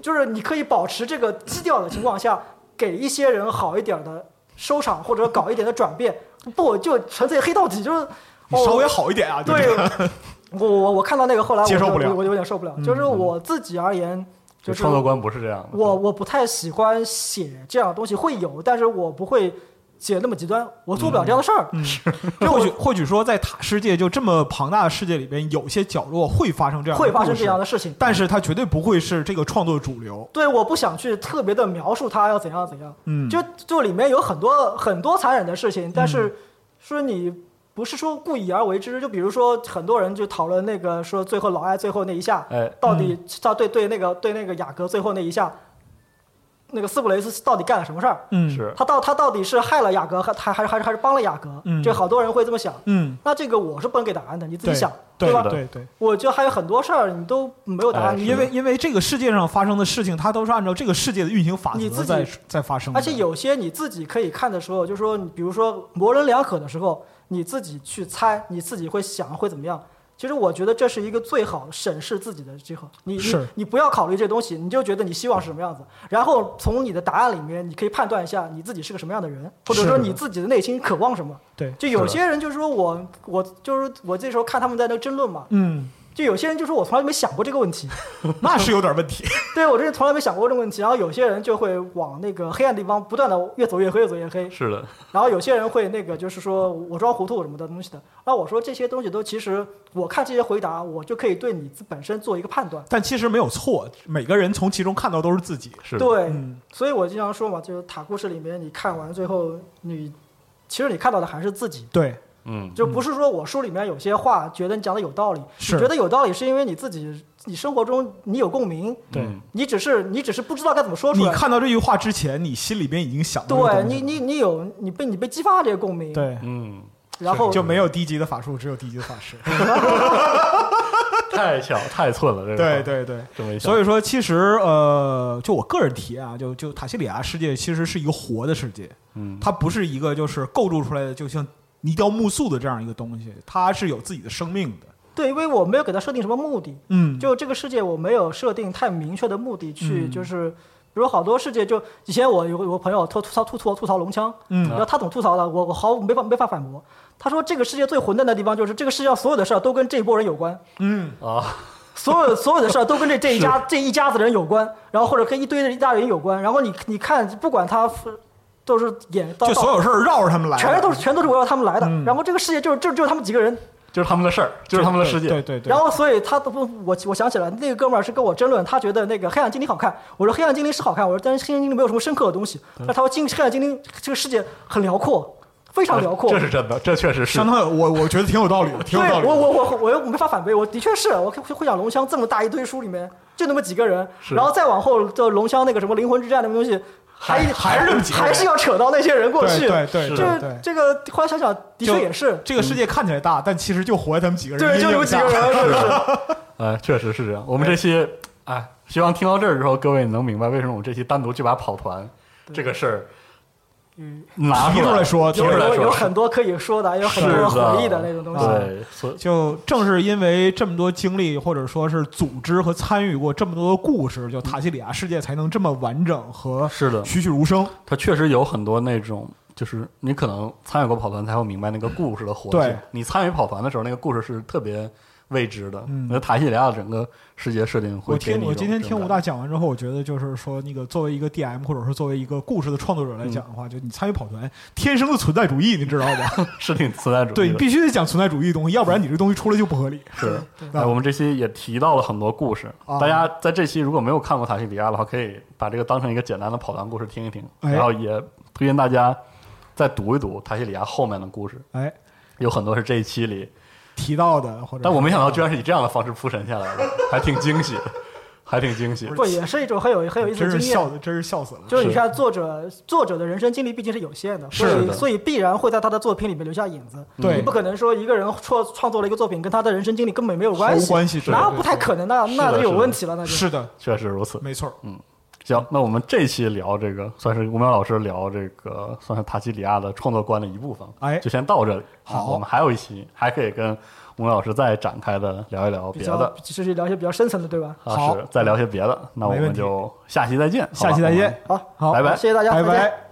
S2: 就是你可以保持这个基调的情况下，给一些人好一点的收场或者搞一点的转变，不就纯粹黑到底，就是
S3: 你稍微好一点啊，就是
S2: 哦对， 我我我看到那个后来我
S3: 接受不了嗯
S2: 我我有点受不了。就是我自己而言，
S1: 就
S2: 就是
S1: 创作观不是这样的。
S2: 我我不太喜欢写这样的东西，会有，但是我不会写那么极端，我做不了这样的事儿。
S3: 嗯 或许或许说，在塔世界就这么庞大的世界里边，有些角落会发生这样的
S2: 会发生这样
S3: 的
S2: 的事情
S3: 故事，，但是它绝对不会是这个创作主流。
S2: 对，我不想去特别的描述它要怎样怎样。
S3: 嗯
S2: 就就里面有很多很多残忍的事情，但
S3: 嗯
S2: 是说你不是说故意而为之，就比如说很多人就讨论那个说最后老艾最后那一下，
S1: 哎，
S2: 到底
S3: 嗯
S2: 他对对那个对那个雅各最后那一下，那个斯普雷斯到底干了什么事儿？
S3: 嗯，
S1: 是
S2: 他到他到底是害了雅各，还还还还是还是帮了雅各？
S3: 嗯
S2: 这好多人会这么想。
S3: 嗯，
S2: 那这个我是不能给答案的，你自己
S3: 对
S2: 想，
S3: 对
S2: 吧？
S1: 是的
S3: 对对，
S2: 我觉得还有很多事儿你都没有答
S1: 哎
S2: 案，
S1: 是
S2: 你
S1: 的
S3: 因为因为这个世界上发生的事情，它都是按照这个世界的运行法
S2: 你自
S3: 则
S2: 己
S3: 在在发生的。
S2: 而且有些你自己可以看的时候，就是说，你比如说模棱两可的时候，你自己去猜，你自己会想会怎么样。其实我觉得这是一个最好审视自己的机会。你你
S3: 是
S2: 你不要考虑这东西，你就觉得你希望是什么样子，然后从你的答案里面，你可以判断一下你自己是个什么样的人，或者
S3: 是
S2: 说
S3: 的
S2: 你自己的内心渴望什么。
S3: 对，
S2: 就有些人就是说我我就是我这时候看他们在那争论嘛，
S3: 嗯，
S2: 就有些人就说我从来没想过这个问题，
S3: 那是有点问题。
S2: 对我真是从来没想过这个问题。然后有些人就会往那个黑暗地方不断的越走越黑，越走越黑。
S1: 是的，
S2: 然后有些人会那个，就是说我装糊涂什么的东西的。然后我说这些东西都其实，我看这些回答，我就可以对你自本身做一个判断。
S3: 但其实没有错，每个人从其中看到都是自己。
S1: 是的，
S2: 对，
S3: 嗯
S2: 所以我经常说嘛，就是塔故事里面，你看完最后，你其实你看到的还是自己，
S3: 对，
S1: 嗯，
S2: 就不是说我书里面有些话觉得你讲的有道理，
S3: 是
S2: 你觉得有道理是因为你自己，你生活中你有共鸣，
S3: 对
S1: 嗯
S2: 你只是你只是不知道该怎么说出
S3: 你
S2: 来。
S3: 看到这句话之前，你心里边已经想到这个
S2: 对
S3: 东西
S2: 你，你你有你被你被激发这个共鸣，，
S3: 对，
S1: 嗯，
S2: 然后
S3: 就没有低级的法术，只有低级的法 师。
S1: 太巧太寸了，这个
S3: 对，对对。
S1: 真没想
S3: 所以说，其实呃，就我个人体验啊，就就塔西里亚世界其实是一个活的世界，
S1: 嗯
S3: 它不是一个就是构筑出来的，就像泥雕木塑的这样一个东西，它是有自己的生命的。
S2: 对，因为我没有给他设定什么目的，
S3: 嗯，
S2: 就这个世界，我没有设定太明确的目的去，
S3: 嗯
S2: 就是比如好多世界就，以前我有个有个朋友吐吐槽吐吐吐槽龙枪，
S3: 嗯
S2: 然后他总吐槽的，我我毫无没法没法反驳。他说这个世界最混蛋的地方就是这个世界上所有的事儿都跟这一波人有关，
S3: 嗯，
S1: 啊，
S2: 所有所有的事儿都跟这这一家这一家子人有关，然后或者跟一堆的一大人有关，然后你你看，不管他都是演到
S3: 就所有事儿绕着他们来的，
S2: 全都是全都是围绕他们来的，
S3: 哎嗯
S2: 然后这个世界就是就就他们几个人
S1: 就是他们的事儿，就是他们的世界，
S3: 对对对。
S2: 然后，所以他不，我我想起来，那个哥们儿是跟我争论，他觉得那个黑暗精灵好看。我说黑暗精灵是好看，我说但是黑暗精灵没有什么深刻的东西。但他说精黑暗精灵这个世界很辽阔，非常辽阔。
S1: 这是真的，这确实是
S3: 相当有我我觉得挺有道理的，挺有
S2: 对
S3: 道理
S2: 我
S3: 的。
S2: 我我我又没法反驳，我的确是我会会想龙骧这么大一堆书里面就那么几个人，
S1: 是
S2: 然后再往后就龙骧那个什么灵魂之战那个东西，还
S3: 还还是这么几个人
S2: 还是要扯到那些人过去。
S3: 对对对
S1: 是
S2: 这
S3: 对对。
S2: 这个后来想想，的
S3: 就
S2: 确也是，
S3: 这个世界看起来大，但其实就活在他们几个人
S2: 对，
S3: 阴
S2: 就
S3: 影
S2: 有几个
S3: 下。
S2: 人，是不是？
S1: 哎，确实是这样。我们这期，哎，希望听到这儿之后，各位能明白为什么我们这期单独去把跑团这个事儿，嗯，拿
S3: 提出来说
S1: 提出来
S2: 有有
S1: 说，
S2: 很多可以说 的，有很多回忆的那种东西。
S1: 对，所以
S3: 就正是因为这么多经历，或者说是组织和参与过这么多的故事，就塔西里亚世界才能这么完整和
S1: 是的
S3: 栩栩如生。
S1: 它确实有很多那种，就是你可能参与过跑团才会明白那个故事的活
S3: 对
S1: 性。你参与跑团的时候，那个故事是特别未知的。
S3: 嗯
S1: 那塔西里亚的整个世界设定会
S3: 我
S1: 给
S3: 听
S1: 你一
S3: 我
S1: 种
S3: 今天
S1: 这种
S3: 听吴
S1: 感
S3: 大讲完之后，我觉得就是说，那个作为一个 DM 或者说作为一个故事的创作者来讲的话，就你参与跑团，天生的存在主义，你知道吧？
S1: 觉是挺存在主义的。
S3: 对，你必须得讲存在主义的东西，要不然你这东西出来就不合理。
S1: 是，
S3: 对
S1: 哎，我们这期也提到了很多故事，
S3: 啊
S1: 大家在这期如果没有看过《塔西里亚》的话，可以把这个当成一个简单的跑团故事听一听，
S3: 哎
S1: 然后也推荐大家再读一读《塔西里亚》后面的故事，
S3: 哎，
S1: 有很多是这一期里，
S3: 提到的或者，
S1: 但我没想到居然是以这样的方式铺陈下来的，还挺惊喜，还挺惊喜。
S2: 不也是一种很有很有意思
S3: 真
S2: 的
S3: 是
S2: 经
S3: 笑
S2: 验。
S3: 的，真是笑死了。
S2: 就是你看作者作者的人生经历毕竟是有限的，所
S1: 是
S2: 以
S1: 的
S2: 所以必然会在他的作品里面留下影子。
S3: 对
S2: 你不可能说一个人创创作了一个作品，跟他的人生经历根本没有关
S3: 毫
S2: 系，
S3: 无关系对
S2: 那
S3: 对
S2: 不太可能，那
S1: 是
S2: 那
S1: 的
S2: 就是有
S1: 的
S2: 问题了，那就。
S3: 是的，
S1: 确实如此。
S3: 没错儿。
S1: 行，那我们这期聊这个，算是吴淼老师聊这个，算是塔西里亚的创作观的一部分。
S3: 哎
S1: 就先到这里。
S3: 好
S1: 我们还有一期，还可以跟吴淼老师再展开的聊一聊
S2: 比
S1: 别
S2: 较
S1: 的。
S2: 就是聊一些比较深层的，对吧？
S1: 啊
S3: 好
S1: 是再聊些别的，那我
S3: 没
S1: 们
S3: 问题
S1: 就下期再见，好吧
S3: 下期再见。
S2: 好，
S3: 好
S1: 拜拜
S2: 谢谢大家，
S3: 拜
S2: 再见
S3: 拜。